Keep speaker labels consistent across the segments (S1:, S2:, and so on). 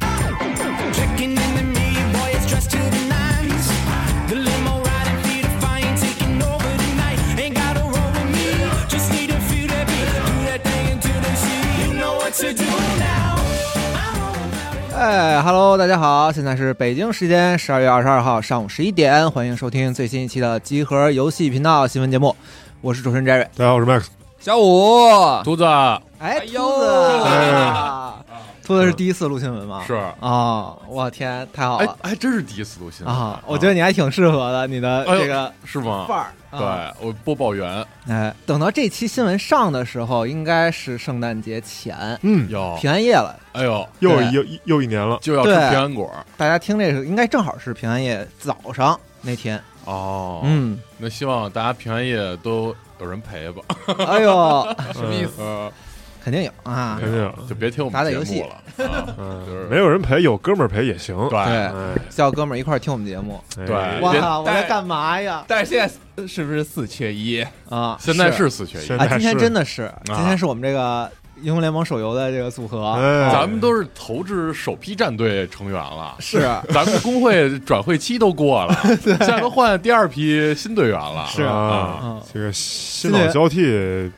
S1: Checking in the me, boy, it's dressed to the nines. The limo riding feet of fine, taking over tonight. Ain't gotta roll with me, just need a few to beat. Do that thing until they see. You know what to do now. I'm all about it.
S2: 哎哈喽，大家好，现在是北京时间十二月二十二号上午十一点，欢迎收听最新一期的集合游戏频道新闻节目，我是主持人 Jerry
S3: 大家好，我是 Max。
S2: 小五。
S4: 犊子
S2: 哎，兔
S3: 哎
S2: 子，兔子是第一次录新闻吗？
S4: 是
S2: 啊，我天，太好
S4: 哎
S2: 了，
S4: 还真是第一次录新闻
S2: 啊！我觉得你还挺适合的，你的
S4: 哎呦哎
S2: 这个
S4: 是吗？
S2: 范儿。啊，
S4: 对我播报员
S2: 哎，等到这期新闻上的时候，应该是圣诞节前
S3: 嗯，
S4: 哟，
S2: 平安夜了。
S4: 哎呦，
S3: 又
S2: 对
S3: 又又一年了。
S4: 就要吃
S2: 对
S4: 平安果
S2: 大家听这个应该正好是平安夜早上那天。
S4: 哦。，
S2: 嗯，
S4: 那希望大家平安夜都有人陪吧。
S2: 哎呦，
S3: 什么意思？
S4: 呃，
S2: 肯定有啊
S4: 哎
S3: 肯。定有。
S4: 就别听我
S2: 打打
S4: 们
S2: 游戏
S4: 节目了，啊就是
S3: 嗯，没有人陪，有哥们儿陪也行。
S4: 对。
S2: 对，
S3: 哎，
S2: 叫哥们儿一块儿听我们节目。
S3: 哎
S4: 对
S2: 我
S4: 别
S2: 操，我在
S4: 带
S2: 干嘛呀？
S4: 但是现在是不是四缺一？
S2: 啊，
S4: 现在是四缺一
S3: 现，
S2: 啊，
S3: 在
S2: 今天
S3: 是
S2: 真的是，今天是我们这个英雄联盟手游的这个组合，
S3: 哎，
S4: 咱们都是投掷首批战队成员了。
S2: 是
S4: 咱们工会转会期都过了，现在都换第二批新队员了。
S2: 是
S3: 啊
S2: 嗯，
S3: 这个新老交替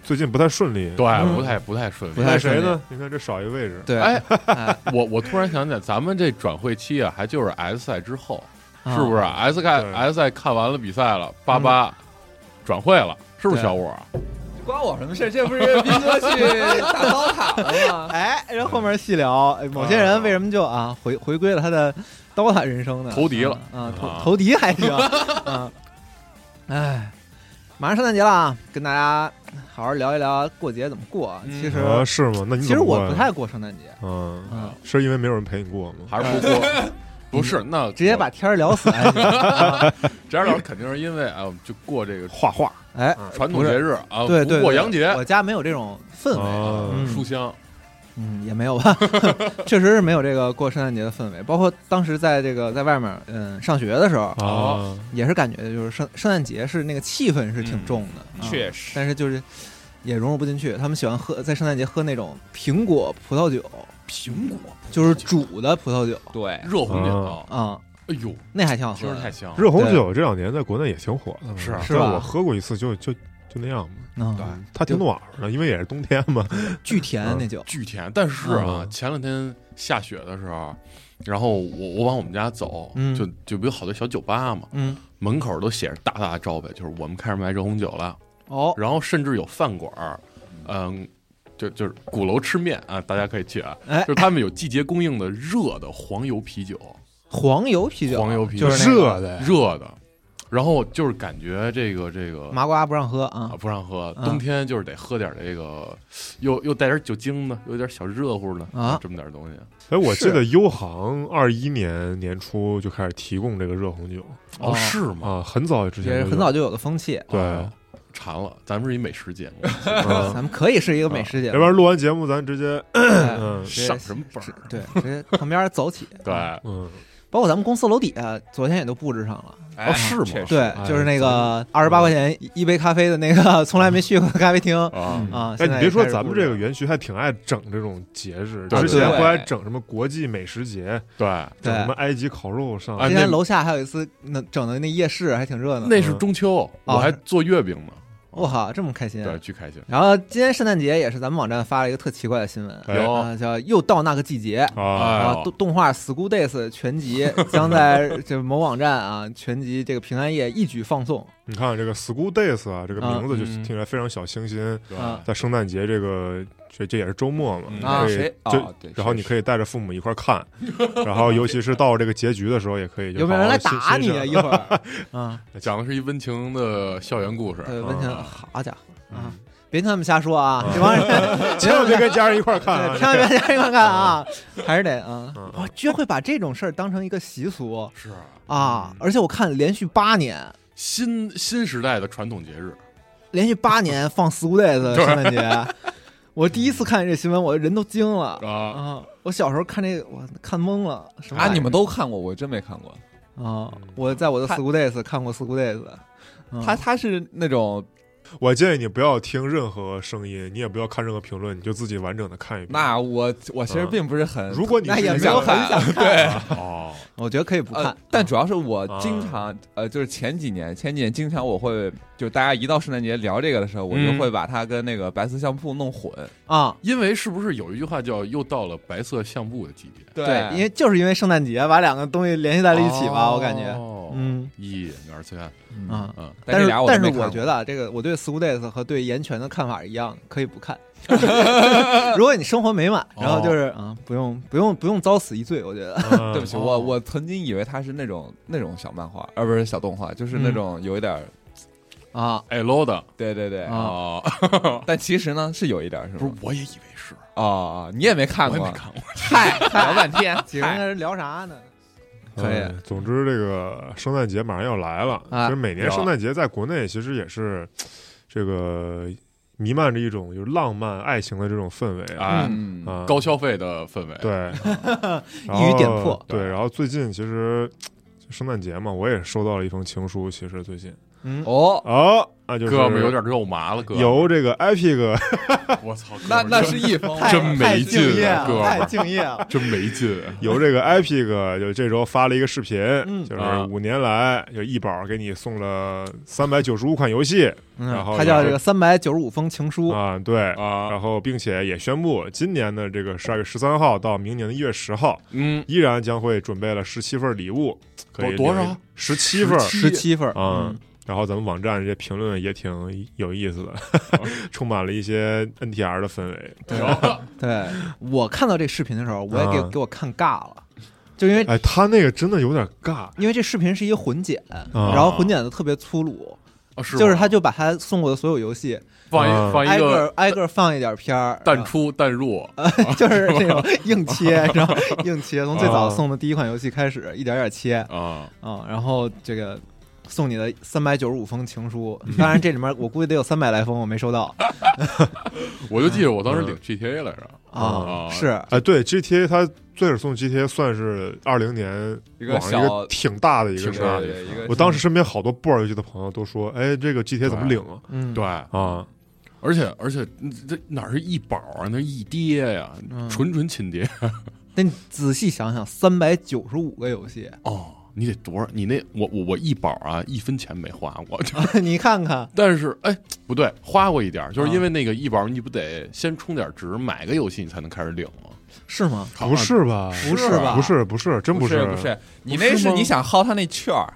S3: 最近不太顺利。
S4: 对，不太不太顺利。
S2: 不太
S3: 那
S2: 顺利
S3: 谁呢？你看这少一位置。
S2: 对，
S4: 哎，
S2: 哎
S4: 我我突然想起来，咱们这转会期啊，还就是 S 赛之后，
S2: 啊
S4: 是不是？S 赛
S3: 对
S4: S 赛看完了比赛了，八八转会了，是不是
S2: 对
S4: 小五啊？
S5: 关我什么事儿？这不是斌哥去大刀塔了吗？
S2: 哎，人后面细聊，哎某些人为什么就啊回回归了他的刀塔人生呢？
S4: 投敌了
S2: 啊，啊
S4: 啊
S2: 投投敌 还行，啊，哎，马上圣诞节了啊，跟大家好好聊一聊过节怎么过啊。
S4: 嗯
S2: 其实
S3: 啊，是吗？那你
S2: 其
S3: 怎
S2: 实
S3: 么过
S2: 我
S3: 呀
S2: 不太过圣诞节，
S3: 嗯，
S2: 嗯，
S3: 是因为没有人陪你过吗？
S4: 还是不过？ 不是，那
S2: 直接把天儿聊死还行。啊
S4: 这样老师肯定是因为啊，我们就过这个
S3: 画画
S2: 哎，
S4: 传统节日啊，
S2: 对对，
S4: 不过
S2: 对
S4: 洋节
S2: 我家没有这种氛围。
S3: 啊
S2: 嗯
S4: 书香，
S2: 嗯，也没有吧， 确实是没有这个过圣诞节的氛围。包括当时在这个在外面，嗯，上学的时候，
S3: 啊
S4: 哦，
S2: 也是感觉就是圣圣诞节是那个气氛是挺重的，啊
S5: 确实
S2: 但是就是也融入不进去。他们喜欢喝在圣诞节喝那种苹果葡萄酒，
S4: 苹果
S2: 就是煮的葡萄酒
S5: 对，
S4: 热红酒，
S2: 啊、
S4: 哎呦，
S2: 那还挺好喝
S4: 听
S2: 的。
S4: 着太香了。
S3: 热红酒这两年在国内也挺火的，
S4: 是
S3: 但
S2: 是啊吧
S3: 我喝过一次，就就就那样嘛。
S2: 嗯，
S3: 嗯它挺暖和的，因为也是冬天嘛。
S2: 巨甜那酒，
S4: 巨甜，但是啊
S3: 嗯，
S4: 前两天下雪的时候，然后我我往我们家走，
S2: 嗯
S4: 就就不有好多小酒吧嘛，
S2: 嗯，
S4: 门口都写着大大的招牌，就是我们开始卖热红酒了。
S2: 哦，
S4: 然后甚至有饭馆儿，嗯，就就是鼓楼吃面啊，大家可以去啊。
S2: 哎
S4: 就是他们有季节供应的热的黄油啤酒，
S2: 黄油啤酒，啊
S4: 黄油啤酒
S2: 就是那个
S3: 热的呀，
S4: 热的。然后就是感觉这个这个
S2: 麻瓜不让喝啊
S4: 啊，不让喝，
S2: 啊
S4: 冬天就是得喝点这个，又又带点酒精的，有点小热乎的
S2: 啊
S4: 这么点东西。
S3: 哎，我
S2: 是
S3: 记得优航二一年年初就开始提供这个热红酒
S2: 哦
S4: 是吗？
S3: 啊，很早之
S2: 也
S3: 前
S2: 是
S3: 就
S2: 很早就有的风气。
S3: 对
S4: 啊馋了，咱们是一美食节 目，
S3: 有，
S2: 咱
S3: 嗯
S2: 们可以是一个美食节
S3: 要不
S2: 目，
S3: 然录完节目咱直接
S2: 哎
S3: 啊 嗯
S2: 直接
S4: 上什么本儿？
S2: 对，直接旁边走起。
S4: 对，
S3: 嗯
S2: 包括咱们公司楼底下，昨天也都布置上了。
S4: 哦是吗
S5: 确实
S2: 对，
S3: 哎
S2: 就是那个二十八块钱一一杯咖啡的那 个从来没去过的咖啡厅
S4: 啊，
S2: 啊。
S3: 哎，
S2: 现
S3: 你
S2: 在
S3: 别说
S2: 也开始
S3: 咱们
S2: 布置
S3: 这个园区还挺爱整这种节日，
S4: 对
S3: 之前
S5: 对
S3: 不还整什么国际美食节，
S4: 对，
S3: 整什
S2: 啊对。
S3: 么埃及烤肉上
S4: 啊
S2: 今
S4: 哎
S2: 天
S4: 那
S2: 楼下还有一次那整的那夜市还挺热闹，
S4: 那是中秋，
S2: 啊
S4: 我还做月饼呢，
S2: 我靠，这么开心。
S4: 对，巨开心。
S2: 然后今天圣诞节也是咱们网站发了一个特奇怪的新闻，
S3: 哎
S4: 有
S2: 啊，叫又到那个季节
S3: 啊，
S4: 哎
S2: 啊
S4: 呦，
S2: 动动画《School Days》全集 将在这某网站啊全集这个平安夜一举放送
S3: 你看这个 School Days 啊，这个名字就
S4: 嗯
S3: 听起来非常小清新，
S4: 对
S2: 啊
S3: 在圣诞节这个这这也是周末嘛，
S4: 嗯
S3: 可以
S5: 谁
S3: 哎就
S2: 哦
S5: 啊对
S3: 然后
S5: 是
S3: 你可以带着父母一块儿看，然后尤其是到这个结局的时候，也可以就
S2: 有没有人来
S3: 好好
S2: 打
S3: 欣
S2: 你啊？
S3: 欣赏
S2: 一会儿 啊，
S4: 讲的是一温情的校园故事。
S2: 对，温情，
S4: 啊
S2: 好家伙啊！别听他们瞎说啊，这帮人
S3: 千万别跟家人一块儿看啊！
S2: 对，千万别家看看啊，还是得啊
S3: 嗯，
S2: 我居然会把这种事儿当成一个习俗
S4: 是啊
S2: 啊！而且我看连续八年，
S4: 新新时代的传统节日，
S2: 连续八 年放 School Days 圣诞节，我第一次看见这新闻，我人都惊了
S4: 啊
S2: 啊！我小时候看这个，我看懵了，什么
S5: 啊，
S2: 玩意儿
S5: 你们都看过，我真没看过。
S2: 啊
S3: 嗯！
S2: 我在我的
S5: 他
S2: School Days 看过 School Days，嗯
S5: 他他是那种
S3: 我建议你不要听任何声音，你也不要看任何评论，你就自己完整的看一遍。
S5: 那我我其实
S3: 嗯
S5: 并不是很，
S3: 如果你
S2: 那
S3: 是
S2: 也
S3: 一
S2: 没
S3: 个
S5: 想
S2: 有很
S5: 看
S2: 想啊
S5: 对，
S4: 哦，
S2: 我觉得可以不看
S5: 呃，但主要是我经常呃，就是前几年前几年经常我会就大家一到圣诞节聊这个的时候，我就
S3: 嗯
S5: 会把它跟那个白色相扑弄混，
S2: 啊。
S4: 因为是不是有一句话叫“又到了白色相簿的季节
S2: 对，因为就是因为圣诞节把两个东西联系”在了一起
S4: 哦
S2: 吧，我感觉，
S4: 觉
S2: 嗯
S4: 一元儿次元，
S5: 嗯，
S2: 啊。
S4: 嗯，
S2: 但
S5: 这
S2: 是
S5: 俩我都
S2: 但是
S5: 没
S2: 我
S5: 看
S2: 觉
S5: 过
S2: 得啊，这个我对 School Days 和对岩泉的看法一样，可以不 看。如果你生活美满，然后就是啊，不用不用不用遭此一罪，我觉得
S3: 嗯
S5: 对不起，我我曾经以为它是那种那种小漫画，呃而不是小动画，就是那种有一点儿，
S2: 啊
S4: 哎，low 的
S5: 对对对，
S2: 啊
S4: 哦，
S5: 但其实呢是有一点儿，是
S4: 不
S5: 吗
S4: 是？，我也以为是，
S5: 啊啊，你也没看
S4: 我也
S5: 过
S4: 没，看过，
S5: 嗨，聊半天，
S2: 几个人在这聊啥呢？可以
S3: 哎总之，这个圣诞节马上要来了。
S2: 啊
S3: 其实每年圣诞节在国内其实也是这个弥漫着一种就是浪漫爱情的这种氛围啊。
S4: 哎，
S5: 嗯，
S3: 啊
S4: 高消费的氛围，
S3: 对，然
S2: 一语
S3: 后
S2: 点破
S3: 对，然后最近其实就圣诞节嘛，我也收到了一封情书。其实最近
S2: 嗯，
S5: 哦，
S3: 哦，那就是
S4: 哥们儿有点肉麻了，哥，
S3: 由这个 Epic
S4: 我操，哥们
S5: 那
S4: 儿
S5: 那
S4: 真
S5: 是一 封，
S2: 太
S4: 嗯真没
S2: 太
S4: 劲
S2: 敬业
S4: 啊哥
S2: 了，
S4: 们儿
S2: 太敬业了。
S4: 真没劲，
S3: 由这个 Epic 就这周发了一个视频，
S2: 嗯
S3: 就是
S4: 啊
S3: 五年来就一宝给你送了三百九十五款游戏然
S2: 嗯，
S3: 后
S2: 他
S3: 也
S2: 叫
S3: 是
S2: 这个三百九十五封情书，
S3: 啊，对，
S4: 啊，
S3: 然后并且也宣布，今年的这个十二月十三号到明年的一月十号，
S4: 嗯，
S3: 依然将会准备了十七份礼物，可以
S4: 多多少
S3: 十七份儿
S2: 十七份儿
S3: 啊。
S2: 嗯
S3: 然后咱们网站这评论也挺有意思的， 充满了一些 NTR 的氛围。
S2: 嗯对我看到这视频的时候，我也给
S3: 啊
S2: 给我看尬了，就因为
S3: 哎，他那个真的有点尬，
S2: 因为这视频是一个混剪，
S3: 啊
S2: 然后混剪的特别粗鲁，
S4: 啊是吗
S2: 就是他就把他送过的所有游戏
S4: 放
S3: 啊
S4: 一放
S2: 挨
S4: 一
S2: 个
S4: 个
S2: 挨个放一点片儿，
S4: 淡出淡入，
S2: 然后就是那种硬切， 然后硬切，从最早
S3: 啊
S2: 送的第一款游戏开始，一点点切
S4: 啊，
S2: 啊，然后这个。送你的三百九十五封情书，
S3: 嗯
S2: 当然这里面我估计得有三百来封我没收到
S3: 啊
S4: 我就记得我当时领 GTA 来着，
S2: 啊，
S4: 啊
S2: 是
S3: 哎，对 GTA，他最始送 GTA 算是二零年
S5: 一个
S3: 网上一
S5: 小
S3: 个挺大的一个
S5: 挺
S3: 事
S5: 大
S3: 儿
S5: 的。一个，
S3: 我当时身边好多不玩游戏的朋友都说，哎，这个 GTA 怎么
S4: 对
S3: 领啊？
S2: 嗯，
S4: 对，
S3: 啊，
S4: 而且而且嗯这哪是一宝啊，那一爹呀
S2: 嗯，
S4: 纯纯亲爹
S2: 但你仔细想想，三百九十五个游 戏，
S4: 哦。 你得多少？你那我我我一宝啊，一分钱没花过。
S2: 你看看，
S4: 但是哎，不对，花过一点儿，就是
S2: 啊
S4: 因为那个一宝，你不得先充点值，买个游戏你才能开始领吗？
S2: 是吗？
S3: 不是吧？
S2: 不是吧？
S3: 不是不是，真
S5: 不
S3: 是
S5: 不是，你那是你想薅他那券儿，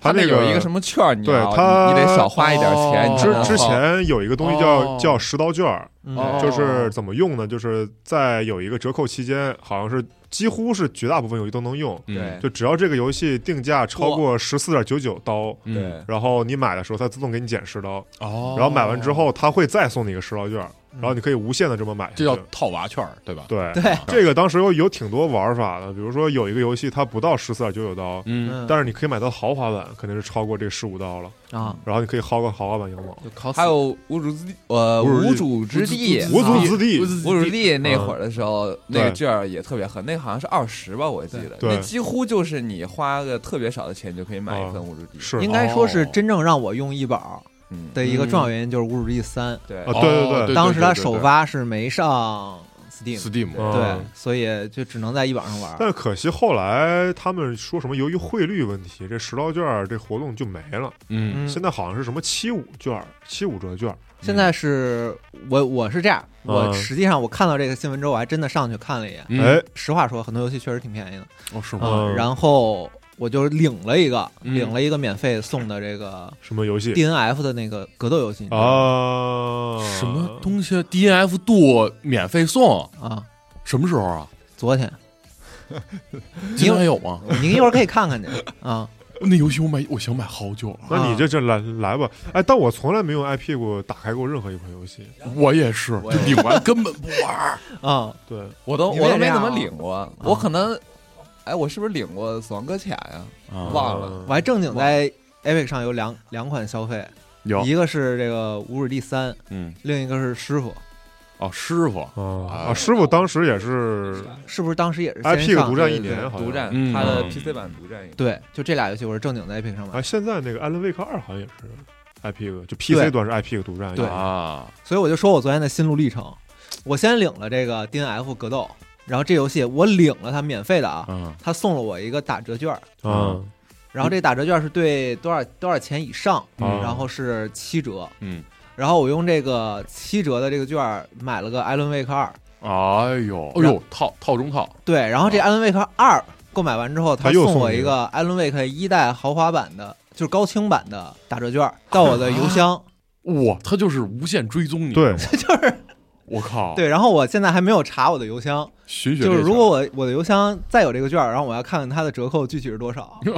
S3: 他
S5: 那
S3: 那
S5: 有
S3: 个
S5: 一个什么券儿，你
S3: 对
S5: 要
S3: 他
S5: 你你得少花一点钱。你才能
S3: 之之
S5: 薅
S3: 前有一个东西叫、
S4: 哦
S3: 叫十刀券儿，
S2: 嗯
S4: 哦
S3: 就是怎么用呢？就是在有一个折扣期间，好像是几乎是绝大部分游戏都能用，
S4: 嗯
S5: 对
S3: 就只要这个游戏定价超过十四点九九刀。
S4: 嗯
S5: 对
S3: 然后你买的时候，它自动给你减十刀，
S4: 哦
S3: 然后买完之，后，它会再送你一个十刀券儿，然后你可以无限的这么买下去。
S4: 这叫套娃券儿，对吧？
S3: 对
S2: 对，
S4: 啊
S3: 这个当时有有挺多玩法的，比如说有一个游戏它不到十四点九九刀，
S4: 嗯，
S2: 嗯
S3: 但是你可以买到豪华版，肯定是超过这十五刀了，
S2: 啊，
S3: 然后你可以薅个豪华版羊毛，
S2: 就考死
S5: 还有无主之地，呃，
S3: 无主之地
S5: 无主之地，
S3: 无足之地。
S5: 无主之地那会儿的时候，那个
S3: 嗯对
S5: 券儿也特别狠，那个好像是二十吧，我记得，
S3: 对
S5: 那几乎就是你花个特别少的钱就可以买一份
S3: 啊
S5: 无主之地。
S3: 是
S2: 应该说是真正让我用医保
S5: 嗯，
S2: 的一个重要原因就是《无主之地三
S5: 对
S3: 啊，》，对
S4: 哦
S3: 对
S4: 对
S2: 当时它首发是没上 Steam，
S4: Steam，
S3: 嗯
S2: 对，所以就只能在医保上玩。嗯
S3: 啊但是可惜后来他们说什么由于汇率问题，这十刀券儿这活动就没了。
S4: 嗯
S2: 嗯，
S3: 现在好像是什么七五券儿、七五折券儿，
S2: 现在是我我是这样，我
S3: 嗯
S2: 实际上我看到这个新闻之后，我还真的上去看了一眼。
S4: 嗯
S3: 哎，
S2: 实话说，很多游戏确实挺便宜的，
S4: 哦是吗？
S2: 嗯，
S3: 嗯
S2: 然后我就领了一个，
S4: 嗯
S2: 领了一个免费送的这个
S3: 什么游戏
S2: DNF 的那个格斗游戏
S3: 啊？
S4: 什么东西？DNF 度免费送，
S2: 啊，
S4: 什么时候啊？
S2: 昨天
S4: 今天还有吗？
S2: 您一会儿可以看看去 啊，那游戏我买
S4: 我想买好久了，
S3: 那你这这来来吧，哎，但我从来没用 iP 股打开过任何一款游戏。
S4: 我也是
S5: 我也，是
S4: 领完根本不玩儿。
S2: 啊，
S3: 对，
S5: 我都
S2: 你
S5: 我
S2: 们也
S5: 都没
S2: 这
S5: 怎
S2: 样
S5: 么
S2: 啊
S5: 领过，我可能，哎，我是不是领过死亡搁浅呀？
S4: 啊
S5: 忘了
S3: 嗯啊
S2: 我还正经在 Epic 上有两两款消费，
S4: 有，
S2: 一个是这个《无主地三》，
S4: 嗯，
S2: 另一个是《师傅》
S4: 哦，师傅，
S3: 啊
S4: 啊
S3: 啊！师傅当时也是
S2: 是啊不是当时也是
S3: IP
S2: 先上
S3: 啊独占
S2: 对
S3: 一
S2: 对
S3: 年，好像
S5: 独占
S4: 嗯，
S5: 它的
S4: 嗯
S5: PC 版独占一个。
S2: 对，就这俩游戏我是正经在 Epic 上买
S3: 啊，，现在那个《艾伦·威克二》好像也是 IP
S2: 对
S3: 就 PC 端是 IP 独占，
S2: 对
S4: 啊，
S2: 所以我就说我昨天的心路历程。我先领了这个 DNF 格斗，然后这游戏我领了它免费的啊，
S4: 嗯
S2: 他送了我一个打折券儿，
S3: 啊
S2: 然后这打折券是对多少多少钱以上，
S3: 嗯
S2: 然后是七折，
S4: 嗯，
S2: 然后我用这个七折的这个券儿买了个《艾伦·威克二》，
S4: 哎呦，哎呦，套套中套，
S2: 对，然后这《艾伦·威克二》购买完之后，他
S3: 他又
S2: 送我
S3: 送你
S2: 一个《艾伦·威克一代豪华版的》，就是高清版的打折券儿到我的邮 箱，
S4: 哇，他就是无限追踪你，
S3: 对，
S4: 我靠，，
S2: 对，然后我现在还没有查我的邮箱，
S4: 寻血这事儿，
S2: 就是如果我我的邮箱再有这个券儿，然后我要看看它的折扣具体是多少。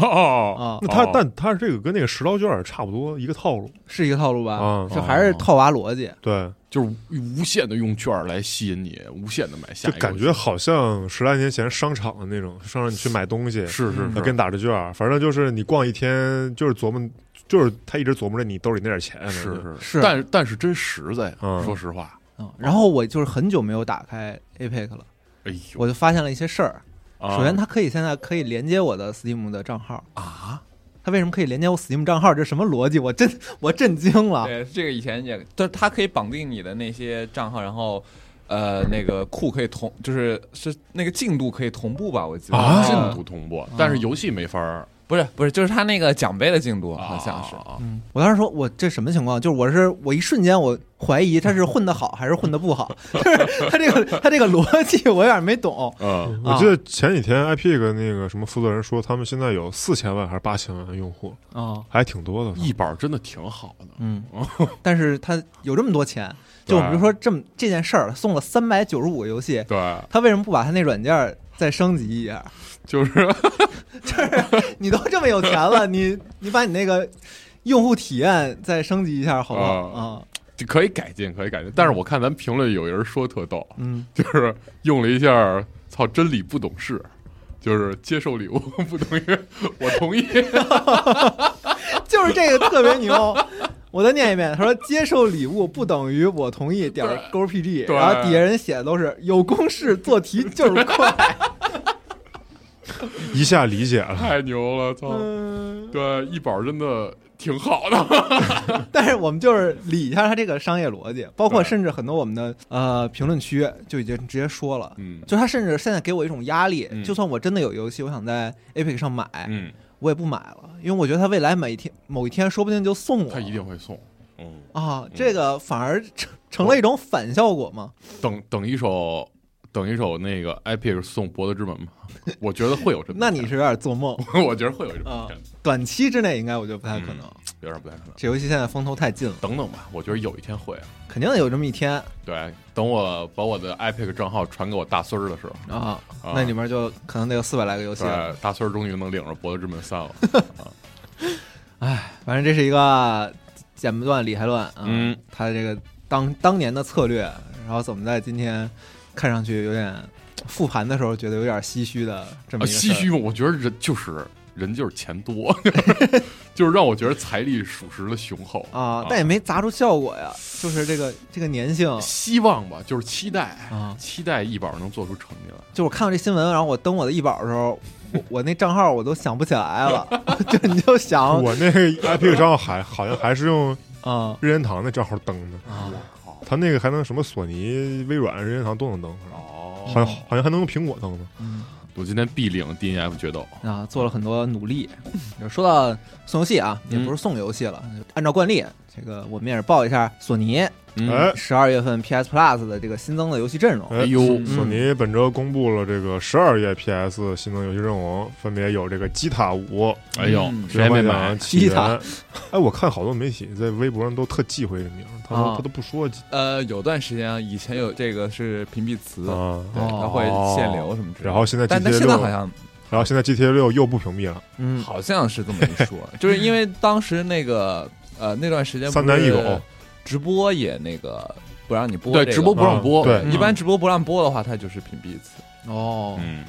S2: 啊、
S4: 哦，
S3: 那他
S4: 哦
S3: 但他这个跟那个石刀卷儿差不多一个套路，
S2: 是一个套路吧？
S3: 嗯
S2: 就还是套娃逻辑。
S3: 对，
S4: 就是无限的用券儿来吸引你，无限的买下
S3: 就
S4: 一个游戏，
S3: 感觉好像十来年前商场 的那种，商场你去买东西，
S4: 是是
S3: 他
S4: 是，
S3: 跟你打着卷儿，反正就是你逛一天，就是琢磨，就是他一直琢磨着你兜里那点钱，
S4: 是
S3: 反正
S4: 是
S2: 是
S4: 但但是真实在呀，
S3: 嗯
S4: 说实话，
S2: 嗯，然后我就是很久没有打开 Apex 了，
S4: 哎呦，
S2: 我就发现了一些事儿。
S4: 啊
S2: 首先，它可以现在可以连接我的 Steam 的账号，
S4: 啊，
S2: 它为什么可以连接我 Steam 账号？这什么逻辑？我真我震惊了。
S5: 对，这个以前也，就是它可以绑定你的那些账号，然后。呃，那个库可以同，就是是那个进度可以同步吧？我记得
S3: 啊
S4: 进
S5: 呃
S4: 度同步，但是游戏没法儿，
S5: 不是不是，就是他那个奖杯的进度好
S4: 啊
S5: 像
S3: 哦
S5: 是，
S4: 啊
S2: 嗯，我当时说，我这什么情况？就是我是我一瞬间我怀疑他是混得好还是混得不好， 就是他这个他这个逻辑我有点没懂。
S4: 嗯，
S3: 我记得前几天 IP 跟那个什么负责人说，他们现在有四千万还是八千万的用户，
S2: 啊、哦，
S3: 还挺多的。
S4: 一板儿真的挺好的，
S2: 嗯，但是他有这么多钱，就我们就说这么这件事儿送了三百九十五个游戏，
S4: 对，
S2: 他为什么不把他那软件儿再升级一下？
S4: 就是
S2: 你都这么有钱了，你你把你那个用户体验再升级一下，好不好？
S4: 啊
S2: 啊，
S4: 就可以改进，可以改进。但是我看咱们评论有人说特逗，
S2: 嗯，
S4: 就是用了一下“操真理不懂事”，就是接受礼物不等于我同意。
S2: 就是这个特别牛。我再念一遍，他说接受礼物不等于我同意点儿勾 PG，
S4: 对
S2: 然后底下人写的都是有公式做题就是快，
S3: 一下理解了，
S4: 太牛了，操！
S2: 嗯，
S4: 对，一宝真的挺好的。
S2: 但是我们就是理一下他这个商业逻辑，包括
S4: 对
S2: 甚至很多我们的呃评论区就已经直接说了，
S4: 嗯
S2: 就他甚至现在给我一种压力，
S4: 嗯
S2: 就算我真的有游戏，我想在 Epic 上买，
S4: 嗯，
S2: 我也不买了，因为我觉得他未来每一天某一天说不定就送我，
S4: 他一定会送。嗯，
S2: 啊，这个反而成成了一种反效果嘛。
S4: 等等一首，等一首那个 Epic 送《博德之门》吧，我觉得会有这么一天。
S2: 那你是有点做梦，
S4: 我觉得会有这么一天，
S2: 短期之内应该我觉得不太可能。
S4: 有点不太可能。
S2: 这游戏现在风头太近了，
S4: 等等吧，我觉得有一天会啊。
S2: 肯定有这么一天
S4: 对，等我把我的 Epic 账号传给我大孙儿的时候，
S2: 啊，
S4: 啊
S2: 那里面就可能得有四百来个游戏了。
S4: 对，大孙儿终于能领着《博德之门三》 了。
S2: 反正这是一个剪不断理还乱啊，
S4: 嗯，
S2: 他这个当当年的策略，然后怎么在今天看上去有点复盘的时候觉得有点唏嘘的这
S4: 啊，
S2: 么一个事
S4: 唏
S2: 儿
S4: 嘘，我觉得人就是人就是钱多， 就是让我觉得财力属实的雄厚
S2: 啊，但也没砸出效果呀，就是这个这个粘 性
S4: 希望吧，就是期待
S2: 啊
S4: 期待易宝能做出成绩来。
S2: 就我看到这新闻，然后我登我的易宝的时候，我我那账号我都想不起来了， 就你就
S4: 啊
S2: 想
S3: 我那个 IP 账号还好像还是用
S2: 啊
S3: 任天堂那账号登的，
S2: 啊
S3: 他那个还能什么索尼、微软、任天堂都能登，
S4: 哦
S3: 好像好像还能用苹果登呢。
S5: 嗯
S4: 我今天必领 DNF 决斗，
S2: 啊，做了很多努力。就说到送游戏啊，也
S4: 嗯
S2: 不是送游戏了，按照惯例，这个我们也是报一下索尼
S4: 嗯
S3: 哎，
S2: 十二月份 PS Plus 的这个新增的游戏阵容。
S3: 哎
S4: 哎呦，
S5: 嗯
S3: 索尼本周公布了这个十二月 PS 新增游戏阵容，分别有这个《吉塔五》
S4: 哎呦，
S5: 嗯
S4: 谁还没
S3: 直啊
S4: 买
S3: 板奖？起源
S2: 吉塔。
S3: 哎，我看好多媒体在微博上都特忌讳这名儿，他
S2: 啊
S3: 说他都不说吉
S5: 呃，有段时间啊，以前有这个是屏蔽词，
S3: 啊。
S5: 对，
S2: 哦
S5: 它会限流什么之类的。
S3: 然后现在
S5: 嗯但但
S3: GTA
S5: 现在
S3: 六，
S5: 好
S3: 然
S5: 像
S3: 后现在 GTA 六又不屏蔽了，
S2: 嗯，
S5: 好像是这么一 说，就是因为当时那个呃那段时间
S3: 三男一狗，
S5: 直播也那个不让你播、
S4: 对，直播不让播，
S3: 嗯对
S5: 一般直播不让播的话，它就是屏蔽词。
S2: 哦，
S4: 嗯，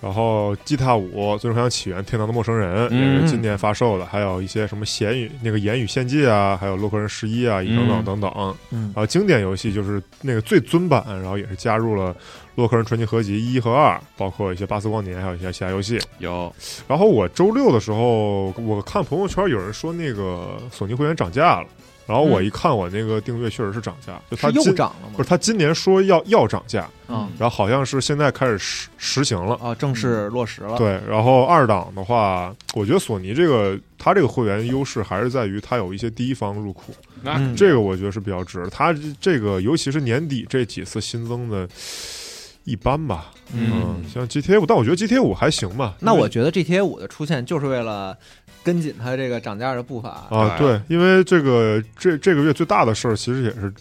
S3: 然后《吉他五》《最终幻想起源》《天堂的陌生人》也
S5: 嗯
S3: 是今年发售的，还有一些什么《咸鱼》那个《言语献祭》啊，还有《洛克人十一》啊，等等
S5: 嗯
S3: 等等。
S2: 嗯
S3: 然后经典游戏就是那个最尊版，然后也是加入了《洛克人传奇》合集一和二，包括一些《巴斯光年》，还有一些其他游戏。
S4: 有
S3: 然后我周六的时候，我看朋友圈有人说那个索尼会员涨价了，然后我一看我那个订阅确实是涨价，就他
S2: 是又
S3: 今
S2: 涨了吗？
S3: 不是他今年说要要涨价，
S2: 啊
S3: 然后好像是现在开始实实 行了。
S2: 啊，正式落实了。
S3: 对，然后二档的话，我觉得索尼这个它这个会员优势还是在于它有一些第一方入库，
S4: 那
S2: 嗯
S3: 这个我觉得是比较值。它这个尤其是年底这几次新增的，一般吧。嗯，像 GTA 五，但我觉得 GTA 五还行吧。
S2: 那
S3: 因为
S2: 我觉得 GTA 五的出现就是为了跟紧它这个涨价的步伐。
S3: 啊，对，因为这个这这个月最大的事儿其实也是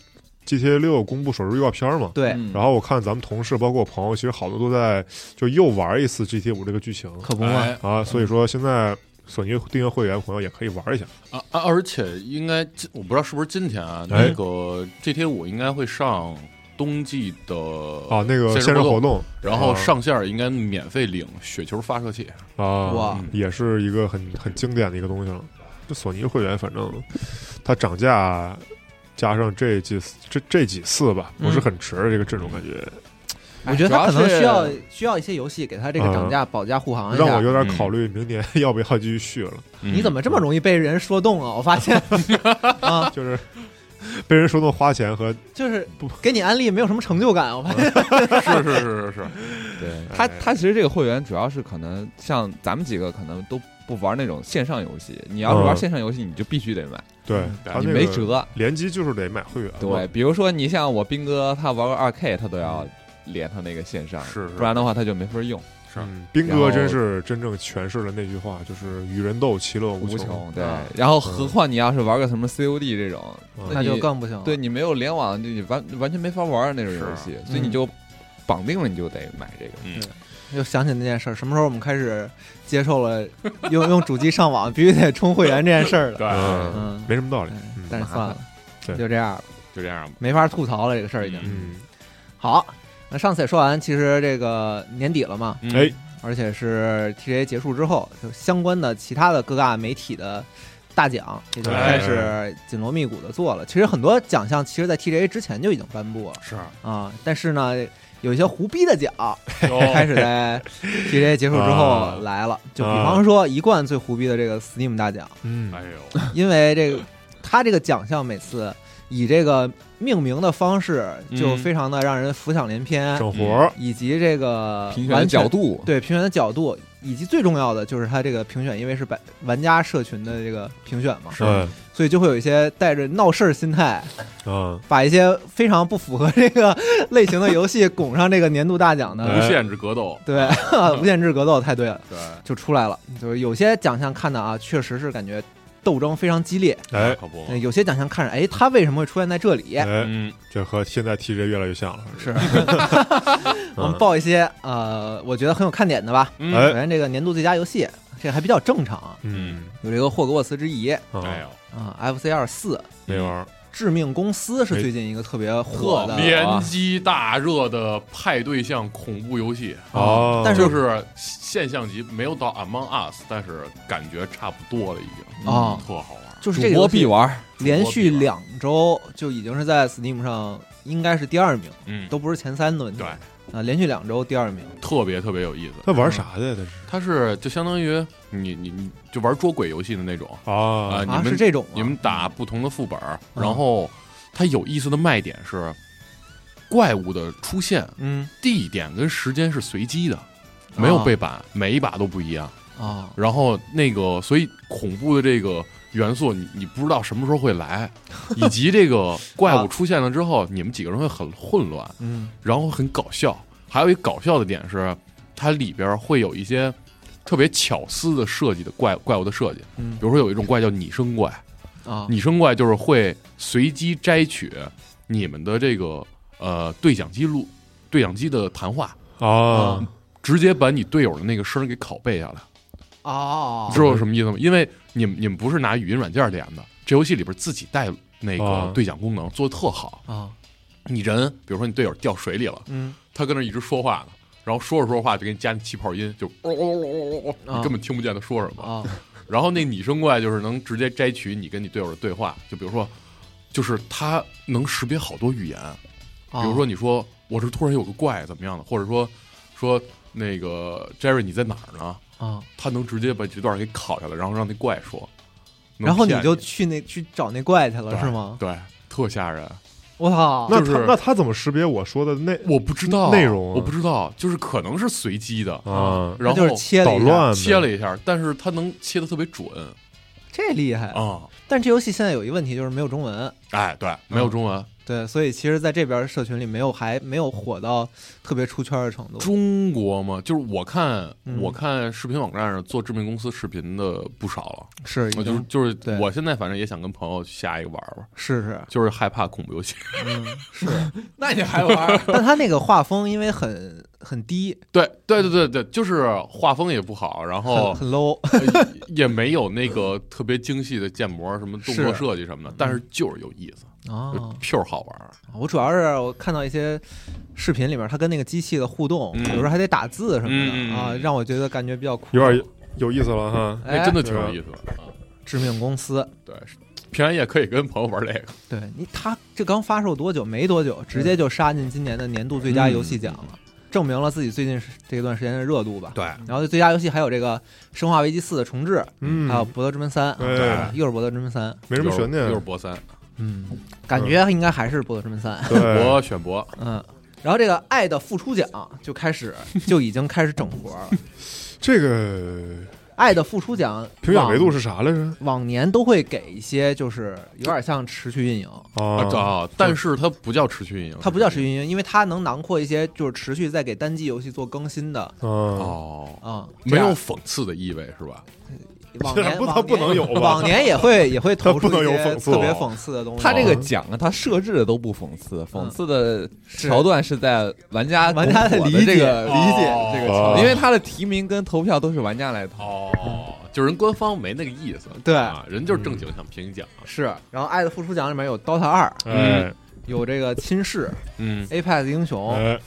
S3: GTA 六公布首日预告片儿嘛。
S2: 对，
S5: 嗯
S3: 然后我看咱们同事，包括我朋友，其实好多都在就又玩一次 GTA 五这个剧情
S2: 可不嘛。
S4: 哎
S3: 啊，所以说现在索尼订阅会员朋友也可以玩一下。
S4: 啊啊！而且应该今我不知道是不是今天啊，
S3: 哎
S4: 那个 GTA 五应该会上冬季的
S3: 啊，那个
S4: 线
S3: 线
S4: 上
S3: 上
S4: 活
S3: 活动，
S4: 然后
S3: 啊
S4: 上线应该免费领雪球发射器。
S3: 啊，
S2: 哇
S3: 也是一个很很经典的一个东西了。这索尼会员，反正它涨价加上这几次这这几次吧，不是
S2: 嗯
S3: 很值这个这种感觉，
S2: 我觉得它可能
S5: 主要是
S2: 需要需要一些游戏给它这个涨价保驾护航一
S3: 让我
S2: 下。
S3: 有点
S4: 嗯
S3: 考虑明年要不要继续续了。
S2: 嗯你怎
S4: 么
S2: 么这么容易被人说动啊？我发现啊，
S3: 就是被人说动花钱和
S2: 就是
S3: 不
S2: 给你安利没有什么成就感。啊我发现
S4: 是是是是是，
S5: 对他，他其实这个会员主要是可能像咱们几个可能都不玩那种线上游戏，你要是玩
S3: 嗯
S5: 线上游戏，你就必须得买，
S3: 对他
S5: 你
S3: 那
S5: 没
S3: 个
S5: 辙。
S3: 联机就是得买会员嘛。
S5: 对，比如说你像我斌哥，他玩个二 K，他都要连他那个线上，
S4: 是是
S5: 不然的话他就没法用，
S3: 嗯，兵
S5: 然后
S3: 哥真是真正诠释了那句话，就是与人斗，其乐
S5: 无
S3: 穷。
S5: 穷。对
S2: 啊，
S5: 然后何况你要是玩个什么 COD 这种，
S3: 嗯
S2: 那
S5: 你
S2: 就更不行了。
S5: 对你没有联网，就你完完全没法玩那种游戏，所以你就绑定了，你就得买这个。
S4: 嗯，
S2: 又想起那件事儿，什么时候我们开始接受了用用主机上网必须得充会员这件事儿 了？
S4: 对，
S3: 嗯，没什么道理
S2: 哎。但
S3: 嗯
S2: 是算了，
S3: 对
S2: 就这样吧，
S4: 就这样吧。
S2: 没法吐槽了这个事儿已经。
S3: 嗯，
S2: 好，那上次也说完，其实这个年底了嘛，
S4: 嗯
S3: 哎，
S2: 而且是 TGA 结束之后，就相关的其他的各大媒体的大奖也就开始紧锣密鼓的做了。其实很多奖项其实，在 TGA 之前就已经颁布了
S4: 是
S2: 啊，但是呢，有一些胡逼的奖 开
S4: 嗯开
S2: 始在 TGA 结束之后
S3: 啊
S2: 来了。就比方说一贯最胡逼的这个 Steam 大奖，
S3: 嗯，
S4: 哎呦，
S2: 因为这个它这个奖项每次以这个命名的方式就
S4: 嗯
S2: 非常的让人浮想联翩，
S3: 整活儿，
S2: 以及这个
S5: 评选的
S2: 完全
S5: 角度，
S2: 对评选的角度，以及最重要的就是它这个评选，因为是百玩家社群的这个评选嘛，
S3: 嗯
S2: 所以就会有一些带着闹事儿心态，
S3: 嗯，
S2: 把一些非常不符合这个 类型的游戏拱上这个年度大奖
S4: 无
S2: 的，
S3: 哎
S4: 限制格斗，
S2: 对， 无限制格斗太对了，
S4: 对，
S2: 就出来了。就是有些奖项看的啊，确实是感觉斗争非常激烈；
S4: 那
S3: 哎
S4: 可不，
S2: 有些奖项看着，哎，它为什么会出现在这里？
S3: 哎，
S4: 嗯，
S3: 这和现在 TJ 越来越像了。
S2: 是
S3: 嗯
S2: 我们报一些呃，我觉得很有看点的吧。
S4: 嗯
S2: 首
S3: 哎
S2: 先，这个年度最佳游戏，啊这个还比较正常啊，
S3: 嗯，
S2: 有这个霍格沃茨之遗。
S3: 啊
S4: 哎呦，
S2: 啊、f c 二四《
S3: 没玩儿，
S2: 致命公司》是最近一个特别火的，啊
S4: 联机大热的派对向恐怖游戏，
S3: 哦，
S2: 但
S4: 就、啊是现象级，没有到 Among Us，但是感觉差不多了，已经嗯
S2: 啊
S4: 特好玩。
S2: 就是
S5: 主
S2: 这个
S5: 播
S2: 游
S5: 必
S2: 戏
S5: 玩，
S2: 连续两周就已经是在 Steam 上应该是第二名，
S4: 嗯，
S2: 都不是前三的问题。
S4: 对
S2: 啊、连续两周第二名，
S4: 特别特别有意思。
S3: 他玩啥的呀？他是
S4: 它是就相当于你你你就玩捉鬼游戏的那种，啊
S3: 啊
S4: 你
S2: 啊，
S4: 们
S2: 是这种吗
S4: 你们打不同的副本儿，
S2: 嗯
S4: 然后它有意思的卖点是怪物的出现
S2: 嗯
S4: 地点跟时间是随机的，没有
S2: 啊
S4: 背板，每一把都不一样。
S2: 啊，
S4: 然后那个，所以恐怖的这个元素你，你不知道什么时候会 来，以及这个怪物出现了之后，你们几个人会很混乱，
S2: 嗯
S4: 然后很搞笑。还有一搞笑的点是，它里边会有一些特别巧思的设计的怪怪物的设计，
S2: 嗯
S4: 比如说有一种怪叫拟声怪，
S2: 啊
S4: 拟声怪就是会随机摘取你们的这个呃对讲机录对讲机的谈话，
S3: 啊
S4: 直接把你队友的那个声儿给拷贝下来。
S2: 哦，
S4: 知道什么意思吗？因为你们你们不是拿语音软件连的，这游戏里边自己带那个
S3: 啊
S4: 对讲功能，做的特好。
S2: 啊
S4: 你人，比如说你队友掉水里了，
S2: 嗯
S4: 他跟那一直说话呢，然后说着说着话就给你加那气泡音， 就哦哦哦哦哦，
S2: 啊
S4: 你根本听不见他说什么。
S2: 啊
S4: 然后那拟声怪就是能直接摘取你跟你队友的对话，就比如说，就是它能识别好多语言，比
S2: 啊，
S4: 如说你说我这突然有个怪怎么样的，或者说说那个 Jerry 你在哪儿呢？
S2: 啊，
S4: 他能直接把这段给拷下来，然后让那怪说，能
S2: 然后你
S4: 骗
S2: 就去那去找那怪去了
S4: 对
S2: 是吗？
S4: 对，特吓人。
S2: 我操，
S3: 那
S4: 就
S3: 他
S4: 是
S3: 那他怎么识别我说的那
S4: 我不知道
S3: 内容啊
S4: 我不知道，就是可能是随机的，
S3: 啊？
S4: 然
S2: 他就
S4: 后
S2: 是切了
S3: 捣
S2: 一下
S3: 乱呗
S4: 切了一下，但是他能切的特别准
S2: 这厉害！
S4: 啊！
S2: 但这游戏现在有一问题就是没有中文，
S4: 哎，对，没有中文，
S2: 对，所以其实在这边社群里没有还没有火到特别出圈的程度。
S4: 中国嘛，就是我看
S2: 嗯
S4: 我看视频网站上做制片公司视频的不少了，
S2: 是，
S4: 我
S2: 已
S4: 就是
S2: 经
S4: 就是
S2: 对
S4: 我现在反正也想跟朋友去下一个玩玩，
S2: 试试，
S4: 就是害怕恐怖游戏，
S2: 嗯，是。
S5: 那你还 玩？
S2: 但他那个画风因为很很低，
S4: 对对对对对，就是画风也不好，然
S2: 很
S4: 后
S2: 很 low，
S4: 呃也也没有那个特别精细的建模，什么动作
S2: 是
S4: 设计什么的，但是就是有意思，
S2: 啊
S4: 就，就是好玩儿。
S2: 我主要是我看到一些视频里面，他跟那个机器的互动，
S4: 嗯
S2: 有时候还得打字什么的、
S4: 嗯嗯嗯
S2: 啊，让我觉得感觉比较酷。
S3: 有点有意思了哈。
S2: 哎
S4: 那真的挺有意思的。啊
S2: 致命公司，
S4: 对，平安夜可以跟朋友玩这个。
S2: 对你他这刚发售多久？没多久，直接就杀进今年的年度最佳游戏奖了，证明了自己最近是这段时间的热度吧。
S4: 嗯对，
S2: 然后最佳游戏还有这个《生化危机四》的重置，
S3: 嗯
S2: 还，
S4: 啊
S2: 有《博德之门三》啊
S3: 哎，
S2: 又是《博德之门三》，
S3: 没什么悬念
S4: 又是。博三，
S2: 嗯，感觉应该还是《博德之门三》。
S3: 对，
S4: 我选博。
S2: 嗯，然后这个《爱的付出奖》就开始就已经开始整活了，《
S3: 这个
S2: 爱的付出奖》
S3: 评选维度
S2: 往
S3: 是啥来着？
S2: 往年都会给一些，就是有点像持续运营，
S3: 啊，
S4: 啊，但是它不叫持续运营，
S2: 它不叫持续运营，因为它能囊括一些就是持续在给单机游戏做更新的
S3: 啊，
S4: 哦，
S2: 啊、这
S4: 没
S2: 样
S4: 有讽刺的意味是吧？
S2: 往年
S3: 不
S2: 往
S3: 它不
S2: 年
S3: 能有吧
S2: 往年也会也会投出
S3: 它不能
S2: 一
S3: 有
S2: 些
S3: 讽刺
S2: 特别
S3: 哦
S2: 讽刺的东西。
S5: 他这个奖啊，他设置的都不讽刺，讽刺的桥段是在嗯玩家
S2: 玩家的
S5: 的
S2: 理解
S5: 这个理
S4: 哦
S5: 解这个桥
S3: 哦
S5: 段，因为他的提名跟投票都是玩家来投。
S4: 哦，就人官方没那个意思，
S2: 对
S4: 啊，人就是正经想评奖。
S2: 是，然后《爱的付出奖》里面有《DOTA 二》，
S3: 哎
S2: 有这个《亲事
S4: 嗯》，
S2: 《Apex 英雄》
S3: 哎，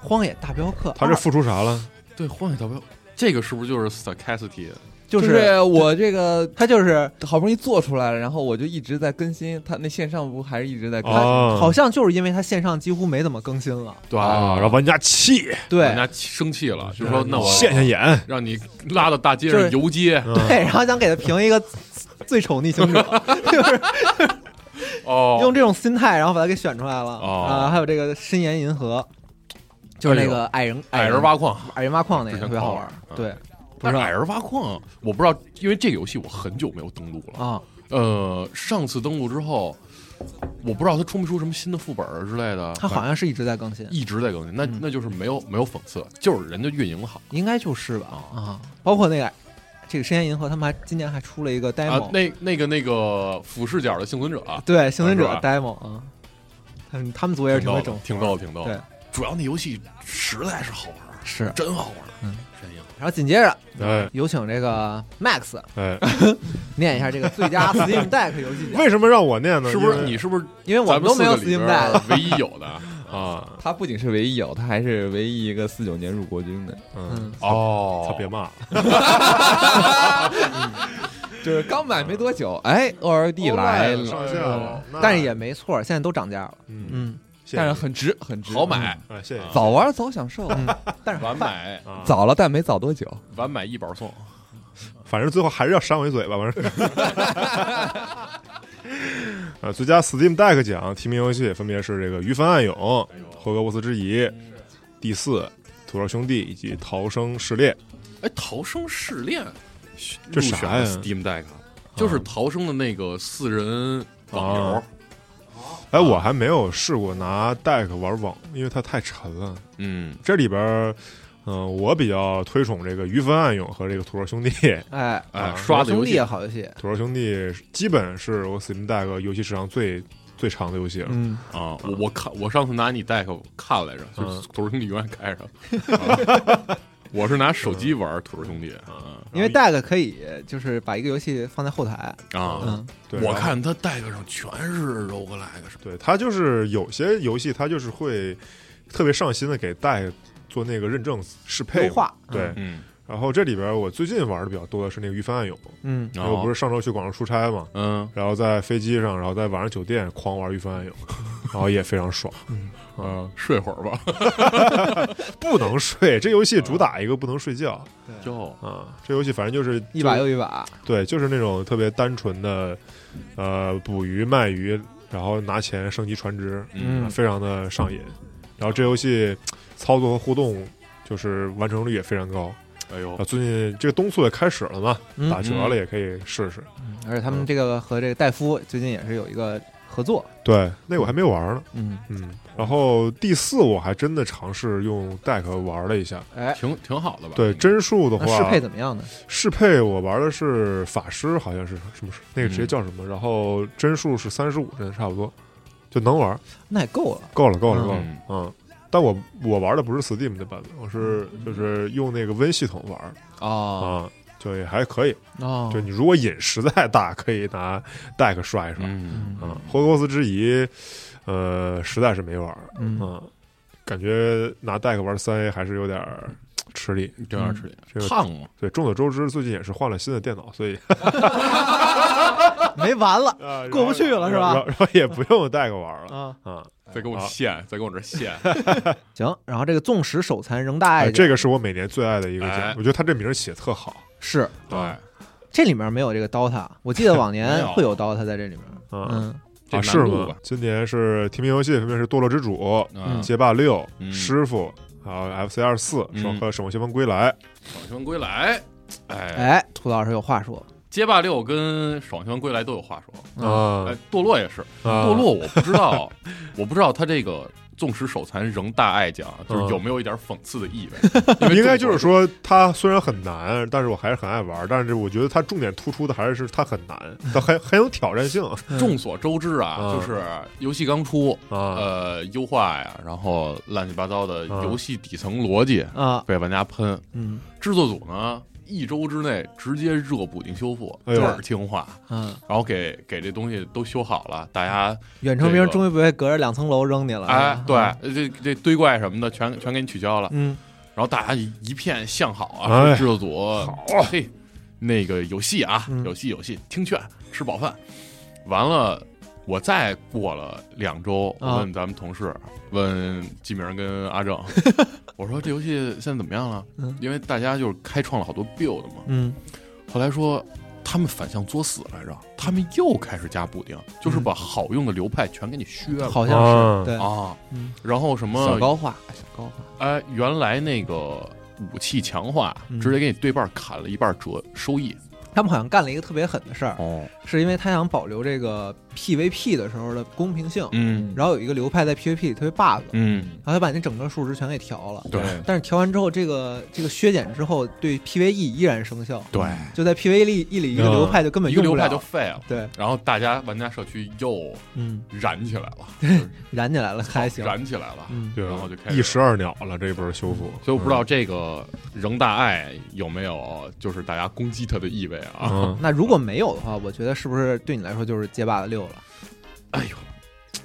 S2: 荒野大镖客二》，
S3: 他这付出啥了？
S4: 对，荒野大镖，这个是不是就是 Sarcasity？
S2: 就
S5: 就是我这个
S2: 他就是
S5: 好不容易做出来了，然后我就一直在更新，他那线上不还是一直在更新？
S3: 啊，
S2: 好像就是因为他线上几乎没怎么更新了，
S4: 对
S3: 啊，让玩家气，
S4: 人
S2: 对
S4: 家生气了，就说那我
S3: 现现眼，
S4: 让你拉到大街上
S2: 就是
S4: 游街。
S3: 嗯
S2: 对，然后想给他评一个最丑逆行 者，就是
S4: 哦，
S2: 用这种心态，然后把他给选出来了
S4: 哦哎
S2: 啊。还有这个深岩银河，就是那个矮人
S4: 矮人挖矿，
S2: 矮人挖矿那
S4: 之
S2: 个
S4: 前
S2: 特别好
S4: 看
S2: 玩
S4: 了，嗯
S2: 对
S4: 不是矮人挖矿，我不知道，因为这个游戏我很久没有登录了。
S2: 啊，
S4: 呃，上次登录之后，我不知道它出没出什么新的副本儿之类的，
S2: 他好像是一直在更新
S4: 反正。一直在更新，那
S2: 嗯
S4: 那就是没有没有讽刺，就是人家运营好
S2: 应该就是吧
S4: 哦
S2: 啊，包括那个这个深岩银河，他们还今年还出了一个
S4: 啊
S2: demo，、。
S4: 那那个那个俯视角的幸存者，
S2: 对幸存者
S4: 啊是吧
S2: demo 啊，他们他们组也是
S4: 挺
S2: 挺
S4: 逗
S2: 会
S4: 的
S2: 整，
S4: 挺逗的，挺逗的。
S2: 对
S4: 主要那游戏实在是好玩儿，
S2: 是。
S4: 真好玩儿。
S2: 嗯
S4: 真硬，
S2: 然后紧接着
S3: 哎
S4: 嗯
S2: 有请这个 Max
S3: 哎，
S2: 念一下这个最 佳 Steam Deck 游戏奖，
S3: 为什么让我念呢？
S4: 是不是
S3: 因为
S4: 你是不是
S2: 因为我
S4: 咱
S2: 们
S4: 们
S2: 都没有
S4: 四个里
S2: Steam
S4: 边
S2: Deck
S4: 儿唯一有 的
S3: 哦
S4: 啊？
S5: 他不仅是唯一有，他还是唯一一个四九年入国军的，
S3: 嗯
S2: 嗯，，
S4: 哦
S3: 他别骂了，
S5: 就是刚买没多久，哎，OLED 来了，
S3: 上线
S4: 嗯
S3: 了，那
S2: 嗯但是也没错，现在都涨价了，
S3: 嗯，
S2: 嗯，
S3: 谢谢
S5: 但是很值，很值，嗯
S4: 好买，
S3: 哎，谢谢
S5: 早玩早享受，
S2: 但是
S4: 嗯晚买
S3: 啊，
S5: 早了但没早多久。
S4: 晚买一本送。啊
S3: 反正最后还是要扇我一嘴吧， 反正。呃，最佳 Steam Deck 奖提名游戏分别是这个《渔帆暗涌》《霍格沃茨之遗》《第四》《土豆兄弟》以及《逃生试炼》。
S4: 哎，逃生试炼，
S3: 这啥呀
S4: 入选了？Steam Deck，就是逃生的那个四人网游
S3: 啊。哎，
S4: 啊
S3: 我还没有试过拿 Deck 玩网，因为它太沉了。
S4: 嗯，
S3: 这里边儿，嗯、我比较推崇这个《渔帆暗涌》和这个《土豆兄弟》。
S2: 哎，
S4: 哎，
S3: 啊
S4: 刷的
S2: 兄
S4: 游
S2: 弟
S4: 戏
S2: 也好游戏，
S3: 《土豆兄弟》基本是我 Steam Deck 游戏史上最最长的游戏了。
S2: 嗯，
S4: 啊，我我看我上次拿你 deck 看来着，就是
S3: 嗯
S4: 《土豆兄弟》永远开着。啊我是拿手机玩《土豆兄弟》啊
S2: 因为 Deck 可以就是把一个游戏放在后台，
S4: 啊！
S2: 嗯，
S3: 对，
S4: 我
S3: 然后
S4: 看他 deck 上全是 roguelike，是吧
S3: 对，它就是有些游戏，它就是会特别上心的给带做那个认证适配
S2: 优
S3: 嘛。
S2: 化，
S3: 对，
S4: 嗯
S3: 然后这里边我最近玩的比较多的是那个《鱼帆暗涌》，
S2: 嗯，
S3: 因为我不是上周去广州出差嘛，
S4: 嗯，
S3: 然后在飞机上，然后在晚上酒店狂玩《鱼帆暗涌》，然后也非 常爽。
S4: 呃，睡会儿吧。
S3: 不能睡，这游戏主打一个不能睡觉
S4: 哟，
S3: 啊！这游戏反正就是
S2: 一把又一把，
S3: 对，就是那种特别单纯的，呃，捕鱼卖鱼，然后拿钱升级船只，
S2: 嗯
S3: 非常的上瘾。然后这游戏操作和互动就是完成率也非常高
S4: 哎呦
S3: 啊！，最近这个冬促也开始了嘛，
S2: 嗯
S3: 打折了也可以试试。
S2: 而且他们这个和这个戴夫最近也是有一个合作，
S3: 对，那我还没玩呢，
S2: 嗯，
S3: 嗯。然后第四我还真的尝试用 deck 玩了一下，
S2: 哎，
S4: 挺挺好的吧？嗯
S3: 对帧数的
S2: 那
S3: 话，
S2: 适配怎么样呢？
S3: 适配我玩的是法师，好像是什么是那个
S2: 嗯
S3: 职业叫什么，然后帧数是三十五帧差不多，就能玩，
S2: 那也够了，
S3: 够了够了
S2: 嗯
S3: 够了，嗯。但我我玩的不是 Steam 的版本，我是就是用那个 Win 系统玩
S5: 哦，
S3: 啊，就也还可以。
S2: 哦
S3: 就你如果瘾实在大，可以拿 Deck 刷一刷
S4: 嗯，
S3: 啊。霍格沃茨之遗，呃，实在是没玩
S2: 嗯，
S3: 啊，感觉拿 Deck 玩三 A 还是有点儿吃力。
S4: 这样吃
S3: 嗯这
S4: 点
S3: 个
S4: 烫嘛，
S3: 对，众所周知，最近也是换了新的电脑，所以
S2: 没完了
S3: 啊
S2: 过不去了是吧
S3: 然后然后也不用带个玩了
S2: 啊！
S3: 啊。
S4: 再给我
S3: 好
S4: 现，再给我这 现，
S2: 行，然后这个纵使手残仍大爱
S3: 哎，
S2: 着，
S3: 这个是我每年最爱的一个奖，
S4: 哎
S3: 我觉得他这名儿写特好
S2: 是
S4: 对，
S3: 啊
S2: 这里面没有这个 DOTA，我记得往
S4: 没
S2: 年
S4: 有
S2: 会有 DOTA 在这里面，
S3: 啊。
S2: 嗯，
S4: 这
S3: 啊，
S4: 难
S3: 是
S4: 度
S3: 吗
S4: 吧？？
S3: 今年是提名游戏，分别是《堕落之主》
S4: 嗯
S3: 街霸六》
S4: 嗯
S3: 师傅》，还有 FC 二四
S4: 嗯》
S3: 守和《守望先锋归来》
S4: 爽圈归来，哎，
S2: 哎，涂老师有话说，
S4: 街霸六跟爽圈归来都有话说，
S2: 嗯
S3: 啊
S4: 哎，堕落也是，
S3: 啊
S4: 堕落我不知道，我不知道他这个纵使手残仍大爱奖，
S3: 嗯
S4: 就是有没有一点讽刺的意 味？因为
S3: 应该就是是说，它虽然很难，但是我还是很爱玩。但是我觉得它重点突出的还是它很难，它很很有挑战性
S4: 众所周知啊，
S3: 嗯
S4: 就是游戏刚出，
S3: 啊。
S4: 呃，优化呀，然后乱七八糟的
S3: 嗯
S4: 游戏底层逻辑
S2: 啊，
S4: 被玩家喷，
S2: 嗯
S4: 制作组呢一周之内直接热补丁修复，
S3: 哎呦
S4: 倍儿听话，
S2: 嗯，
S4: 然后给给这东西都修好了，大家
S2: 远程兵终于不会隔着两层楼扔你了，
S4: 哎
S3: 啊
S2: 是吧
S4: 对，这这堆怪什么的全全给你取消了，
S2: 嗯，
S4: 然后大家一片向好啊，
S3: 哎
S4: 说制作组好嘿，那个有戏啊，
S2: 啊嗯
S4: 有戏有戏，听劝，吃饱饭。完了，我再过了两周，
S2: 啊
S4: 我问咱们同事，问季明跟阿 正，我说这游戏现在怎么样了？
S2: 嗯
S4: 因为大家就是开创了好多 build 嘛。
S2: 嗯
S4: 后来说他们反向作死来着，他们又开始加补丁，就是把好用的流派全给你削了。
S2: 好像是
S3: 啊
S2: 对，
S4: 啊
S2: 嗯嗯，
S4: 然后什么
S2: 小高化，小高化，
S4: 哎，原来那个武器强化
S2: 嗯
S4: 直接给你对半砍了一半折收益。
S2: 他们好像干了一个特别狠的事儿，
S4: 哦，
S2: 是因为他想保留这个 PVP 的时候的公平性，
S4: 嗯
S2: 然后有一个流派在 PVP 里特别 bug，
S4: 嗯，
S2: 然后他把那整个数值全给调了。
S4: 对
S2: 但是调完之后，这个这个削减之后，对 PVE 依然生效，
S4: 对，
S2: 就在 PVE 里，E 里一个流派就根本
S4: 一个
S2: 用
S4: 流
S2: 不了，
S4: 派就废了。
S2: 对，
S4: 然后大家玩家社区又
S2: 嗯，
S4: 燃起来了，
S2: 燃起来了，还行，
S4: 燃起来了。
S2: 嗯，
S3: 对
S4: 然后就开始
S3: 一石二鸟了，这波修复。
S4: 所以我不知道这个仍大爱有没有就是大家攻击他的意味啊？
S3: 嗯，
S2: 那如果没有的话，我觉得是不是对你来说就是街霸的六了？
S4: 哎呦，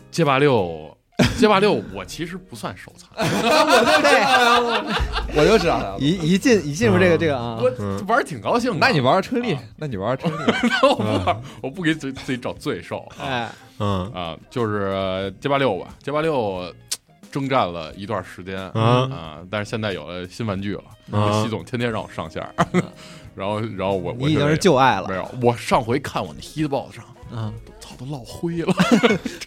S4: 街霸六，街霸六， 我其实不算手残，啊
S2: 对，
S5: 我就知道他了。
S2: 一一进一进入这个这个啊，
S4: 我
S3: 嗯
S4: 玩儿挺高兴的。
S5: 那你玩玩车力，那你玩玩车力，
S4: 我不玩儿，我不给自己自己找罪受啊。
S2: 哎，
S3: 嗯
S4: 啊，就是街霸六吧，街霸六征战了一段时间
S3: 嗯
S4: 啊，但是现在有了新玩具了，
S2: 啊
S3: 嗯
S4: 习总天天让我上线儿，然后然后我我
S2: 你已
S4: 就
S2: 经
S4: 也
S2: 是旧爱了
S4: 没，有，我上回看我那 Heat Box 上，
S2: 嗯，
S4: 操都落灰了，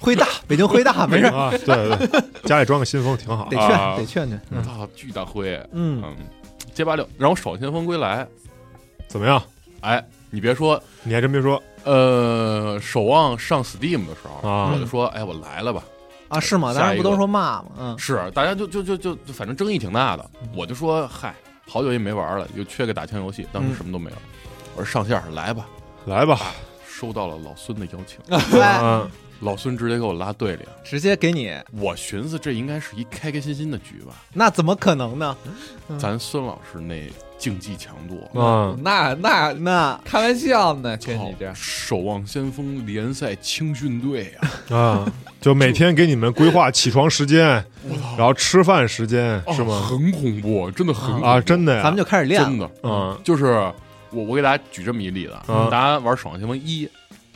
S2: 灰大，北京灰 大，没事儿，
S3: 啊，对对，家里装个新风挺好
S2: 得。劝得
S4: 啊
S2: 劝劝，嗯
S4: 操巨大灰，
S2: 嗯，
S4: 嗯，街霸六，然后爽先锋归来，
S3: 怎么样？
S4: 哎，你别说，
S3: 你还真别说
S4: 呃，守望上 Steam 的时候。
S3: 啊
S4: 我就说，哎，我来了吧。
S2: 啊是吗？当
S4: 下
S2: 然
S4: 一
S2: 不
S4: 个
S2: 都说骂吗？嗯，
S4: 是，大家就就就就就反正争议挺大的。我就说，嗨，好久也没玩了，又缺个打枪游戏，当时
S2: 嗯
S4: 什么都没有。我说上线儿来吧，
S3: 来吧，
S4: 收到了老孙的邀请，
S2: 对，
S3: 嗯
S4: 老孙直接给我拉队里了。
S2: 哎直接给你，
S4: 我寻思这应该是一开开心心的局吧，
S2: 那怎么可能呢？
S4: 咱孙老师那竞技强度，
S3: 啊，
S5: 那那
S2: 那
S5: 开玩笑呢，跟
S4: 靠
S5: 你这，
S4: 守望先锋联赛青训队啊，
S3: 啊，就每天给你们规划起床时间，然后吃饭时间，是
S4: 哦
S3: 吗？
S4: 很恐怖，真的很恐怖
S3: 啊，真的呀，
S2: 咱们就开始练
S4: 真
S2: 了。
S4: 的，
S3: 嗯
S4: 就是我我给大家举这么一例子，啊
S3: 嗯
S4: 大家玩《守望先锋一》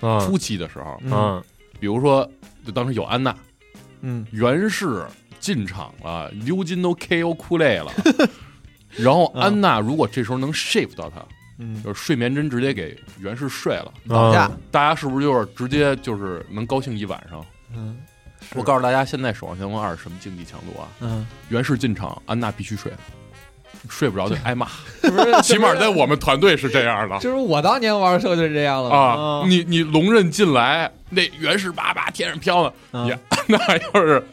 S3: 啊
S4: 初期的时候，
S2: 嗯
S3: 啊
S4: 比如说就当时有安娜
S2: 嗯，
S4: 袁氏进场了，刘金都 KO 哭累了，然后安娜如果这时候能 shave 到他，
S2: 嗯
S4: 就是睡眠针直接给袁氏睡了。
S2: 绑架
S3: 啊，
S4: 大家是不是就是直接就是能高兴一晚上？
S2: 嗯
S4: 我告诉大家，现在《守望先锋二》什么竞技强度啊？
S2: 嗯，
S4: 袁氏进场，安娜必须睡，睡不着就挨骂。
S5: 不是
S4: 起码在我们团队是这样的
S5: 就是我当年玩的时候就是这样了嘛
S4: 啊
S2: 啊！
S4: 你你龙刃进来，那袁氏叭叭天上飘呢，
S2: 嗯
S4: 你 安娜要是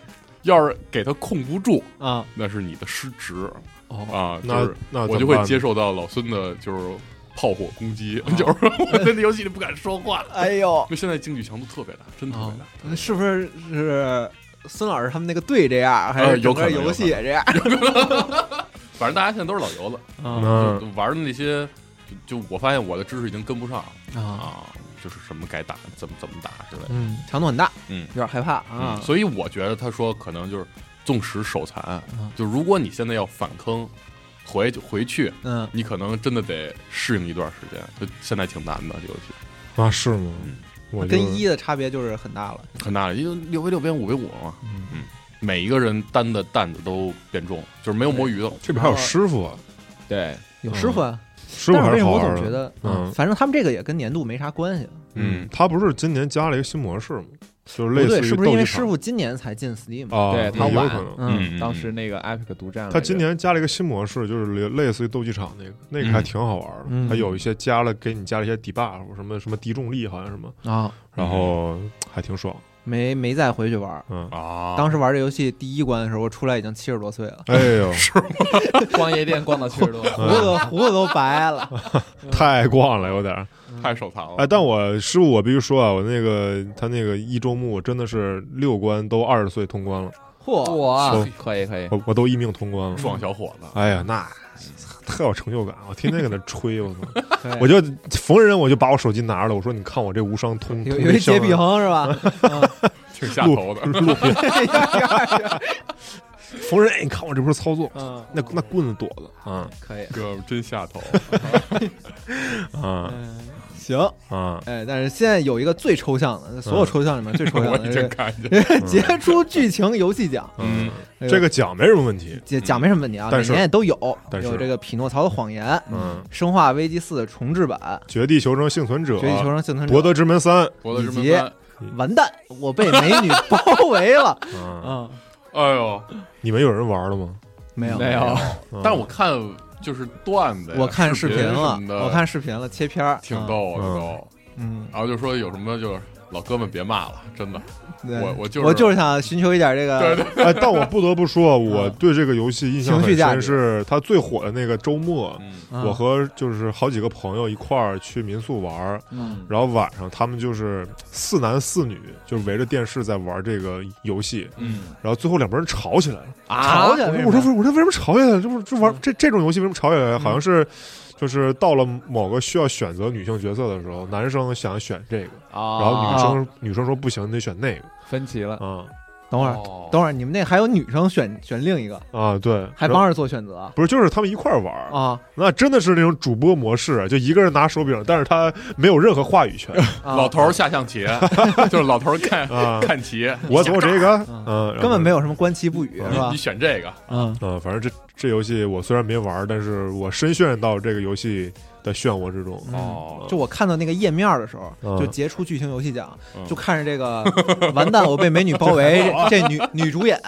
S4: 要是给他控不住，
S2: 啊，
S4: 那是你的失职
S2: 哦
S4: 啊！
S3: 那
S4: 就是
S3: 那
S4: 我就会接
S3: 受
S4: 受到老孙的就是炮火攻击， 就是我在那游戏里不敢说话。哦
S2: 哎呦，
S4: 哦那现在竞技强度特别大，真特别大。
S2: 嗯是不是是孙老师他们那个队这样，还
S4: 呃
S2: 是
S4: 有
S2: 整
S4: 可能
S2: 个游戏也这样？
S4: 反正大家现在都是老油子，
S2: 啊
S3: 嗯
S4: 就玩的那些，就就我发现我的知识已经跟不上
S2: 啊，
S4: 啊，就是什么该打怎么怎么打之类的。
S2: 嗯，强度很大，
S4: 嗯
S2: 有点害怕啊
S4: 嗯，。所以我觉得他说可能就是纵使手残，就如果你现在要反坑，回回去，
S2: 嗯，
S4: 你可能真的得适应一段时间。就现在挺难的这游戏，
S3: 啊，是吗
S4: 嗯？
S3: 我就
S2: 跟一的差别就是很大了。
S4: 很大的，因为六 v 六变五 v 五嘛，嗯，每一个人担的担子都变重，就是没有摸鱼的了。
S3: 这边还有师傅啊，
S5: 对，
S2: 有师傅啊，
S3: 师傅
S2: 嗯但是为什
S3: 还是
S2: 么
S3: 好
S2: 我总
S3: 玩的。
S2: 觉得，啊
S3: 嗯
S2: 反正他们这个也跟年度没啥关系。
S4: 嗯
S3: 他不是今年加了一个新模式吗？就是
S2: 不
S3: 类似
S2: 对，
S3: 于
S2: 是不是因为
S3: 斗地
S2: 师傅今年才进 Steam？
S3: 场啊，
S5: 对他
S3: 有
S5: 晚
S3: 可能。
S2: 嗯，
S5: 当时那个 Epic 独占了，
S3: 他今年加了一个新模式，就是类类似于斗技场那个，那个还挺好玩的。
S2: 嗯
S3: 它有一些加了给你加了一些 debuff，什么什么敌重力，好像什么，
S2: 啊，
S3: 然后还挺爽。
S2: 没没再回去玩。
S3: 嗯，
S4: 啊，
S2: 当时玩这游戏第一关的时候，我出来已经七十多岁了，
S3: 哎 呦，
S5: 逛夜店逛到七十多，
S3: 嗯
S2: 胡 子胡子都白 了。
S3: 太逛了，有点儿。
S4: 太手残了。
S3: 哎，但我师傅，我必须说啊，我那个他那个一周目真的是六关都二十岁通关了，
S2: 嚯，
S5: 哇
S3: 是，
S5: 啊可以可以，
S3: 我我都一命通关了。
S4: 哎爽小伙 子，
S3: 哎呀，那特有成就感，我天天搁那吹，我操！
S2: 对
S3: 我就逢人我就把我手机拿着了，我说你看我这无伤通
S2: 有
S3: 通
S2: 有一
S3: 一箱
S2: 截
S3: 啊
S2: 屏 是 吧？
S4: 挺下头的。
S3: 录屏，逢人哎，你看我这不是操作，
S2: 嗯，
S3: 那那棍子躲的啊
S4: 嗯
S2: 可以。
S4: 哥们儿真下 头，
S3: 啊
S2: 嗯，行，
S3: 啊！
S2: 哎，但是现在有一个最抽象的，
S3: 嗯
S2: 所有抽象里面最抽象
S4: 我
S2: 的这
S4: 已
S2: 个
S4: 经看见。
S2: 杰出剧情游戏奖，
S4: 嗯，
S2: 哎
S3: 这个奖没什么问题，
S2: 讲讲没什么问题啊，
S3: 嗯但
S2: 每
S3: 是
S2: 年也都有，
S3: 但是
S2: 有这个《匹诺曹的谎言》
S3: 嗯，
S2: 《生化危机四》重制版，
S3: 《绝地求生幸存者》
S2: 《绝地
S4: 啊
S2: 求生幸存者》
S3: 博德之门三》
S4: 我的什么
S2: 以及
S4: 班？
S2: 完蛋，我被美女包围了。
S3: 啊，
S2: 嗯，
S4: 哎呦，
S3: 你们有人玩了吗？
S2: 没有
S5: 没有，
S3: 嗯
S4: 但我看就是段子呀，
S2: 我看视
S4: 视
S2: 频了
S4: 什么，的
S2: 我看视频了，切片儿，啊
S4: 挺逗的都。
S2: 嗯。
S4: 然后就说有什么就是老哥们别骂了，真的，
S2: 嗯，对
S4: 我我就是
S2: 我就是想寻求一点这
S4: 对
S2: 个
S4: 对，
S3: 哎，但我不得 不说，
S2: 嗯
S3: 我对这个游戏印象
S2: 情绪
S3: 很
S2: 价
S3: 深，
S2: 值
S3: 是它最火的那个周末，
S4: 嗯
S2: 嗯
S3: 我和就是好几个朋友一块儿去民宿玩儿，
S5: 嗯，
S3: 然后晚上他们就是四男四女，就围着电视在玩这个游戏，
S5: 嗯
S3: 然后最后两拨人吵起来了。
S4: 啊
S2: 吵起来
S3: 我
S2: 为
S3: 说
S2: 什
S3: 我
S2: 么嗯呀。
S3: 说我说为什么吵起来了？这不这玩这这种游戏为什么吵起来？好像是就是到了某个需要选择女性角色的时候，男生想选这个，
S5: 啊，
S3: 然后女生女生说不行，你得选那个
S5: 分歧了，
S3: 啊
S2: 等会儿，
S4: 哦
S2: 等会儿，你们那还有女生选选另一个，
S3: 啊对，
S2: 还
S3: 然后
S2: 帮着做选择
S3: 不是就是他们一块儿玩儿
S2: 啊
S3: 那真的是那种主播模式，啊就一个人拿手柄，但是他没有任何话语权
S2: 啊！
S4: 老头儿下象 棋，就是老头儿看
S3: 啊。
S4: 看棋，
S3: 我走这个，
S2: 嗯
S3: 嗯，
S2: 根本没
S3: 有，
S2: 有什么观其不语，是
S4: 你
S2: 吧
S4: 你？选这个，
S2: 嗯
S3: 嗯，反正这这游戏我虽然没玩儿，但是我深陷到这个游戏的漩涡之中。
S4: 哦
S2: 嗯就我看到那个页面的时候，
S3: 嗯
S2: 就杰出剧情游戏奖
S4: 嗯，
S2: 就看着这个 完蛋，我被美女包围，这这女女主演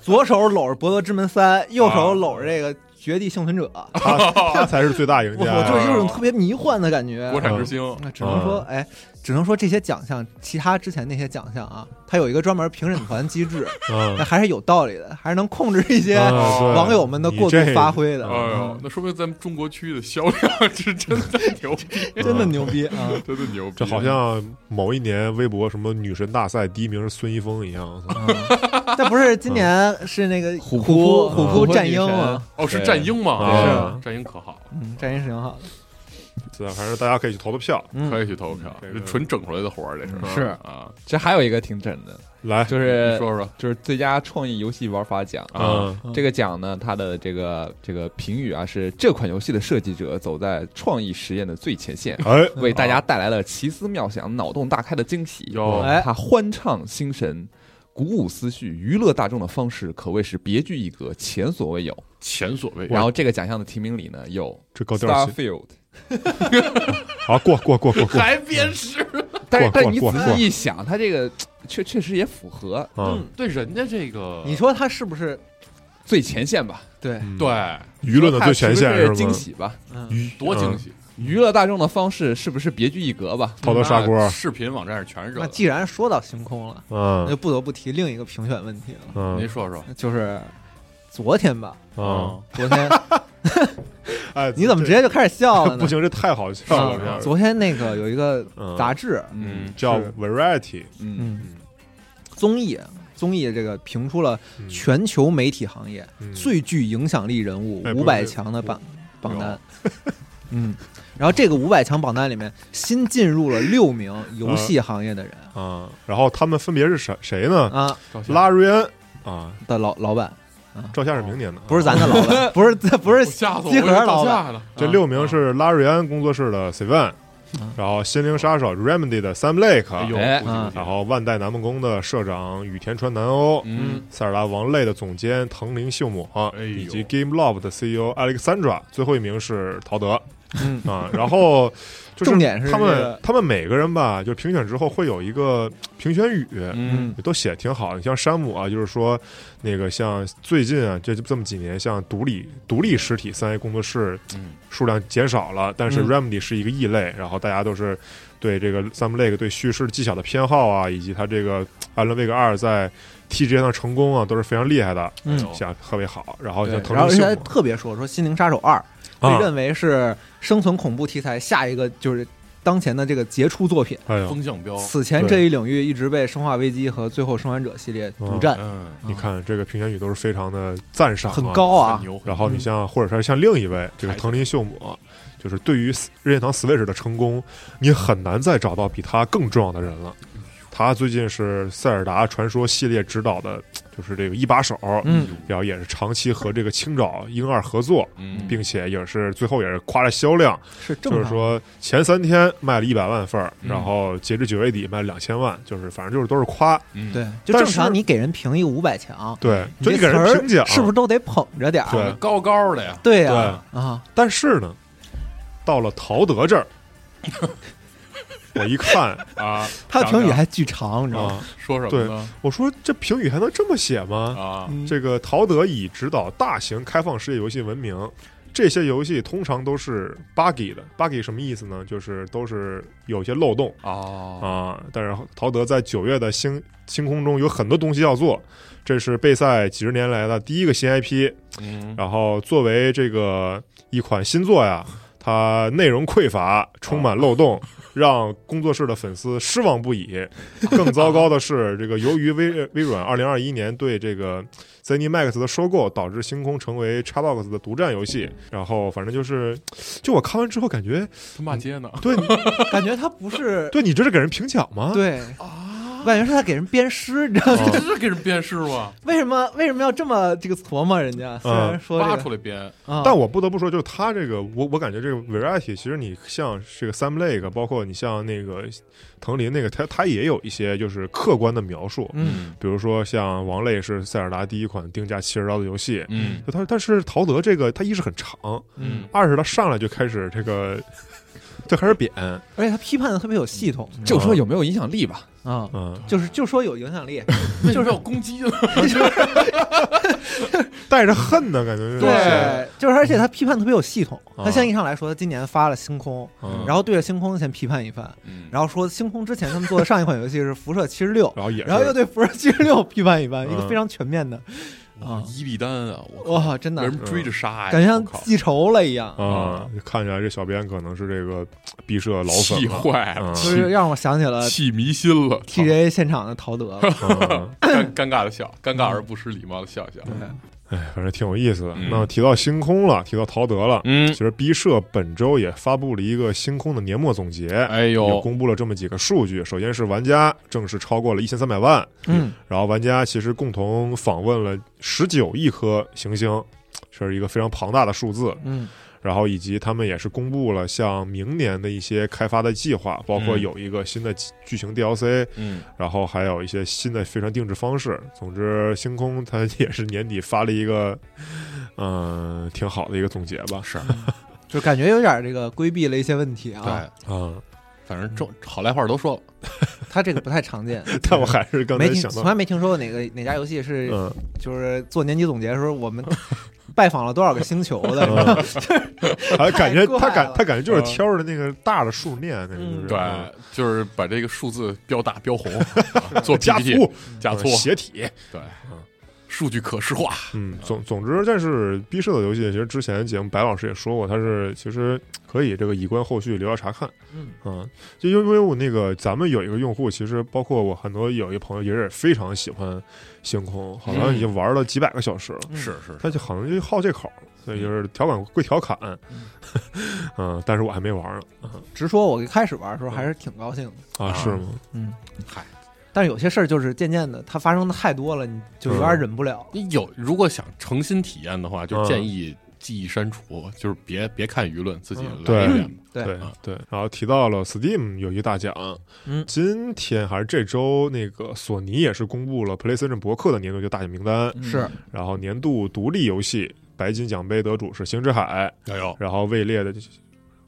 S2: 左手搂着《博德之门三》，右手搂着这个《绝地幸存者》，
S3: 哎他他才是最大赢
S2: 我
S3: 家。
S2: 我就是有种
S4: 啊
S2: 特别迷幻的感觉嗯
S4: 国，产之星，
S2: 那只能说哎，只能说这些奖项，其他之前那些奖项啊，它有一个专门评审团机制，
S3: 嗯
S2: 那，还是有道理的，还是能控制一些
S3: 啊对
S2: 网友们的过度
S3: 你这
S2: 发挥的嗯
S4: 哎，呦，那说明咱们中国区的销量是真的 牛逼，
S2: 真的牛逼啊！
S4: 真的牛逼。
S3: 这好像某一年微博什么女神大赛第一名是孙一峰一样，
S2: 但不是今年是那个
S5: 虎
S2: 扑
S5: 扑
S2: 虎
S5: 虎
S2: 扑
S5: 扑
S2: 战
S5: 女
S2: 鹰啊
S5: 神
S2: 吗？
S4: 哦，是战鹰吗？
S3: 对
S4: 是战鹰可好了，
S2: 嗯，战鹰是挺好的，
S3: 对，反正大家可以去投投票。
S2: 嗯
S4: 可以去投票，
S3: 这
S4: 这
S3: 个
S4: 纯整出来的活儿，这是
S5: 是
S4: 啊。
S5: 这还有一个挺整的，
S3: 来，
S5: 就
S4: 你
S5: 是
S4: 说说
S5: 就是最佳创意游戏玩法奖
S4: 啊，
S3: 嗯，
S5: 这个奖呢，它的这个这个评语啊是这款游戏的设计者走在创意实验的最前线，
S3: 哎，
S5: 为大家带来了奇思妙想、脑洞大开的惊喜。
S3: 哦
S4: 哟
S2: 哎
S5: 它欢畅心神。鼓舞思绪、娱乐大众的方式可谓是别具一格，前所未有。
S4: 前所未有。
S5: 然后这个奖项的提名里呢，有
S3: 这高调儿 戏
S5: Starfield，
S3: 好过过过过过
S4: 还别
S2: 嗯
S4: 是，
S5: 但是
S3: 过
S5: 但你
S3: 过
S5: 仔
S3: 过
S5: 细一想，它这个确确实也符合
S3: 啊，
S4: 对人家这个，
S2: 嗯你说他是不是
S5: 最前线吧，
S2: 对？
S3: 嗯
S4: 对，
S3: 舆论的最前
S5: 它是
S3: 线
S5: 不是
S3: 是
S5: 惊
S3: 吗？
S5: 喜吧，
S2: 嗯，
S3: 舆
S4: 多惊，喜！
S5: 娱乐大众的方式是不是别具一格吧？
S3: 嗯掏刀砂锅
S4: 那视频网站上全是这
S2: 那
S4: 个。
S2: 既然说到星空了，那
S3: 嗯
S2: 就不得不提另一个评选问题了，
S4: 您
S3: 嗯
S4: 说说
S2: 就是昨天吧，
S3: 嗯，，
S2: 昨天
S3: 哎，
S2: 你怎么直接就开始笑了
S3: 这
S2: 呢？
S3: 不行，这太好笑
S2: 啊
S3: 了这样，
S2: 昨天那个有一个
S3: 嗯
S2: 杂志，
S4: 嗯，
S3: 叫
S2: 是
S3: Variety，
S5: 嗯
S2: 嗯，综艺综艺这个评出了
S3: 嗯
S2: 全球媒体行业
S3: 嗯
S2: 最具影响力人物
S3: 哎不
S2: 五
S3: 是
S2: 百强的榜榜 单。嗯，然后这个五百强榜单里面新进入了六名
S3: 嗯
S2: 游戏行业的 人
S3: 啊，然后他们分别是谁谁呢？
S2: 啊
S3: 拉瑞恩啊，
S2: 的老老板，
S3: 赵夏是明年的，啊
S2: 不是咱的老板，不是 不是
S4: 吓死我！
S2: 集合老板，
S4: 板，
S3: 这六
S2: 嗯
S4: 啊
S3: 名是拉瑞安工作室的 Seven，然后心灵杀手 Remedy 的 Sam Lake，
S4: 哎呦，
S5: 哎
S4: 不行不行
S3: 然后万代南梦宫的社长羽田川南欧，
S4: 嗯，
S3: 塞尔达王类的总监藤林秀抹，
S4: 哎呦
S3: 以及 GameLoft 的 CEO Alexandra，最后一名是陶德
S2: 嗯
S3: 啊。然后就是
S2: 重点是
S3: 他
S2: 这
S3: 们
S2: 个
S3: 他们每个人吧，就是评选之后会有一个评选语，
S4: 嗯，
S3: 都写得挺好的。你像山姆啊，就是说那个像最近啊，这这么几年，像独立独立实体三 A 工作室
S4: 嗯
S3: 数量减少了，但是
S2: 嗯
S3: Remedy 是一个异类，然后大家都是对这个 Sam Lake 对叙事技巧的偏好啊，以及他这个《艾伦·威格二》在 TGA 上成功啊，都是非常厉害的，
S2: 嗯
S4: 哎呦
S3: 想特别好。然后
S2: 对
S3: 像腾
S2: 然后而
S3: 龙
S2: 且还
S3: 秀
S2: 特别说说《心灵杀手二》
S3: 啊
S2: 被认为是生存恐怖题材下一个就是当前的这个杰出作品。
S3: 哎呦，
S4: 风向标，
S2: 此前这一领域一直被《生化危机》和《最后生还者》系列
S3: 哦
S2: 独占，
S3: 哎
S4: 嗯，
S3: 你看这个评选语都是非常的赞赏、
S2: 很。高
S4: 很
S2: 啊。
S4: 牛，
S3: 然后你像，或者说像另一位这个藤林秀母，就是对于任天堂 Switch 的成功，你很难再找到比他更重要的人了。他最近是塞尔达传说系列指导的，就是这个一把手，
S2: 嗯，
S3: 然后也是长期和这个青沼英二合作，
S4: 嗯，
S3: 并且也是最后也是夸了销量，
S2: 是正
S3: 就
S2: 常。
S3: 是说前三天卖了一百万份儿，
S4: 嗯
S3: 然后截至九月底卖两千万，就是反正就是都是夸，
S4: 嗯，
S2: 对，就
S3: 但
S2: 正
S3: 是
S2: 常，你给人评一个五百强，
S3: 对，就
S2: 这
S3: 你给人
S2: 嗯词儿
S3: 评奖，
S2: 是不是都得捧着点
S3: 对
S2: 儿？
S4: 捧得高高的呀，
S2: 对呀，啊，
S3: 但是呢，到了陶德这儿，我一看
S4: 啊，
S2: 他的评语还巨长，你知道吗？
S3: 啊，
S4: 说什么呢？
S3: 我说这评语还能这么写吗？
S4: 啊，
S2: 嗯
S3: 这个陶德以指导大型开放世界游戏闻名，这些游戏通常都是 buggy 的，buggy 什么意思呢？就是都是有些漏洞
S4: 哦，
S3: 啊。但是陶德在九月的星星空中有很多东西要做，这是贝赛几十年来的第一个新 IP，
S4: 嗯，
S3: 然后作为这个一款新作呀，它内容匮乏，充满漏洞，让工作室的粉丝失望不已。更糟糕的是，这个由于微微软二零二一年对这个 ZeniMax 的收购，导致星空成为 Xbox 的独占游戏。然后反正就是，就我看完之后感觉，
S4: 他骂街呢，
S3: 对你
S2: 感觉他不是
S3: 对你这是给人评奖
S4: 啊
S3: 吗？
S2: 对我感觉是他给人鞭尸，你知道吗？
S4: 这是给人鞭尸吗？
S2: 为什么为什么要这么这个琢磨人家？虽然说
S4: 挖
S2: 这
S4: 出
S2: 个，
S4: 来编，
S2: 啊
S3: 但我不得不说，就是他这个，我我感觉这个 variety，其实你像这个 Sam Lake，包括你像那个藤林那个，他他也有一些就是客观的描述，
S2: 嗯，
S3: 比如说像王类是塞尔达第一款定价七十刀的游戏，
S4: 嗯
S3: 就他但是陶德这个他一是很长，
S4: 嗯
S3: 二是他上来就开始这个就开始贬，
S2: 而且他批判的特别有系统
S5: 就说有没有影响力吧。
S2: 啊，
S3: 嗯，
S2: 就是就说有影响力，
S4: 就是要攻 击了。
S3: 带着恨呢，感觉是
S2: 对，就是而且他批判特别有系统。
S3: 啊
S2: 他像意义上来说，他今年发了《星空》，
S3: 嗯
S2: 然后对着《星空》先批判一番，
S4: 嗯
S2: 然后说《星空》之前他们做的上一款游戏是《辐射七十六》，
S3: 然后也是
S2: 然后又对《辐射七十六》批判一番，
S3: 嗯
S2: 一个非常全面的，啊
S4: 伊利丹啊，我
S2: 哇，真
S4: 靠，
S2: 的
S4: 为什么追着杀呀？
S2: 哦感觉像
S4: 我靠
S2: 记仇了一样，
S3: 啊，看起来这小编可能是这个毕设老粉
S4: 气
S3: 了
S4: 坏了，
S3: 嗯
S2: 就
S4: 气
S2: 是呃让我想起了
S4: 气迷心了，啊
S2: TGA 现场的陶 德，
S3: 嗯
S4: 尴尴尬的笑，尴尬而不失礼貌的笑一笑。
S3: 哎， 反正挺有意思的。
S4: 嗯
S3: 那提到星空了，提到陶德了，
S4: 嗯
S3: 其，实毕设本周也发布了一个星空的年末总结，
S4: 哎
S3: 也
S4: 呦，
S3: 公布了这么几个数据。首先是玩家正式超过了一千三百万，
S2: 嗯，
S3: 然后玩家其实共同访问了十九亿颗行星，这是一个非常庞大的数字。
S2: 嗯，
S3: 然后以及他们也是公布了像明年的一些开发的计划，包括
S4: 嗯
S3: 有一个新的剧剧情 DLC，
S4: 嗯，
S3: 然后还有一些新的飞船定制方式。总之，星空它也是年底发了一个，嗯、挺好的一个总结吧。
S4: 是，
S2: 就感觉有点这个规避了一些问题啊
S4: 对，，
S3: 啊、。
S4: 反正正好赖话都说了，
S2: 他这个不太常见
S3: 但我还是刚
S2: 没
S3: 才
S2: 听，
S3: 想
S2: 从
S3: 到，
S2: 来没听说过哪个哪家游戏是
S3: 嗯，
S2: 就是做年级总结的时候，我们 拜访了多少个星球的，是吧
S3: 嗯 还感觉
S2: 太怪
S3: 他感
S2: 了
S3: 他感觉就是挑着那个大的数念，那个就是
S2: 嗯
S3: 嗯
S4: 嗯对，就是把这个数字标大标红，啊做
S3: 加
S4: PPT，
S3: 粗
S4: 加粗
S3: 嗯，斜体，
S4: 对，数据可视化，
S3: 嗯，总总之，但是逼社的游戏，其实之前节目白老师也说过，它是其实可以这个以观后续，留下查看。
S2: 嗯
S3: 嗯，就因为我那个咱们有一个用户，其实包括我很多有一朋友也是非常喜欢星空，好像已经玩了几百个小时了，
S2: 嗯
S4: 是是
S3: 他就好像就好这口，所以就是调侃归调侃， 嗯，但是我还没玩呢
S2: 直说，我一开始玩的时候还是挺高兴的，
S3: 啊，是吗？
S2: 嗯，
S4: 嗨。
S2: 但是有些事儿就是渐渐的，它发生的太多了，你就有点忍不了。
S4: 你有如果想诚心体验的话，就
S3: 嗯
S4: 建议记忆删除，就是别别看舆论，自己
S2: 嗯
S4: 来一遍吧。
S2: 对
S3: 对对，然后提到了 Steam 有一个大奖，
S2: 嗯
S3: 今天还是这周，那个索尼也是公布了 PlayStation 博客的年度就大奖名单，
S5: 嗯
S2: 是，
S3: 然后年度独立游戏白金奖杯得主是《星之海》，
S4: 哎呦，
S3: 然后位列的就是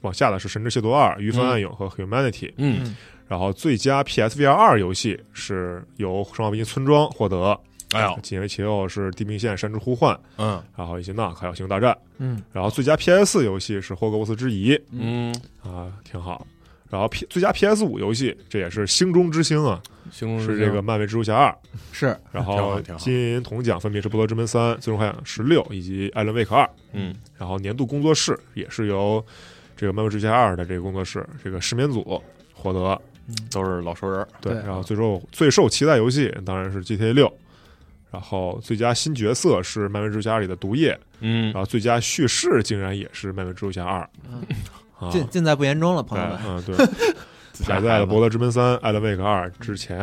S3: 往下的是《神之械斗二》《鱼帆暗影》和《Humanity》，
S4: 嗯，
S3: 然后最佳 PSVR 二游戏是由《生化危机：村庄》获得，
S4: 哎呦，
S3: 紧随其后是《地平线：山之呼唤》，
S4: 嗯
S3: 然后以及《那还有《星球大战》，
S2: 嗯，
S3: 然后最佳 PS 四游戏是《霍格沃茨之遗》，
S4: 嗯，
S3: 啊，挺好。然后 P 最佳 PS 五游戏，这也是星中之星啊，
S4: 形容，
S3: 是这个《漫威蜘蛛侠二》。
S2: 是
S3: 然
S4: 挺好
S3: 后
S4: 挺好
S3: 金银铜奖分别是《波罗之门三》《最终幻想十六》以及《艾伦威克二》。
S4: 嗯，
S3: 然后年度工作室也是由这个《漫威蜘蛛侠二》的这个工作室这个失眠组获得。
S4: 都是老熟人儿，
S3: 对，
S2: 对
S3: 然后最受最受期待游戏当然是 GTA 六。然后最佳新角色是《漫威蜘蛛侠》里的毒液，
S4: 嗯
S3: 然，后最佳叙事竟然也是《漫威蜘蛛侠二》啊。
S2: 尽尽在不言中了，朋友们。
S3: 嗯，对，排在了《博德之门三》《艾伦威克二》之前。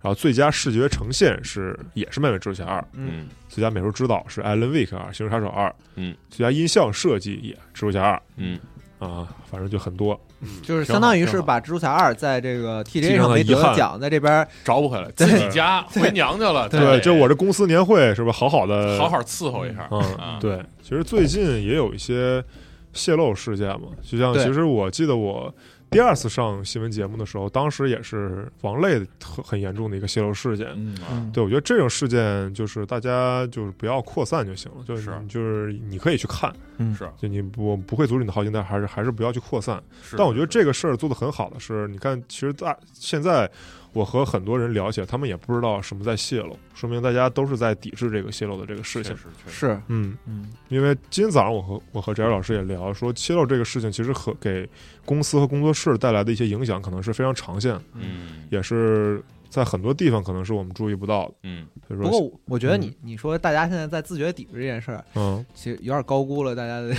S3: 然后最佳视觉呈现是也是《漫威蜘蛛侠二》，
S4: 嗯
S3: 最佳美术指导是《艾伦威克二》《行尸杀手二》，
S4: 嗯，
S3: 最佳音效设计也《蜘蛛侠二
S4: 嗯，》
S3: 啊，反正就很多。
S2: 就是
S4: 挺
S2: 相当于
S4: 好挺
S2: 是
S4: 好
S2: 把蜘蛛侠二在这个 TJ 上
S3: 非常的
S2: 没
S3: 遗
S2: 得
S3: 憾
S2: 奖，在这边
S4: 找不回来，自
S2: 对
S4: 己家回娘家了，
S3: 对，就我这公司年会是不是好好的？
S4: 好好伺候一下 啊
S3: 嗯，，对，其实最近也有一些泄露事件嘛，就像
S2: 对
S3: 其实我记得我第二次上新闻节目的时候，当时也是王类很很严重的一个泄露事件。
S5: 嗯，
S2: 嗯
S3: 对，我觉得这种事件就是大家就是不要扩散就行了，就是
S4: 是
S3: 就是你可以去看，
S2: 嗯
S4: 是
S3: 就你不不会阻止你的好奇心，但还是还是不要去扩散。
S4: 是
S3: 但我觉得这个事儿做得很好的是，你看，其实大现在我和很多人聊起来，他们也不知道什么在泄露，说明大家都是在抵制这个泄露的这个事
S4: 确
S3: 情
S4: 实。确实，
S2: 是
S3: 嗯，
S2: 嗯
S3: 因为今天早上我和我和翟老师也聊说，泄露这个事情其实和给公司和工作室带来的一些影响，可能是非常长线的，
S4: 嗯
S3: 也是在很多地方可能是我们注意不到的。
S4: 嗯，
S3: 所以
S2: 不过
S3: 说，
S2: 我我觉得你你说大家现在在自觉抵制这件事儿，
S3: 嗯
S2: 其实有点高估了大家的